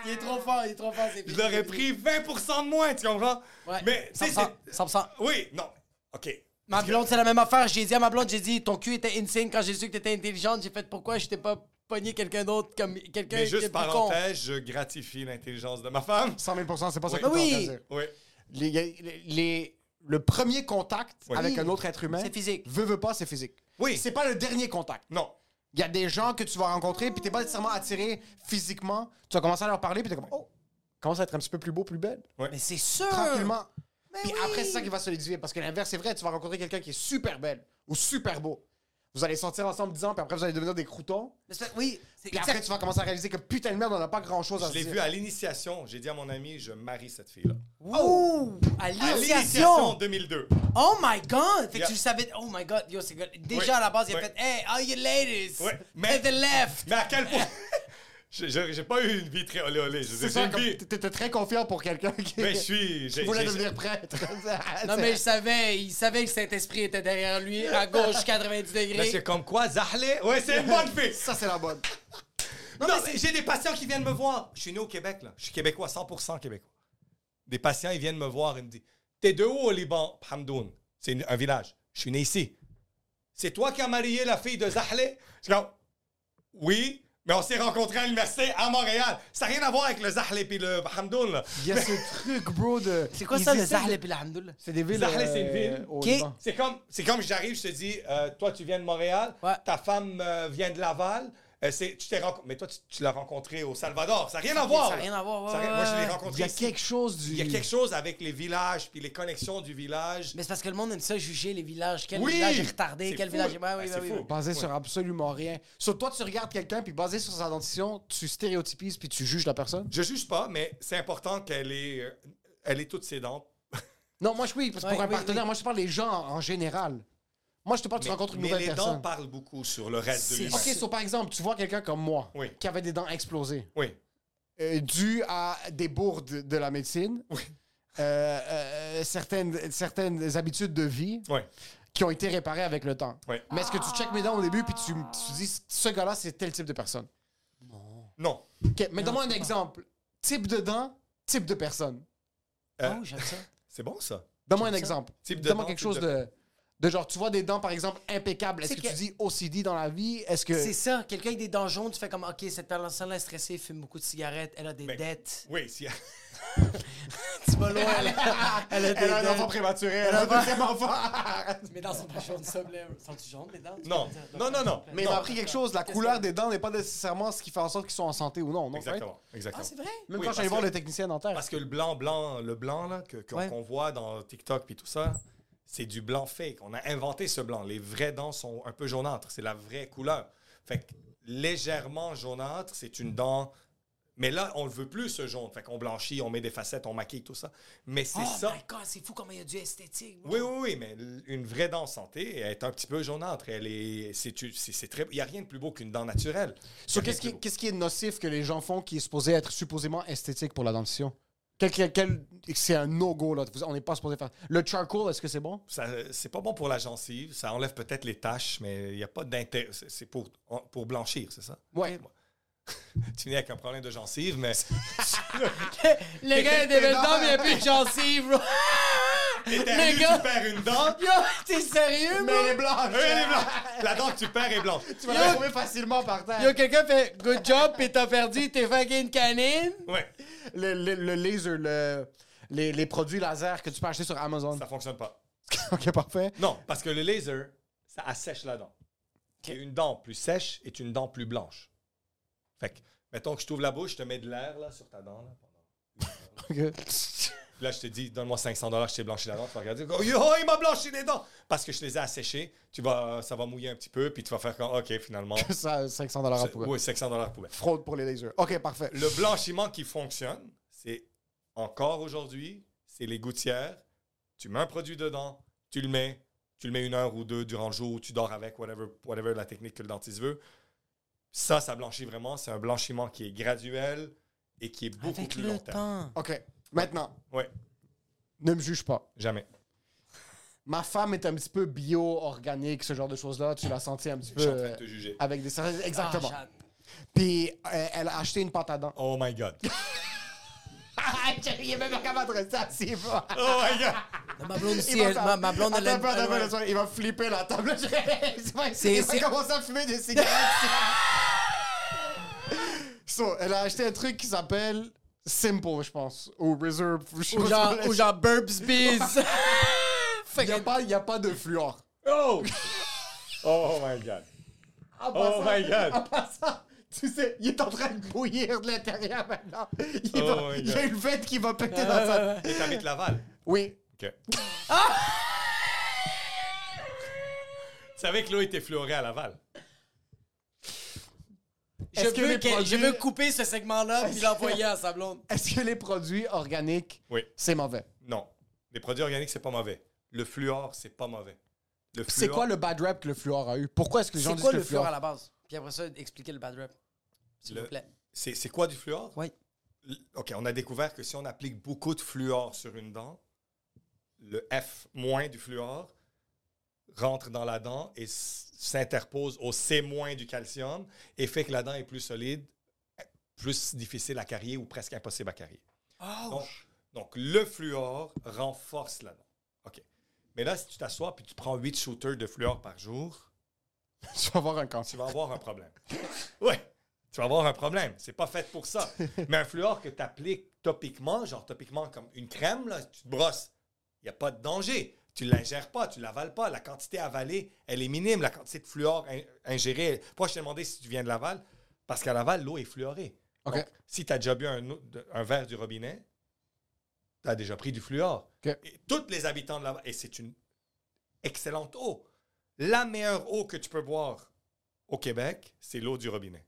Speaker 3: Il est trop fort, il est trop fort. c'est
Speaker 5: Je
Speaker 3: fini.
Speaker 5: l'aurais pris 20% de moins tu comprends
Speaker 3: Ouais.
Speaker 5: Mais tu sais
Speaker 3: 100%,
Speaker 5: c'est-
Speaker 3: 100%.
Speaker 5: Oui non ok.
Speaker 3: Ma blonde, c'est la même affaire. J'ai dit à ma blonde, j'ai dit, ton cul était insane quand j'ai su que t'étais intelligente. J'ai fait, pourquoi je t'ai pas pogné quelqu'un d'autre comme quelqu'un
Speaker 5: Mais
Speaker 3: qui est
Speaker 5: juste
Speaker 3: plus con?
Speaker 5: parenthèse je gratifie l'intelligence de ma femme.
Speaker 4: 100 000 c'est pas ça
Speaker 3: Oui.
Speaker 4: que t'es en train
Speaker 3: Oui.
Speaker 4: de dire.
Speaker 5: Oui.
Speaker 4: Les- les- les- le premier contact
Speaker 5: Oui.
Speaker 4: avec un autre être humain,
Speaker 3: C'est physique.
Speaker 4: Veut, veut pas, c'est physique.
Speaker 5: Oui.
Speaker 4: C'est pas le dernier contact.
Speaker 5: Non.
Speaker 4: Il y a des gens que tu vas rencontrer, puis t'es pas nécessairement attiré physiquement. Tu vas commencer à leur parler, puis t'es comme, oh, commence à être un petit peu plus beau, plus belle.
Speaker 3: Mais c'est sûr!
Speaker 4: Tranquillement.
Speaker 3: Mais
Speaker 4: Puis
Speaker 3: Ah. Ben oui.
Speaker 4: après, c'est ça qui va solidifier. Parce que l'inverse, c'est vrai, tu vas rencontrer quelqu'un qui est super belle ou super beau. Vous allez sortir ensemble 10 ans, puis après, vous allez devenir des croutons.
Speaker 3: Mais c'est- Oui, c'est
Speaker 4: Puis après, tu vas commencer à réaliser que putain de merde, on n'a pas grand chose à
Speaker 5: Je l'ai
Speaker 4: se
Speaker 5: vu
Speaker 4: dire.
Speaker 5: à l'initiation. J'ai dit à mon ami je marie cette fille là.
Speaker 3: Ouh! À
Speaker 5: À l'initiation
Speaker 3: l'initiation!
Speaker 5: 2002.
Speaker 3: Oh my god! Fait que
Speaker 5: Yeah.
Speaker 3: tu le savais. Oh my god, yo, c'est good. Déjà
Speaker 5: Oui.
Speaker 3: à la base, il a
Speaker 5: Oui.
Speaker 3: fait, hey, all you ladies!
Speaker 5: Oui. Mais-
Speaker 3: Mais the left!
Speaker 5: Mais à quel point Je- je- J'ai pas eu une vie très olé olé. Je
Speaker 4: C'est
Speaker 5: veux dire, j'ai
Speaker 4: ça,
Speaker 5: une
Speaker 4: comme
Speaker 5: vie-
Speaker 4: t'étais très confiant pour quelqu'un qui,
Speaker 5: Mais Ben, je suis.
Speaker 4: qui
Speaker 5: j'ai-
Speaker 4: voulait
Speaker 5: j'ai-
Speaker 4: devenir prêtre.
Speaker 3: Non, mais je savais, il savait que Saint-Esprit était derrière lui, à gauche 90
Speaker 5: Mais
Speaker 3: degrés.
Speaker 5: c'est comme quoi, Zahle Ouais, c'est une bonne fille.
Speaker 4: Ça, c'est la bonne.
Speaker 5: Non, mais c'est- j'ai des patients qui viennent me voir. Je suis né au Québec, là. Je suis québécois, 100% québécois. Des patients, ils viennent me voir et me disent T'es de où au Liban Hamdoun. C'est une- un village. Je suis né ici. C'est toi qui as marié la fille de Zahle Je dis Oui, mais on s'est rencontrés à l'université à Montréal. Ça n'a rien à voir avec le Zahle et le Hamdoun, là.
Speaker 4: Il y a ce truc, bro, de.
Speaker 3: C'est quoi
Speaker 4: ils
Speaker 3: ça, le
Speaker 4: essaient
Speaker 3: Zahle
Speaker 4: de-
Speaker 3: puis l'Alhamdoulilah?
Speaker 4: C'est des villes.
Speaker 5: Zahle, c'est une ville.
Speaker 4: euh, au
Speaker 3: Ok.
Speaker 4: Liban.
Speaker 5: C'est comme, c'est comme j'arrive, je te dis, euh, toi, tu viens de Montréal,
Speaker 3: Ouais.
Speaker 5: ta femme euh, vient de Laval. euh, c'est, tu t'es rencontré, mais toi, tu, tu l'as rencontré au Salvador. Ça n'a rien à voir.
Speaker 3: ça a
Speaker 5: là.
Speaker 3: rien à voir, ouais,
Speaker 5: Ça a rien-
Speaker 3: ouais,
Speaker 5: Moi, je
Speaker 3: ouais.
Speaker 5: l'ai rencontré.
Speaker 4: Il y a
Speaker 5: ici.
Speaker 4: quelque chose du.
Speaker 5: Il y a quelque chose avec les villages, puis les connexions du village.
Speaker 3: Mais c'est parce que le monde aime ça juger les villages. Quel
Speaker 5: Oui!
Speaker 3: village est retardé,
Speaker 5: C'est
Speaker 3: quel
Speaker 5: fou.
Speaker 3: village est. Ouais,
Speaker 5: Ouais,
Speaker 3: oui,
Speaker 5: Ah, c'est
Speaker 3: oui,
Speaker 5: fou.
Speaker 3: oui.
Speaker 4: Basé sur absolument rien. Sur toi, tu regardes quelqu'un, puis basé sur sa dentition, tu stéréotypises, puis tu juges la personne.
Speaker 5: Je juge pas, mais c'est important qu'elle ait, euh, elle ait toutes ses dents.
Speaker 4: Non, moi, je oui, parce que
Speaker 3: Ouais,
Speaker 4: pour un
Speaker 3: oui,
Speaker 4: partenaire,
Speaker 3: oui.
Speaker 4: moi, je te parle des gens en en général. Moi, je te parle, tu
Speaker 5: mais
Speaker 4: rencontres une
Speaker 5: mais
Speaker 4: nouvelle
Speaker 5: les dents
Speaker 4: personne.
Speaker 5: parlent beaucoup sur le reste de
Speaker 3: C'est-
Speaker 5: l'humain.
Speaker 4: Ok, so, par exemple, tu vois quelqu'un comme moi,
Speaker 5: Oui.
Speaker 4: qui avait des dents explosées,
Speaker 5: Oui.
Speaker 4: euh, dû à des bourdes de la médecine, euh, euh, certaines, certaines habitudes de vie
Speaker 5: Oui.
Speaker 4: qui ont été réparées avec le temps.
Speaker 5: Oui.
Speaker 4: Mais est-ce que tu checkes mes dents au début, puis tu, tu dis, ce gars-là, c'est tel type de personne?
Speaker 5: Non.
Speaker 4: Ok, mais donne-moi un exemple. Type de dents, type de personne.
Speaker 5: Euh,
Speaker 3: Oh, j'aime ça.
Speaker 5: c'est bon, ça.
Speaker 4: Donne-moi un exemple.
Speaker 5: Type de
Speaker 4: Donne-moi
Speaker 5: dents,
Speaker 4: quelque
Speaker 5: type
Speaker 4: chose
Speaker 5: de-
Speaker 4: de... De genre, tu vois des dents, par exemple, impeccables. Est-ce
Speaker 3: C'est
Speaker 4: que,
Speaker 3: que-
Speaker 4: tu dis OCD dans la vie? Est-ce que.
Speaker 3: C'est ça. Quelqu'un avec des dents jaunes, tu fais comme, OK, cette personne-là est stressée, fume beaucoup de cigarettes, elle a des
Speaker 5: Mais-
Speaker 3: dettes.
Speaker 5: Oui, si.
Speaker 3: Tu vas loin, elle a, elle a des
Speaker 4: Elle a un enfant
Speaker 3: dettes.
Speaker 4: prématuré, elle a un deuxième enfant.
Speaker 3: Mes dents sont pas jaunes, ça, Blair. Sont-tu jaunes, mes dents? Tu
Speaker 5: Non.
Speaker 3: peux me dire, donc,
Speaker 5: Non, non, non.
Speaker 4: Mais il
Speaker 5: Non.
Speaker 4: m'a appris quelque chose. La couleur des dents n'est pas nécessairement ce qui fait en sorte qu'ils sont en santé ou non. non right?
Speaker 5: Exactement. exactement.
Speaker 3: Ah, c'est vrai?
Speaker 4: Même
Speaker 5: Oui,
Speaker 4: quand je suis allé
Speaker 5: parce
Speaker 4: voir
Speaker 5: que-
Speaker 4: le technicien dentaire.
Speaker 5: Parce que le blanc, blanc, le blanc là, que, qu'on,
Speaker 3: Ouais.
Speaker 5: qu'on voit dans TikTok puis tout ça, c'est du blanc fake. On a inventé ce blanc. Les vraies dents sont un peu jaunâtres. C'est la vraie couleur. Fait que légèrement jaunâtre, c'est
Speaker 3: Mm.
Speaker 5: une dent. Mais là, on le veut plus ce jaune. Fait qu'on blanchit, on met des facettes, on maquille tout ça. Mais c'est
Speaker 3: Oh
Speaker 5: ça.
Speaker 3: my God, c'est fou comment il y a du esthétique.
Speaker 5: Oui, oui, oui, mais l- une vraie dent santé, elle est un petit peu jaunâtre. Elle est, c'est, tu- c'est, c'est très, il n'y a rien de plus beau qu'une dent naturelle.
Speaker 4: So,
Speaker 5: Il y
Speaker 4: qu'est-ce
Speaker 5: a rien
Speaker 4: qui,
Speaker 5: de plus beau.
Speaker 4: qu'est-ce qui est nocif que les gens font qui est supposé être supposément esthétique pour la dentition? Quel, quel- quel- c'est un no-go, là. Vous- On n'est pas supposé faire. Le charcoal, est-ce que c'est bon?
Speaker 5: Ça, c'est pas bon pour la gencive, ça enlève peut-être les taches, mais il n'y a pas d'intérêt. C'est, c'est pour, en- pour blanchir, c'est ça?
Speaker 4: Ouais.
Speaker 5: Tu viens avec un problème de gencive, mais.
Speaker 3: Le gars, il a des belles dents, mais il a plus de gencives, bro.
Speaker 5: Éternue,
Speaker 3: Le gars-
Speaker 5: tu perds une dent,
Speaker 3: Yo, t'es sérieux, bro?
Speaker 4: Mais elle est blanche!
Speaker 5: euh, elle est blanche. La dent que tu perds est blanche.
Speaker 4: Tu vas la trouver facilement par terre.
Speaker 3: Yo, quelqu'un fait good job, pis t'as perdu, t'es fucking canine.
Speaker 5: Ouais,
Speaker 4: Le, le- le laser, le- les, les produits laser que tu peux acheter sur Amazon.
Speaker 5: ça fonctionne pas.
Speaker 4: ok, parfait.
Speaker 5: Non, parce que le laser, ça assèche la dent. Et une dent plus sèche est une dent plus blanche. Fait que, mettons que je t'ouvre la bouche, je te mets de l'air là, sur ta dent. Là,
Speaker 4: Ok.
Speaker 5: Puis là, je te dis, donne-moi 500 dollars, je t'ai blanchi la dent. Tu vas regarder, oh, yo, il m'a blanchi les dents! Parce que je les ai asséchées, tu vas, ça va mouiller un petit peu, puis tu vas faire comme, OK, finalement.
Speaker 4: Ça, 500 dollars à
Speaker 5: c'est-
Speaker 4: poubelle.
Speaker 5: oui, 500 dollars poubelle.
Speaker 4: Fraude pour les lasers. Ok, parfait.
Speaker 5: Le blanchiment qui fonctionne, c'est encore aujourd'hui, c'est les gouttières. Tu mets un produit dedans, tu le mets, tu le mets une heure ou deux durant le jour, tu dors avec, whatever, whatever la technique que le dentiste veut. Ça, ça blanchit vraiment. C'est un blanchiment qui est graduel et qui est beaucoup
Speaker 3: Avec
Speaker 5: plus
Speaker 3: le
Speaker 5: long
Speaker 3: temps.
Speaker 5: terme.
Speaker 4: Ok, maintenant,
Speaker 5: Ouais,
Speaker 4: ne me juge pas.
Speaker 5: jamais.
Speaker 4: Ma femme est un petit peu bio-organique, ce genre de choses-là. Tu l'as senti un petit
Speaker 5: Je suis en
Speaker 4: peu.
Speaker 5: train de
Speaker 4: euh,
Speaker 5: te juger.
Speaker 4: Avec des cerises. Exactement.
Speaker 3: Ah,
Speaker 4: Puis euh, elle a acheté une pâte à dents.
Speaker 5: Oh my God.
Speaker 4: Il même pas capable de rester assis, bro.
Speaker 5: Oh my God.
Speaker 3: j'ad- Ma blonde aussi,
Speaker 4: Il va
Speaker 3: elle-
Speaker 4: faire-
Speaker 3: ma, ma blonde, elle
Speaker 4: Attends un peu,
Speaker 3: aime-
Speaker 4: attends un peu,
Speaker 3: elle-
Speaker 4: attends un peu. Il va flipper la table.
Speaker 3: C'est-
Speaker 4: Il va
Speaker 3: c'est-
Speaker 4: commencer à fumer des cigarettes. so, elle a acheté un truc qui s'appelle Simple, je pense. Ou Reserve. je sais
Speaker 3: Ou
Speaker 4: pas
Speaker 3: genre,
Speaker 4: comment
Speaker 3: ou
Speaker 4: elle-
Speaker 3: genre Burps Bees.
Speaker 4: Il n'y a, pas- il y a pas de fluor.
Speaker 5: Oh! Oh my God.
Speaker 3: Ah, bah,
Speaker 5: Oh my
Speaker 4: En
Speaker 5: God.
Speaker 4: passant, tu sais, il est en train de bouillir de l'intérieur maintenant. Il,
Speaker 5: Oh
Speaker 4: va-
Speaker 5: my
Speaker 4: il y a
Speaker 5: God. Ah,
Speaker 4: une fête qui va péter dans sa...
Speaker 5: Et t'habites Laval.
Speaker 4: Oui.
Speaker 5: OK.
Speaker 3: Ah!
Speaker 5: Tu savais que l'eau était fluorée à Laval.
Speaker 3: Je
Speaker 4: Est-ce que
Speaker 3: veux,
Speaker 4: les
Speaker 3: que- je
Speaker 4: produits-
Speaker 3: veux couper ce segment-là puis l'envoyer à sa blonde.
Speaker 4: Est-ce que les produits organiques,
Speaker 5: Oui.
Speaker 4: c'est mauvais?
Speaker 5: Non. Les produits organiques, c'est pas mauvais. Le fluor, c'est pas mauvais. Le
Speaker 4: C'est
Speaker 5: fluor-
Speaker 4: quoi le bad rap que le fluor a eu? Pourquoi est-ce que les gens
Speaker 3: C'est
Speaker 4: disent
Speaker 3: quoi
Speaker 4: que
Speaker 3: le
Speaker 4: le fluor...
Speaker 3: fleur à la base? Puis après ça, expliquer le bad rap. S'il
Speaker 5: Le-
Speaker 3: vous plaît.
Speaker 5: C'est c'est quoi du fluor?
Speaker 3: Oui.
Speaker 5: L- OK, on a découvert que si on applique beaucoup de fluor sur une dent, le F- du fluor rentre dans la dent et s- s'interpose au C- du calcium et fait que la dent est plus solide, plus difficile à carrier ou presque impossible à carrier. Donc, donc, le fluor renforce la dent. OK. Mais là, si tu t'assois puis tu prends 8 shooters de fluor par jour,
Speaker 4: Tu vas avoir un cancer.
Speaker 5: tu vas avoir un problème. Oui, tu vas avoir un problème. C'est pas fait pour ça. Mais un fluor que tu appliques topiquement, genre topiquement comme une crème, là, tu te brosses, il n'y a pas de danger. Tu l'ingères pas, tu l'avales pas. La quantité avalée, elle est minime. La quantité de fluor in- ingérée. Pourquoi je t'ai demandé si tu viens de Laval? Parce qu'à Laval, l'eau est fluorée.
Speaker 4: OK.
Speaker 5: Donc, si tu as déjà bu un, eau- de- un verre du robinet, tu as déjà pris du fluor.
Speaker 4: OK.
Speaker 5: Et tous les habitants de Laval, et c'est une excellente eau. La meilleure eau que tu peux boire au Québec, c'est l'eau du robinet.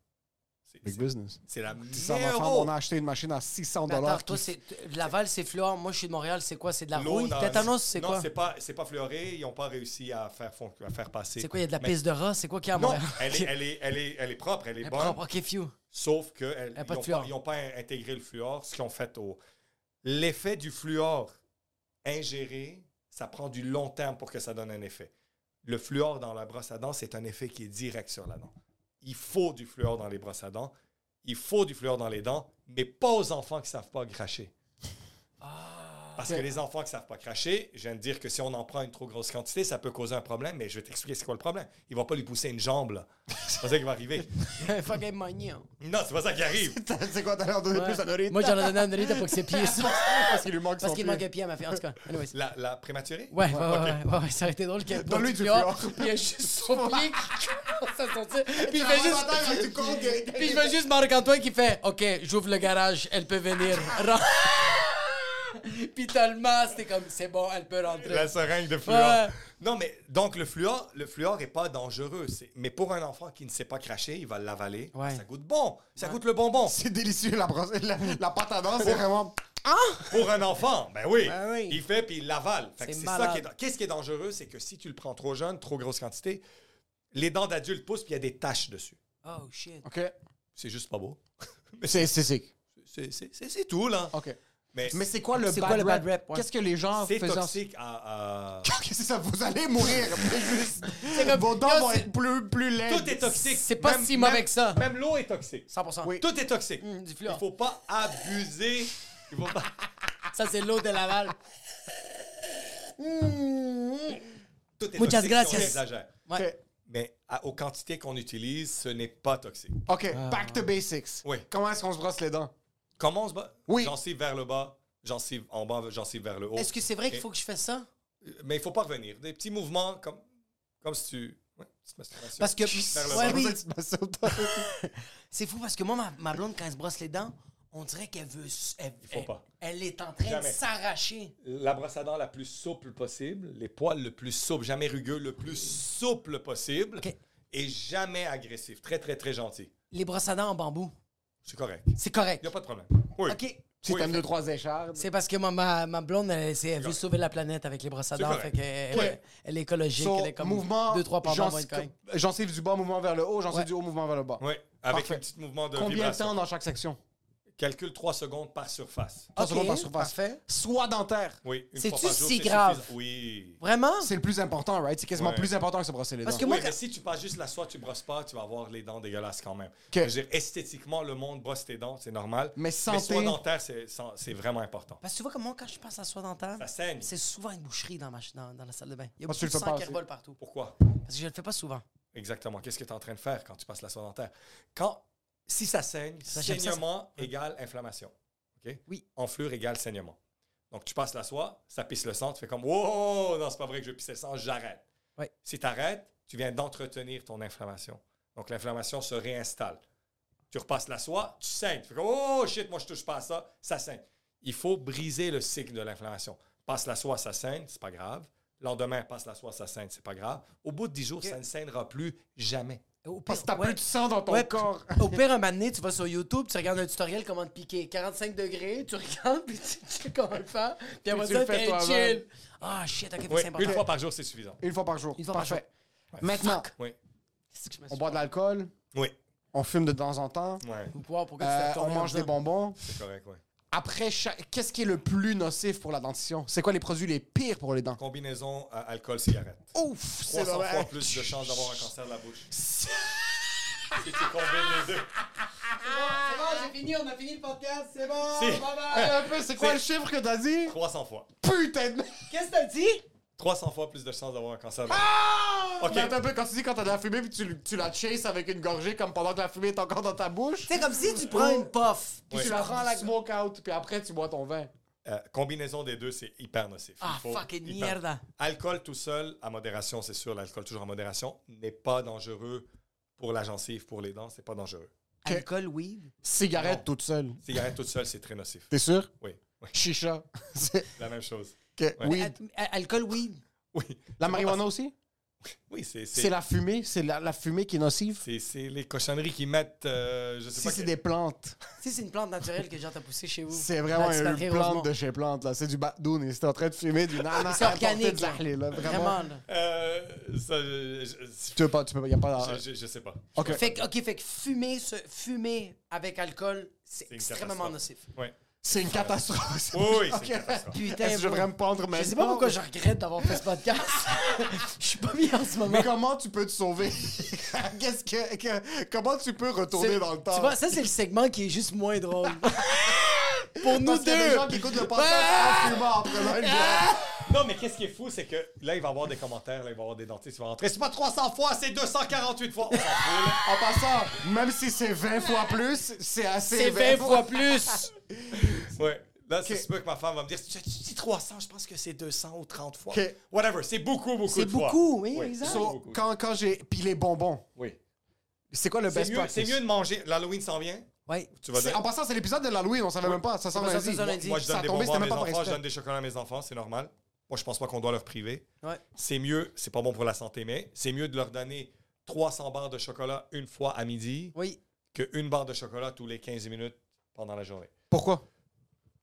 Speaker 5: C'est-
Speaker 4: Big
Speaker 5: c'est-
Speaker 4: business.
Speaker 5: C'est la
Speaker 4: Ça va
Speaker 5: meilleure
Speaker 4: faire, on
Speaker 5: eau.
Speaker 4: a acheté une machine à 600
Speaker 3: Mais Bah, Attends,
Speaker 4: dollars.
Speaker 3: toi, c'est Laval, c'est fleur. Moi, je suis de Montréal, c'est quoi? C'est de la
Speaker 5: L'eau
Speaker 3: rouille?
Speaker 5: dans-
Speaker 3: Tétanos, c'est
Speaker 5: non,
Speaker 3: quoi?
Speaker 5: c'est pas, c'est pas fleuré. Ils n'ont pas réussi à faire, fon- à faire passer.
Speaker 3: C'est quoi? Il y a de la
Speaker 5: Mais-
Speaker 3: pisse de rat? C'est quoi qui est à
Speaker 5: Non,
Speaker 3: Montréal?
Speaker 5: elle est, elle, est, elle, est, elle est propre, elle est
Speaker 3: Elle est
Speaker 5: bonne.
Speaker 3: propre. Ok, few.
Speaker 5: Sauf qu'ils
Speaker 3: a pas de
Speaker 5: n'ont
Speaker 3: fluor.
Speaker 5: pas, ils ont pas in- intégré le fluor, ce qu'ils ont fait au. L'effet du fluor ingéré, ça prend du long terme pour que ça donne un effet. Le fluor dans la brosse à dents, c'est un effet qui est direct sur la dent. Il faut du fluor dans les brosses à dents,
Speaker 3: Ah.
Speaker 5: il faut du fluor dans les dents, mais pas aux enfants qui ne savent pas cracher. Parce que les enfants qui savent pas cracher, je viens de dire que si on en prend une trop grosse quantité, ça peut causer un problème, mais je vais t'expliquer c'est quoi le problème. Ils vont pas lui pousser une jambe, là. C'est pas ça qui va arriver.
Speaker 3: Fucking mignon.
Speaker 5: Non, c'est pas ça qui arrive.
Speaker 4: C'est quoi, t'as l'air de donner plus à Norita?
Speaker 3: Moi, j'en ai donné un Dorita pour que ses pieds sortent.
Speaker 4: Parce qu'il lui manque
Speaker 3: Parce
Speaker 4: son
Speaker 3: qu'il
Speaker 4: pied.
Speaker 3: manque un pied à ma fille. En tout cas, anyways.
Speaker 5: La, la prématurée?
Speaker 3: Ouais, ouais, ouais, ouais, ouais, ouais, ça aurait été drôle qu'il y ait
Speaker 4: Dans
Speaker 3: pas
Speaker 4: lui,
Speaker 3: de
Speaker 4: du
Speaker 3: fjord,
Speaker 4: fjord.
Speaker 5: oh.
Speaker 3: Puis il y a juste son pied qui commence à sortir. Puis il
Speaker 4: Ah,
Speaker 3: fait juste.
Speaker 4: attends, mais tu comptes que-
Speaker 3: Puis je vois juste Marc-Antoine qui fait Ok, j'ouvre le garage, elle peut venir. Ren- Puis t'as le masque, t'es comme C'est bon, elle peut rentrer.
Speaker 5: La seringue de fluor.
Speaker 3: Ouais.
Speaker 5: Non, mais donc le fluor, le fluor est pas dangereux. c'est- Mais pour un enfant qui ne sait pas cracher, il va l'avaler.
Speaker 3: Ouais.
Speaker 5: Ça goûte bon. Ça goûte le bonbon.
Speaker 4: C'est délicieux, la, brosse- la, la pâte à dents, c'est vraiment...
Speaker 5: Pour un enfant, ben oui.
Speaker 3: Ben oui.
Speaker 5: Il fait puis il l'avale. Fait que
Speaker 3: C'est
Speaker 5: C'est ça
Speaker 3: malade.
Speaker 5: qui est. Qu'est-ce qui est dangereux, c'est que si tu le prends trop jeune, trop grosse quantité, les dents d'adulte poussent puis il y a des taches dessus.
Speaker 3: Oh shit.
Speaker 4: OK.
Speaker 5: C'est juste pas beau.
Speaker 4: C'est... c'est- c'est-
Speaker 5: C'est- C'est c'est- c'est tout là.
Speaker 4: OK.
Speaker 5: Mais,
Speaker 4: Mais c'est quoi le
Speaker 3: C'est
Speaker 4: bad
Speaker 3: quoi le bad
Speaker 4: rap?
Speaker 3: rap, ouais.
Speaker 4: Qu'est-ce que les gens
Speaker 5: c'est
Speaker 4: faisaient...
Speaker 5: toxique à, à-
Speaker 4: Qu'est-ce que c'est ça? Vous allez mourir. C'est juste... Vos dents
Speaker 3: Yo,
Speaker 4: vont
Speaker 3: c'est-
Speaker 4: être plus, plus laides.
Speaker 5: Tout est toxique.
Speaker 3: C'est pas si mauvais que ça.
Speaker 5: Même l'eau est toxique.
Speaker 3: 100%.
Speaker 4: Oui.
Speaker 5: Tout est toxique.
Speaker 3: Hum, du
Speaker 5: Il
Speaker 3: fluor.
Speaker 5: faut pas abuser. Il faut pas.
Speaker 3: Ça, c'est l'eau de Laval.
Speaker 5: Oh. Tout est
Speaker 3: Muchas
Speaker 5: toxique si on
Speaker 3: gracias.
Speaker 5: exagère.
Speaker 4: OK.
Speaker 5: Mais à- aux quantités qu'on utilise, ce n'est pas toxique.
Speaker 4: OK, back to basics.
Speaker 5: Oui.
Speaker 4: Comment est-ce qu'on se brosse les dents?
Speaker 5: Comment on se bat?
Speaker 4: Oui.
Speaker 5: Gencive vers le bas, gencive en bas, gencive vers le haut.
Speaker 3: Est-ce que c'est vrai qu'il faut que je fasse ça
Speaker 5: Mais il faut pas revenir. Des petits mouvements comme, comme si tu... Ouais, petite masturbation.
Speaker 3: Parce que.
Speaker 5: Vers le
Speaker 3: Ouais,
Speaker 5: bas.
Speaker 3: oui.
Speaker 4: Ça, tu te masses au doigt.
Speaker 3: C'est fou parce que moi, ma, ma blonde, quand elle se brosse les dents, on dirait qu'elle veut. s- Elle,
Speaker 5: faut
Speaker 3: elle-
Speaker 5: pas.
Speaker 3: elle est en train
Speaker 5: Jamais.
Speaker 3: de s'arracher.
Speaker 5: La brosse à dents la plus souple possible, les poils le plus souple, jamais rugueux, le plus souple possible
Speaker 3: Ok.
Speaker 5: et jamais agressif. Très, très, très gentil.
Speaker 3: Les brosses à dents en bambou.
Speaker 5: C'est correct.
Speaker 3: C'est correct.
Speaker 5: Il n'y a pas de problème. Oui.
Speaker 3: OK.
Speaker 4: Si
Speaker 5: Oui.
Speaker 4: t'aimes deux, trois échardes.
Speaker 3: C'est parce que ma, ma, ma blonde, elle, c'est- elle veut sauver la planète avec les brosses à
Speaker 5: C'est
Speaker 3: dents.
Speaker 5: correct.
Speaker 3: Fait qu'elle,
Speaker 5: Ouais.
Speaker 3: elle, elle est écologique.
Speaker 4: So,
Speaker 3: elle est comme
Speaker 4: mouvement,
Speaker 3: deux, trois par mois,
Speaker 4: j'en-
Speaker 3: elle va être correcte.
Speaker 4: gencive du bas, mouvement vers le haut, gencive
Speaker 3: Ouais.
Speaker 4: du haut, mouvement vers le bas.
Speaker 5: Oui. Avec
Speaker 4: Parfait.
Speaker 5: un petit mouvement de
Speaker 4: Combien de
Speaker 5: vibration.
Speaker 4: temps dans chaque section?
Speaker 5: Calcule 3 secondes par surface.
Speaker 4: Trois
Speaker 3: Ok,
Speaker 4: secondes par surface.
Speaker 3: parfait.
Speaker 4: Soit dentaire.
Speaker 5: Oui. une
Speaker 3: C'est-tu
Speaker 5: fois par jour,
Speaker 3: si
Speaker 5: c'est
Speaker 3: grave?
Speaker 5: suffisant. Oui.
Speaker 3: Vraiment?
Speaker 4: C'est le plus important, right? C'est quasiment
Speaker 5: Ouais.
Speaker 4: plus important que se brosser les
Speaker 3: Parce que
Speaker 4: dents.
Speaker 3: moi,
Speaker 5: Oui,
Speaker 3: quand-
Speaker 5: mais si tu passes juste la soie, tu brosses pas, tu vas avoir les dents dégueulasses quand même. Je veux dire, esthétiquement, le monde brosse tes dents, c'est normal.
Speaker 4: Mais santé-
Speaker 5: soie dentaire, c'est sans- c'est vraiment important.
Speaker 3: Parce que tu vois, comme moi, quand je passe à soie dentaire,
Speaker 5: Ça saigne.
Speaker 3: c'est souvent une boucherie dans, ma, ch- dans, dans la salle de bain. Il y a
Speaker 4: Parce que
Speaker 3: beaucoup de
Speaker 4: tu le fais pas
Speaker 3: sang qui
Speaker 4: assez.
Speaker 3: rebole partout.
Speaker 5: Pourquoi?
Speaker 3: Parce que je le fais pas souvent.
Speaker 5: Exactement. Qu'est-ce que tu es en train de faire quand tu passes la soie dentaire? Quand, si ça saigne,
Speaker 3: Ça, j'aime ça,
Speaker 5: saignement égale inflammation. OK?
Speaker 3: Oui.
Speaker 5: Enflure égale saignement. Donc, tu passes la soie, ça pisse le sang, tu fais comme « Wow! Non, c'est pas vrai que je vais pisser le sang, j'arrête.
Speaker 3: Ouais.
Speaker 5: Si tu arrêtes, tu viens d'entretenir ton inflammation. Donc, l'inflammation se réinstalle. Tu repasses la soie, tu saignes. Tu fais comme « Oh shit, moi je touche pas à ça, ça saigne. » Il faut briser le cycle de l'inflammation. Passe la soie, ça saigne, c'est pas grave. Lendemain, passe la soie, ça saigne, c'est pas grave. Au bout de 10 jours, ça ne saignera plus jamais.
Speaker 3: Au
Speaker 4: Parce que
Speaker 3: pire,
Speaker 4: t'as
Speaker 3: ouais.
Speaker 4: plus de sang dans ton
Speaker 3: Ouais,
Speaker 4: corps.
Speaker 3: Au pire, un moment donné, tu vas sur YouTube, tu regardes un tutoriel comment te piquer. 45 degrés, tu regardes, puis tu sais comment le faire. Puis après
Speaker 4: tu
Speaker 3: ça,
Speaker 4: le fais
Speaker 3: t'es
Speaker 4: toi-même.
Speaker 3: chill. Ah, shit, ok,
Speaker 5: Oui,
Speaker 3: c'est important.
Speaker 5: une fois par jour, c'est suffisant.
Speaker 4: Une fois par jour.
Speaker 3: Une fois par
Speaker 4: Parfait. Maintenant,
Speaker 3: Maintenant,
Speaker 5: Oui.
Speaker 4: on boit de l'alcool,
Speaker 5: Oui.
Speaker 4: on fume de temps en temps,
Speaker 5: Ouais,
Speaker 3: Ou quoi, pourquoi
Speaker 4: euh,
Speaker 3: tu fais
Speaker 4: on
Speaker 3: tourner
Speaker 4: mange
Speaker 3: comme ça?
Speaker 4: des bonbons.
Speaker 5: c'est correct, oui.
Speaker 4: Après, chaque- qu'est-ce qui est le plus nocif pour la dentition? C'est quoi les produits les pires pour les dents?
Speaker 5: Combinaison euh, alcool-cigarette.
Speaker 4: Ouf! C'est
Speaker 5: 300
Speaker 4: vrai.
Speaker 5: fois plus de chances d'avoir un cancer de la bouche. Si tu combines les deux.
Speaker 3: Ah, C'est bon, j'ai fini, on a fini le podcast, c'est bon.
Speaker 5: Si.
Speaker 4: Ah, un peu, C'est quoi le chiffre que t'as dit?
Speaker 5: 300 fois.
Speaker 4: Putain de...
Speaker 3: Qu'est-ce que t'as dit?
Speaker 5: 300 fois plus de chances d'avoir un cancer de
Speaker 3: Ah,
Speaker 5: la bouche. OK.
Speaker 4: Mais attends un peu, quand tu dis quand t'as de la fumée puis tu, tu la chases avec une gorgée comme pendant que la fumée est encore dans ta bouche,
Speaker 3: C'est comme si tu prends une puff.
Speaker 4: puis tu la rends la smoke out, puis après tu bois ton vin.
Speaker 5: Euh, combinaison des deux, c'est hyper nocif.
Speaker 3: Ah,
Speaker 5: Il faut-
Speaker 3: fucking
Speaker 5: hyper-
Speaker 3: mierda.
Speaker 5: Alcool tout seul, à modération, c'est sûr, l'alcool toujours en modération, n'est pas dangereux pour la gencive, pour les dents, c'est pas dangereux.
Speaker 3: Alcool, weed.
Speaker 4: Cigarette toute seule.
Speaker 5: Cigarette toute seule, c'est très nocif.
Speaker 4: T'es sûr?
Speaker 5: Oui, oui,
Speaker 4: Chicha. C'est-
Speaker 5: la même chose.
Speaker 4: que-
Speaker 5: Ouais.
Speaker 4: oui.
Speaker 3: Al- Alcool, weed.
Speaker 5: Oui.
Speaker 4: La marijuana aussi?
Speaker 5: Oui, c'est...
Speaker 4: C'est la fumée, c'est la, la fumée qui est nocive.
Speaker 5: C'est c'est les cochonneries qui mettent. euh, je sais
Speaker 4: Si
Speaker 5: pas.
Speaker 4: c'est
Speaker 5: que-
Speaker 4: des plantes,
Speaker 3: Si c'est une plante naturelle que genre t'as poussée chez vous.
Speaker 4: c'est vraiment
Speaker 3: Là, tu
Speaker 4: une
Speaker 3: fais rire
Speaker 4: plante
Speaker 3: Rosemont.
Speaker 4: de chez plante là. C'est du badoun et c'est en train de fumer du nana.
Speaker 3: C'est
Speaker 4: importé
Speaker 3: organique,
Speaker 4: de Zahle, là. Vraiment.
Speaker 3: Vraiment, là.
Speaker 5: Euh, ça, je, je-
Speaker 4: Tu veux pas, tu peux, y a pas.
Speaker 5: je- je- je sais pas.
Speaker 4: Ok.
Speaker 3: Fait que, ok, fait que fumer, ce, fumer avec alcool, c'est
Speaker 5: une
Speaker 3: extrêmement
Speaker 5: catastrophe.
Speaker 3: nocif.
Speaker 5: Ouais.
Speaker 4: C'est une catastrophe.
Speaker 5: Oui, oui, c'est
Speaker 4: Ok.
Speaker 5: une catastrophe.
Speaker 3: Putain,
Speaker 4: Est-ce que je devrais me pendre
Speaker 3: Je
Speaker 4: maintenant?
Speaker 3: sais pas pourquoi je regrette d'avoir fait ce podcast. Je suis pas bien en ce moment.
Speaker 4: Mais comment tu peux te sauver? Qu'est-ce que, que- Comment tu peux retourner
Speaker 3: C'est-
Speaker 4: dans le temps?
Speaker 3: Tu vois, ça, c'est le segment qui est juste moins drôle.
Speaker 7: pour nous
Speaker 4: Parce qu'il y a des
Speaker 7: deux.
Speaker 4: gens qui écoutent le podcast en fumant après leur bière.
Speaker 3: Ah,
Speaker 5: Non, mais qu'est-ce qui est fou, c'est que là, il va y avoir des commentaires, là, il va y avoir des dentistes qui vont rentrer. C'est pas 300 fois, c'est 248 fois. On s'en fout, là.
Speaker 4: En passant, même si c'est 20 fois plus, c'est assez.
Speaker 7: C'est 20 fois plus.
Speaker 5: Ouais. Là, c'est sûr que ma femme va me dire tu, tu dis 300, je pense que c'est 200 ou 30 fois.
Speaker 4: Ok.
Speaker 5: Whatever, c'est beaucoup, beaucoup.
Speaker 3: C'est
Speaker 5: de fois.
Speaker 3: beaucoup, oui, exact.
Speaker 5: c'est
Speaker 4: So,
Speaker 5: beaucoup.
Speaker 4: quand, quand j'ai. Puis les bonbons.
Speaker 5: Oui.
Speaker 4: C'est quoi le
Speaker 5: C'est
Speaker 4: best
Speaker 5: mieux, c'est
Speaker 4: practice?
Speaker 5: mieux de manger. L'Halloween s'en vient.
Speaker 3: Ouais.
Speaker 5: Tu vas
Speaker 4: C'est-
Speaker 5: dire.
Speaker 4: En passant, c'est l'épisode de l'Halloween, on savait même pas. Ça sent
Speaker 3: pas sorti
Speaker 4: lundi.
Speaker 3: sur lundi.
Speaker 5: Moi, je
Speaker 4: ça
Speaker 5: donne
Speaker 4: a
Speaker 5: des
Speaker 4: tombé,
Speaker 5: bonbons
Speaker 4: c'était
Speaker 5: à
Speaker 4: même
Speaker 5: mes
Speaker 4: pas par
Speaker 5: enfants, je
Speaker 4: respect.
Speaker 5: donne des chocolats à mes enfants, c'est normal. Moi, je pense pas qu'on doit leur priver.
Speaker 3: Ouais.
Speaker 5: C'est mieux, c'est pas bon pour la santé, mais c'est mieux de leur donner 300 barres de chocolat une fois à midi
Speaker 3: Oui.
Speaker 5: qu'une barre de chocolat tous les 15 minutes pendant la journée.
Speaker 4: Pourquoi?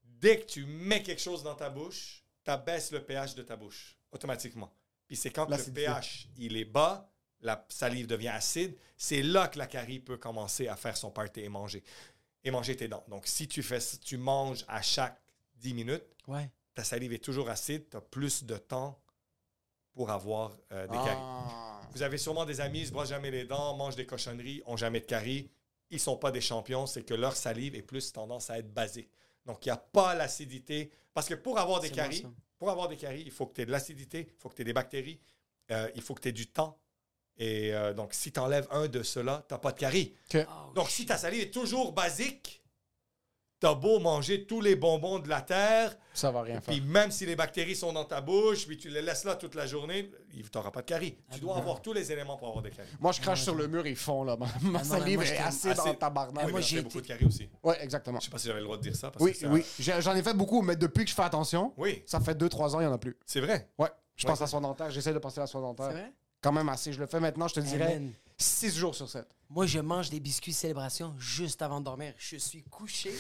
Speaker 5: dès que tu mets quelque chose dans ta bouche, tu abaisses le pH de ta bouche automatiquement. Puis c'est quand le
Speaker 4: L'acidité.
Speaker 5: pH il est bas, la salive devient acide, c'est là que la carie peut commencer à faire son party et manger et manger tes dents. Donc si tu fais ça, tu manges à chaque 10 minutes,
Speaker 3: Ouais.
Speaker 5: ta salive est toujours acide, tu as plus de temps pour avoir euh,
Speaker 3: Ah.
Speaker 5: des caries. Vous avez sûrement des amis, ils se brossent jamais les dents, mangent des cochonneries, ont jamais de caries. Ils sont pas des champions, c'est que leur salive est plus tendance à être basique. Donc, il n'y a pas l'acidité. Parce que pour avoir des
Speaker 3: C'est bon,
Speaker 5: caries,
Speaker 3: ça.
Speaker 5: pour avoir des caries, il faut que tu aies de l'acidité, il faut que tu aies des bactéries, euh, il faut que tu aies du temps. Et euh, donc, si tu enlèves un de ceux-là, tu pas de caries.
Speaker 4: Ah.
Speaker 3: Oh,
Speaker 5: Donc, si ta salive est toujours basique, t'as beau manger tous les bonbons de la terre,
Speaker 4: Ça va rien faire.
Speaker 5: puis même si les bactéries sont dans ta bouche, puis tu les laisses là toute la journée, il t'aura pas de caries. Tu dois avoir tous les éléments pour avoir des caries.
Speaker 4: Moi, je crache sur le mur, ils font, là. Ma, ma
Speaker 3: Ah, non,
Speaker 4: salive
Speaker 3: moi, je
Speaker 4: est
Speaker 3: t'aime.
Speaker 4: assez dans
Speaker 5: Assez-
Speaker 4: le tabarnak.
Speaker 5: Ah Oui,
Speaker 3: moi,
Speaker 5: mais
Speaker 3: j'ai
Speaker 5: j'ai
Speaker 3: été-
Speaker 5: beaucoup de caries aussi.
Speaker 4: Ouais, exactement.
Speaker 5: Je sais pas si j'avais le droit de dire ça. Parce
Speaker 4: Oui,
Speaker 5: que c'est un-
Speaker 4: oui. J'ai- J'en ai fait beaucoup, mais depuis que je fais attention,
Speaker 5: Oui.
Speaker 4: ça fait 2-3 ans, il n'y en a plus.
Speaker 5: C'est vrai.
Speaker 4: Ouais. Je
Speaker 5: Ouais.
Speaker 4: pense à soins dentaire, j'essaie de passer à soins dentaire.
Speaker 3: C'est vrai?
Speaker 4: Quand même assez. Je le fais maintenant, je te dirais,
Speaker 3: Amen.
Speaker 4: 6 jours sur 7.
Speaker 3: Moi, je mange des biscuits célébration juste avant de dormir. Je suis couché.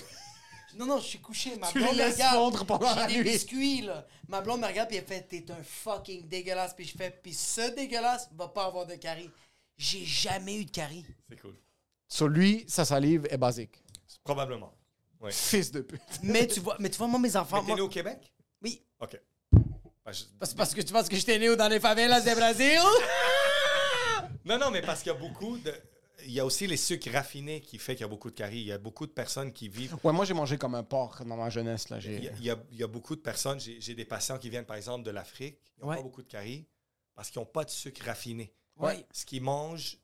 Speaker 3: Non, non, je suis couché. Ma
Speaker 4: Tu
Speaker 3: blonde
Speaker 4: les
Speaker 3: me
Speaker 4: laisses
Speaker 3: regarde.
Speaker 4: fondre pendant
Speaker 3: J'ai
Speaker 4: la
Speaker 3: des
Speaker 4: nuit.
Speaker 3: biscuits, là. Ma blonde me regarde, puis elle fait T'es un fucking dégueulasse. Puis je fais Puis ce dégueulasse va pas avoir de caries. J'ai jamais eu de caries.
Speaker 5: C'est cool.
Speaker 4: Sur lui, sa salive est basique.
Speaker 5: Probablement. Oui.
Speaker 4: Fils de pute.
Speaker 3: Mais tu vois, mais tu vois moi, mes enfants.
Speaker 5: Mais t'es né
Speaker 3: moi-
Speaker 5: au Québec?
Speaker 3: Oui.
Speaker 5: OK. Ben, je-
Speaker 3: Parce, parce que tu penses que j'étais né dans les favelas du Brésil?
Speaker 5: Non, non, mais parce qu'il y a beaucoup de... Il y a aussi les sucres raffinés qui fait qu'il y a beaucoup de caries. Il y a beaucoup de personnes qui vivent...
Speaker 4: Ouais, moi, j'ai mangé comme un porc dans ma jeunesse, là.
Speaker 5: Il y
Speaker 4: J'ai...
Speaker 5: a, il y a- il y a beaucoup de personnes... J'ai j'ai des patients qui viennent, par exemple, de l'Afrique. Ils n'ont
Speaker 3: Ouais.
Speaker 5: pas beaucoup de caries parce qu'ils n'ont pas de sucre raffiné.
Speaker 3: Ouais.
Speaker 5: Ce qu'ils mangent,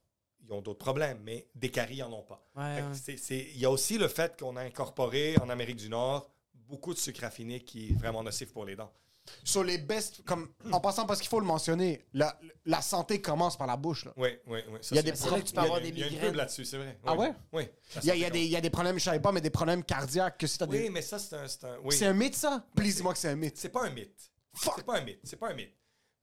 Speaker 5: ils ont d'autres problèmes, mais des caries, ils n'en ont pas.
Speaker 3: Ouais,
Speaker 5: Fait que
Speaker 3: ouais.
Speaker 5: c'est- c'est- Il y a aussi le fait qu'on a incorporé en Amérique du Nord beaucoup de sucre raffiné qui est vraiment nocif pour les dents.
Speaker 4: Sur les best, comme, en passant, parce qu'il faut le mentionner, la, la santé commence par la bouche, là.
Speaker 5: Oui, oui, oui. ça,
Speaker 4: Il y a
Speaker 5: c'est-
Speaker 4: des
Speaker 3: C'est là que tu peux avoir des
Speaker 5: Il y a une
Speaker 3: migraines.
Speaker 5: pub là-dessus, c'est vrai.
Speaker 4: Ah
Speaker 5: Oui.
Speaker 4: ouais?
Speaker 5: Oui. La
Speaker 4: Il y a, il y a
Speaker 5: santé
Speaker 4: des, il y a des problèmes, je savais pas, mais des problèmes cardiaques que si t'as
Speaker 5: Oui,
Speaker 4: des...
Speaker 5: mais ça, c'est un. C'est un, oui.
Speaker 4: C'est un mythe, ça? Please, dis-moi que c'est un mythe.
Speaker 5: C'est pas un mythe. C'est pas un mythe. C'est pas un mythe.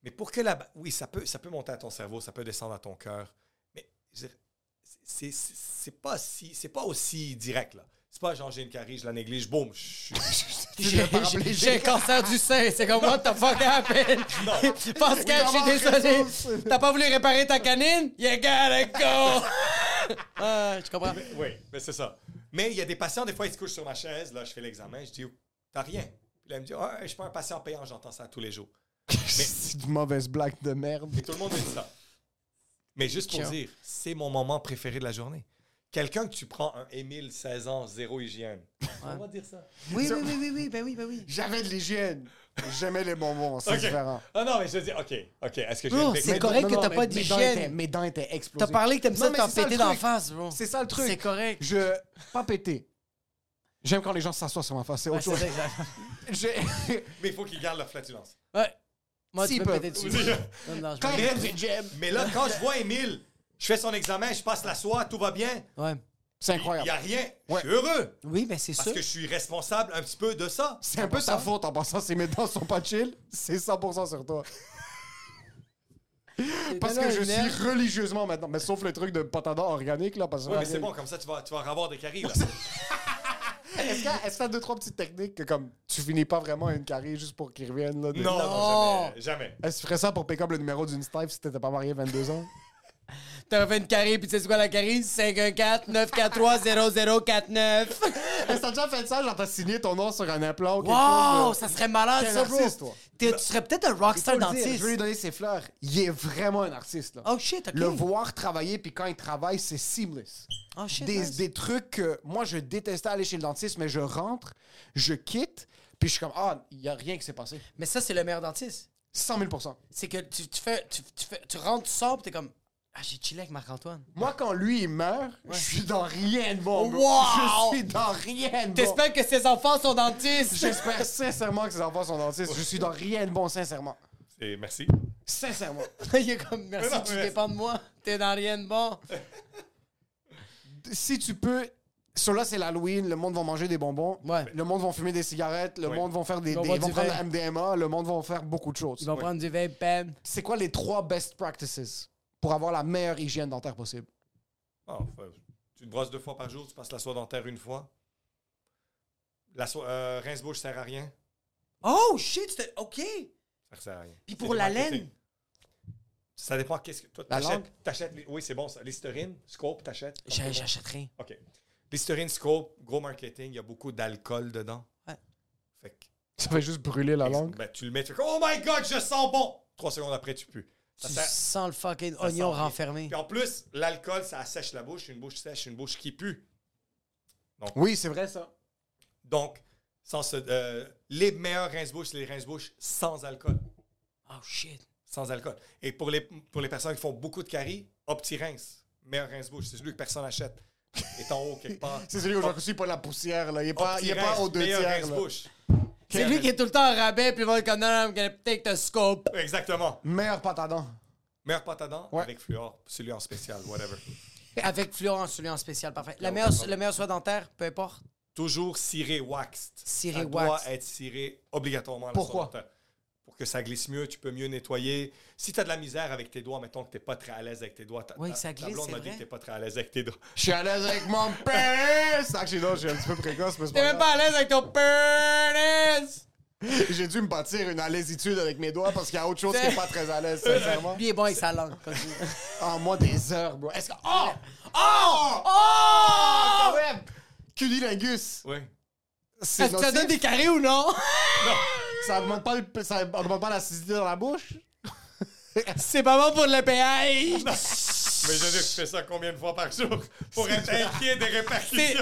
Speaker 5: Mais pour que la. Oui, ça peut, ça peut monter à ton cerveau, ça peut descendre à ton cœur. Mais je veux dire, c'est c'est- c'est pas, si, c'est pas aussi direct, là. C'est pas genre j'ai une carie, je la néglige, boum. je suis-
Speaker 3: J'ai j'ai- j'ai un cancer du sein. C'est comme what the fuck happened? Pascal, je suis désolé. T'as pas voulu réparer ta canine? You gotta go! Ah, je comprends.
Speaker 5: Oui, mais c'est ça. Mais il y a des patients, des fois, ils se couchent sur ma chaise, là, je fais l'examen, je dis, t'as rien. Puis là, il me dit, ah, je suis pas un patient payant, j'entends ça tous les jours.
Speaker 4: C'est une mauvaise blague de merde.
Speaker 5: Et tout le monde me dit ça. Mais juste pour dire, c'est mon moment préféré de la journée. Quelqu'un que tu prends un Émile, 16 ans, zéro hygiène. On va dire ça.
Speaker 3: Oui, oui, oui, oui, oui, ben oui, ben oui.
Speaker 4: J'avais de l'hygiène. J'aimais les bonbons, c'est
Speaker 5: Ok.
Speaker 4: différent.
Speaker 5: Ah non, mais je dis, OK, OK, est-ce que j'ai
Speaker 3: Bro,
Speaker 5: une technique?
Speaker 3: Oh, c'est correct que t'as pas
Speaker 4: mais mes dents étaient-
Speaker 3: d'hygiène.
Speaker 4: Mes dents étaient explosées.
Speaker 3: T'as parlé que t'aimes ça
Speaker 4: Non,
Speaker 3: te
Speaker 4: mais
Speaker 3: faire
Speaker 4: c'est ça, le
Speaker 3: péter d'en
Speaker 4: truc.
Speaker 3: face, bro.
Speaker 4: C'est ça le truc.
Speaker 3: C'est correct.
Speaker 4: Je. Pas péter. J'aime quand les gens s'assoient sur ma face, c'est
Speaker 3: Ouais,
Speaker 4: autre
Speaker 3: Ah, c'est
Speaker 4: chose.
Speaker 3: vrai, exact.
Speaker 4: Je-
Speaker 5: Mais il faut qu'ils gardent leur flatulence.
Speaker 3: Ouais. Moi, tu
Speaker 4: S'ils
Speaker 3: peux me
Speaker 4: peuvent.
Speaker 3: péter dessus.
Speaker 5: Oui.
Speaker 3: Non, non, je
Speaker 4: Quand
Speaker 3: me-
Speaker 4: ils prennent du jab,
Speaker 5: Mais là, quand je vois Émile, je fais son examen, je passe la soirée, tout va bien,
Speaker 3: Ouais.
Speaker 4: c'est
Speaker 5: il n'y
Speaker 4: incroyable.
Speaker 5: a rien,
Speaker 4: Ouais.
Speaker 5: je suis heureux.
Speaker 3: Oui, ben c'est
Speaker 5: Parce
Speaker 3: sûr.
Speaker 5: que je suis responsable un petit peu de ça.
Speaker 4: C'est un peu ta faute en passant, si mes dents sont pas chill, c'est 100% sur toi. Parce que je suis religieusement maintenant, mais sauf le truc de patata organique là, parce que.
Speaker 5: Oui, mais c'est bon, comme ça, tu vas, tu vas avoir des caries. Là.
Speaker 4: Est-ce qu'il y a- est-ce que t'as deux trois petites techniques que comme tu finis pas vraiment une carrière juste pour qu'ils reviennent là de-
Speaker 5: Non, non, jamais. jamais.
Speaker 4: Est-ce que tu ferais ça pour pick up le numéro d'une Steve si t'étais pas marié 22 ans?
Speaker 7: T'as fait une carie, puis tu sais c'est quoi la carie? 514-943-0049.
Speaker 4: Mais t'as déjà fait ça, genre t'as signé ton nom sur un implant. ou quelque
Speaker 3: Wow,
Speaker 4: chose,
Speaker 3: ça serait malade,
Speaker 4: Quel
Speaker 3: ça, bro.
Speaker 4: artiste, toi?
Speaker 3: T'es- Tu serais peut-être un
Speaker 4: Il
Speaker 3: rockstar
Speaker 4: faut le dire, Je veux lui
Speaker 3: dentiste.
Speaker 4: donner ses fleurs. Il est vraiment un artiste. Là.
Speaker 3: Oh shit, ok.
Speaker 4: Le voir travailler, puis quand il travaille, c'est seamless.
Speaker 3: Oh shit,
Speaker 4: des,
Speaker 3: nice.
Speaker 4: des trucs que moi, je détestais aller chez le dentiste, mais je rentre, je quitte, puis je suis comme, ah, il n'y a rien qui s'est passé.
Speaker 3: Mais ça, c'est le meilleur dentiste.
Speaker 4: 100 000
Speaker 3: C'est que tu, tu fais, tu, tu fais- tu rentres, tu sors, pis t'es comme, ah, j'ai chillé avec Marc-Antoine.
Speaker 4: Moi, quand lui, il meurt, je suis dans rien de bon. bro.
Speaker 3: Wow!
Speaker 4: Je suis dans rien de bon.
Speaker 3: T'espères que ses enfants sont dentistes.
Speaker 4: J'espère sincèrement que ses enfants sont dentistes. Je suis dans rien de bon, sincèrement.
Speaker 5: Et merci.
Speaker 4: Sincèrement.
Speaker 3: Il est comme, merci,
Speaker 5: Mais non,
Speaker 3: tu
Speaker 5: mais-
Speaker 3: dépends de moi. T'es dans rien de bon.
Speaker 4: si tu peux. Sur là, c'est l'Halloween, le monde va manger des bonbons,
Speaker 3: Ouais.
Speaker 4: le monde va fumer des cigarettes, le
Speaker 5: Ouais.
Speaker 4: monde va faire des,
Speaker 3: Ils vont
Speaker 4: des-
Speaker 3: boire
Speaker 4: ils vont
Speaker 3: du
Speaker 4: prendre
Speaker 3: vin.
Speaker 4: la MDMA, le monde va faire beaucoup de choses.
Speaker 3: Ils vont prendre du vape pen.
Speaker 4: C'est quoi les trois best practices pour avoir la meilleure hygiène dentaire possible
Speaker 5: Ah, enfin, tu te brosses deux fois par jour, tu passes la soie dentaire une fois. La soie, euh, rince-bouche sert à rien.
Speaker 3: Oh shit, c'était- ok.
Speaker 5: Ça sert à rien.
Speaker 3: Puis
Speaker 5: C'est
Speaker 3: pour
Speaker 5: du
Speaker 3: la
Speaker 5: marketing.
Speaker 3: laine?
Speaker 5: Ça dépend qu'est-ce que. Toi,
Speaker 4: La
Speaker 5: t'achètes-
Speaker 4: langue?
Speaker 5: T'achètes. les- Oui, c'est bon ça. L'histérine, scope, t'achètes.
Speaker 3: J'ai- J'achète rien.
Speaker 5: OK. L'histérine, scope, gros marketing, il y a beaucoup d'alcool dedans.
Speaker 3: Ouais.
Speaker 5: Fait que.
Speaker 4: Ça va juste brûler la langue.
Speaker 5: Ben, tu le mets, tu fais Oh my god, je sens bon! Trois secondes après, tu pues. Ça
Speaker 3: Tu
Speaker 5: sert-
Speaker 3: sens le fucking
Speaker 5: ça
Speaker 3: oignon
Speaker 5: sent rien.
Speaker 3: renfermé.
Speaker 5: Puis en plus, l'alcool, ça assèche la bouche, une bouche sèche, une bouche qui pue.
Speaker 4: Oui, c'est vrai ça.
Speaker 5: Donc, sans ce- euh, les meilleurs rince-bouches, c'est les rince-bouches sans alcool.
Speaker 3: Oh shit.
Speaker 5: Sans alcool. Et pour les, pour les personnes qui font beaucoup de caries, opti-rince. Meilleur rince-bouche, c'est celui que personne n'achète. Est en haut quelque part.
Speaker 4: C'est celui où j'en suis pas la poussière, là. Il est
Speaker 3: Oh,
Speaker 4: pas, il est
Speaker 5: Opti-rince,
Speaker 4: pas aux deux
Speaker 5: meilleur
Speaker 4: tiers. là.
Speaker 5: rince-bouche.
Speaker 3: C'est lui qui est tout le temps en rabais, puis il va être comme, non, non, I'm gonna take the scope.
Speaker 5: Exactement.
Speaker 4: Meilleur pâte à dents.
Speaker 5: Meilleur pâte à dents
Speaker 4: Ouais.
Speaker 5: avec fluor, celui en spécial, whatever.
Speaker 3: Avec fluor, celui en spécial, parfait. La meilleure, le meilleur soin dentaire, peu importe.
Speaker 5: Toujours ciré waxed.
Speaker 3: Ciré
Speaker 5: ça
Speaker 3: waxed.
Speaker 5: doit être ciré obligatoirement. la
Speaker 4: Pourquoi?
Speaker 5: soirée. Pour que ça glisse mieux, tu peux mieux nettoyer. Si tu as de la misère avec tes doigts, mettons que tu pas très à l'aise avec tes doigts. ta-
Speaker 3: Oui,
Speaker 5: ta-
Speaker 3: ça
Speaker 5: ta
Speaker 3: glisse,
Speaker 5: blonde
Speaker 3: c'est
Speaker 5: m'a dit
Speaker 3: vrai.
Speaker 5: que t'es pas très à l'aise avec tes doigts.
Speaker 4: Je suis à l'aise avec mon père. C'est que j'ai non, je suis un petit peu précoce, mais c'est
Speaker 3: T'es
Speaker 4: pas
Speaker 3: même pas
Speaker 4: grave.
Speaker 3: à l'aise avec ton penis!
Speaker 4: J'ai dû me bâtir une à l'aisitude avec mes doigts parce qu'il y a autre chose qui est pas très à l'aise, sincèrement.
Speaker 3: Lui est bon avec sa langue. comme tu dis.
Speaker 4: Ah, moi, des heures, bro. Est-ce que. Oh!
Speaker 5: Ah!
Speaker 3: Oh! Oh!
Speaker 4: Quand même! Cunilingus!
Speaker 5: Oui.
Speaker 4: C'est
Speaker 3: Est-ce que ça
Speaker 4: nocif.
Speaker 3: donne des carrés ou non?
Speaker 4: Ça augmente pas, le- ça augmente pas l'acidité dans la bouche?
Speaker 3: C'est pas bon pour le pH!
Speaker 5: Mais je veux dire, tu fais ça combien de fois par jour pour être inquiet des
Speaker 3: C'est
Speaker 5: répercussions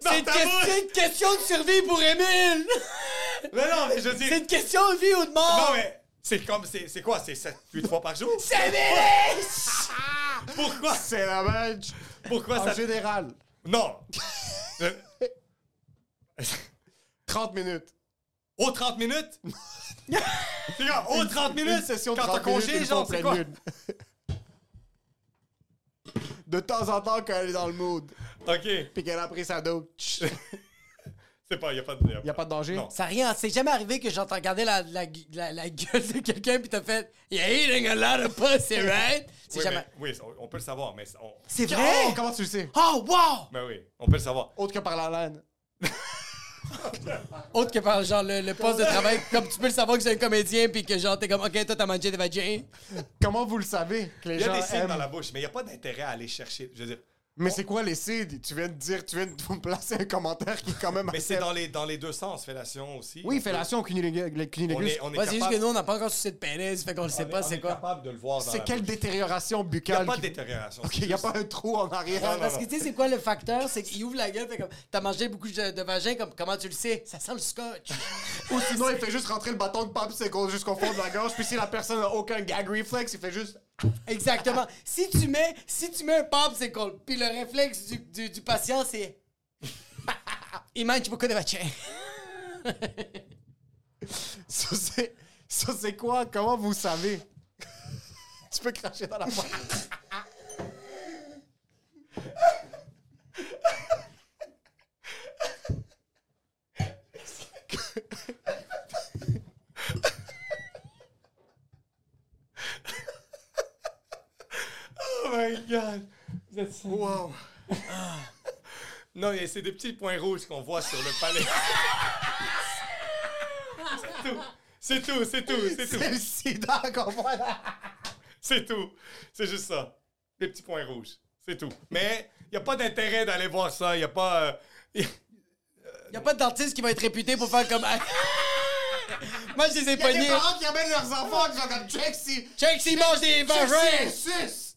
Speaker 3: c'est
Speaker 5: dans
Speaker 3: une,
Speaker 5: ta
Speaker 3: question-
Speaker 5: bouche?
Speaker 3: c'est une question de survie pour Émile!
Speaker 5: Mais non, mais je veux dire...
Speaker 3: C'est une question de vie ou de mort!
Speaker 5: Non, mais c'est comme... C'est c'est quoi? C'est 7-8 fois par jour?
Speaker 3: Oh! C'est Émile!
Speaker 5: Pourquoi?
Speaker 4: C'est la match!
Speaker 5: Pourquoi
Speaker 4: En
Speaker 5: ça...
Speaker 4: général,
Speaker 5: Non! Euh, Je-
Speaker 4: 30 minutes.
Speaker 5: Aux 30 minutes? C'est comme, aux 30
Speaker 4: Une
Speaker 5: minutes?
Speaker 4: session de
Speaker 5: quand t'as
Speaker 4: 30 minutes,
Speaker 5: congé,
Speaker 4: une fois en
Speaker 5: genre, c'est
Speaker 4: pleine
Speaker 5: quoi?
Speaker 4: lune. De temps en temps, quand elle est dans le mood,
Speaker 5: OK.
Speaker 4: puis qu'elle a pris sa dope, tch,
Speaker 5: C'est pas, y a pas de...
Speaker 4: y a pas de danger?
Speaker 5: Non.
Speaker 3: Ça a rien, c'est jamais arrivé que j'entends regarder la, la, la, la gueule de quelqu'un pis t'as fait Yeah, eating a lot of pussy, right? C'est
Speaker 5: Oui,
Speaker 3: jamais.
Speaker 5: mais- oui, on- on peut le savoir, mais... on-
Speaker 3: C'est
Speaker 4: Oh,
Speaker 3: vrai?
Speaker 4: comment tu le sais?
Speaker 3: Oh, wow!
Speaker 5: Mais oui, on peut le savoir.
Speaker 4: Autre que par la laine.
Speaker 3: Autre que par genre le, le poste de travail, comme tu peux le savoir que c'est un comédien pis que genre t'es comme ok, toi t'as mangé des vagins.
Speaker 4: Comment vous le savez que les
Speaker 5: Il y a
Speaker 4: gens
Speaker 5: des signes
Speaker 4: aiment?
Speaker 5: dans la bouche, mais il n'y a pas d'intérêt à aller chercher. Je veux dire,
Speaker 4: Mais c'est quoi les cides? Tu viens de dire, tu viens de me placer un commentaire qui est quand même
Speaker 5: mais c'est
Speaker 4: assez-
Speaker 5: dans les, dans les deux sens, fellation aussi.
Speaker 4: Oui,
Speaker 5: On peut-
Speaker 4: fellation, euh, cunilingus.
Speaker 5: On est, on est
Speaker 3: Ouais, c'est juste
Speaker 5: capable,
Speaker 3: que nous on n'a pas encore sucé de pénis, fait qu'on le sait
Speaker 5: on est-
Speaker 3: pas,
Speaker 5: on
Speaker 3: c'est
Speaker 5: est
Speaker 3: quoi.
Speaker 5: capable de le voir dans
Speaker 4: C'est
Speaker 5: la
Speaker 4: quelle
Speaker 5: bouche.
Speaker 4: détérioration
Speaker 5: Il n'y
Speaker 4: buccale?
Speaker 5: a pas de
Speaker 4: qui-
Speaker 5: détérioration.
Speaker 4: Ok, y a pas un trou en arrière.
Speaker 5: non,
Speaker 3: Parce
Speaker 5: non.
Speaker 3: que tu sais, c'est quoi le facteur? C'est qu'il ouvre la gueule, fait comme t'as mangé beaucoup de, de vagins, comme comment tu le sais? Ça sent le scotch.
Speaker 4: Ou sinon, il fait juste rentrer le bâton de popsicle jusqu'au fond de la gorge. Puis si la personne n'a aucun gag reflex, il fait juste.
Speaker 3: Exactement. si tu mets, si tu mets un popsicle, puis le réflexe du, du, du patient, c'est... Il mange beaucoup de vagin.
Speaker 4: Ça, c'est. Ça, c'est quoi? Comment vous savez? tu peux cracher dans la porte.
Speaker 5: Oh my god! Vous êtes sérieux?
Speaker 4: Wow.
Speaker 5: Non, et c'est des petits points rouges qu'on voit sur le palais. c'est tout. C'est tout, c'est tout, c'est
Speaker 4: C'est
Speaker 5: tout.
Speaker 4: le sida qu'on voit là.
Speaker 5: C'est tout. C'est juste ça. des petits points rouges. C'est tout. Mais il n'y a pas d'intérêt d'aller voir ça. Il n'y a pas. euh, y-
Speaker 3: Il a pas de dentiste qui va être réputé pour faire comme. Moi, je les ai
Speaker 4: Il y a des
Speaker 3: pognés.
Speaker 4: parents qui amènent leurs enfants qui sont comme check si.
Speaker 3: Check s'ils mangent des
Speaker 4: check
Speaker 3: vagins.
Speaker 4: si elle suce.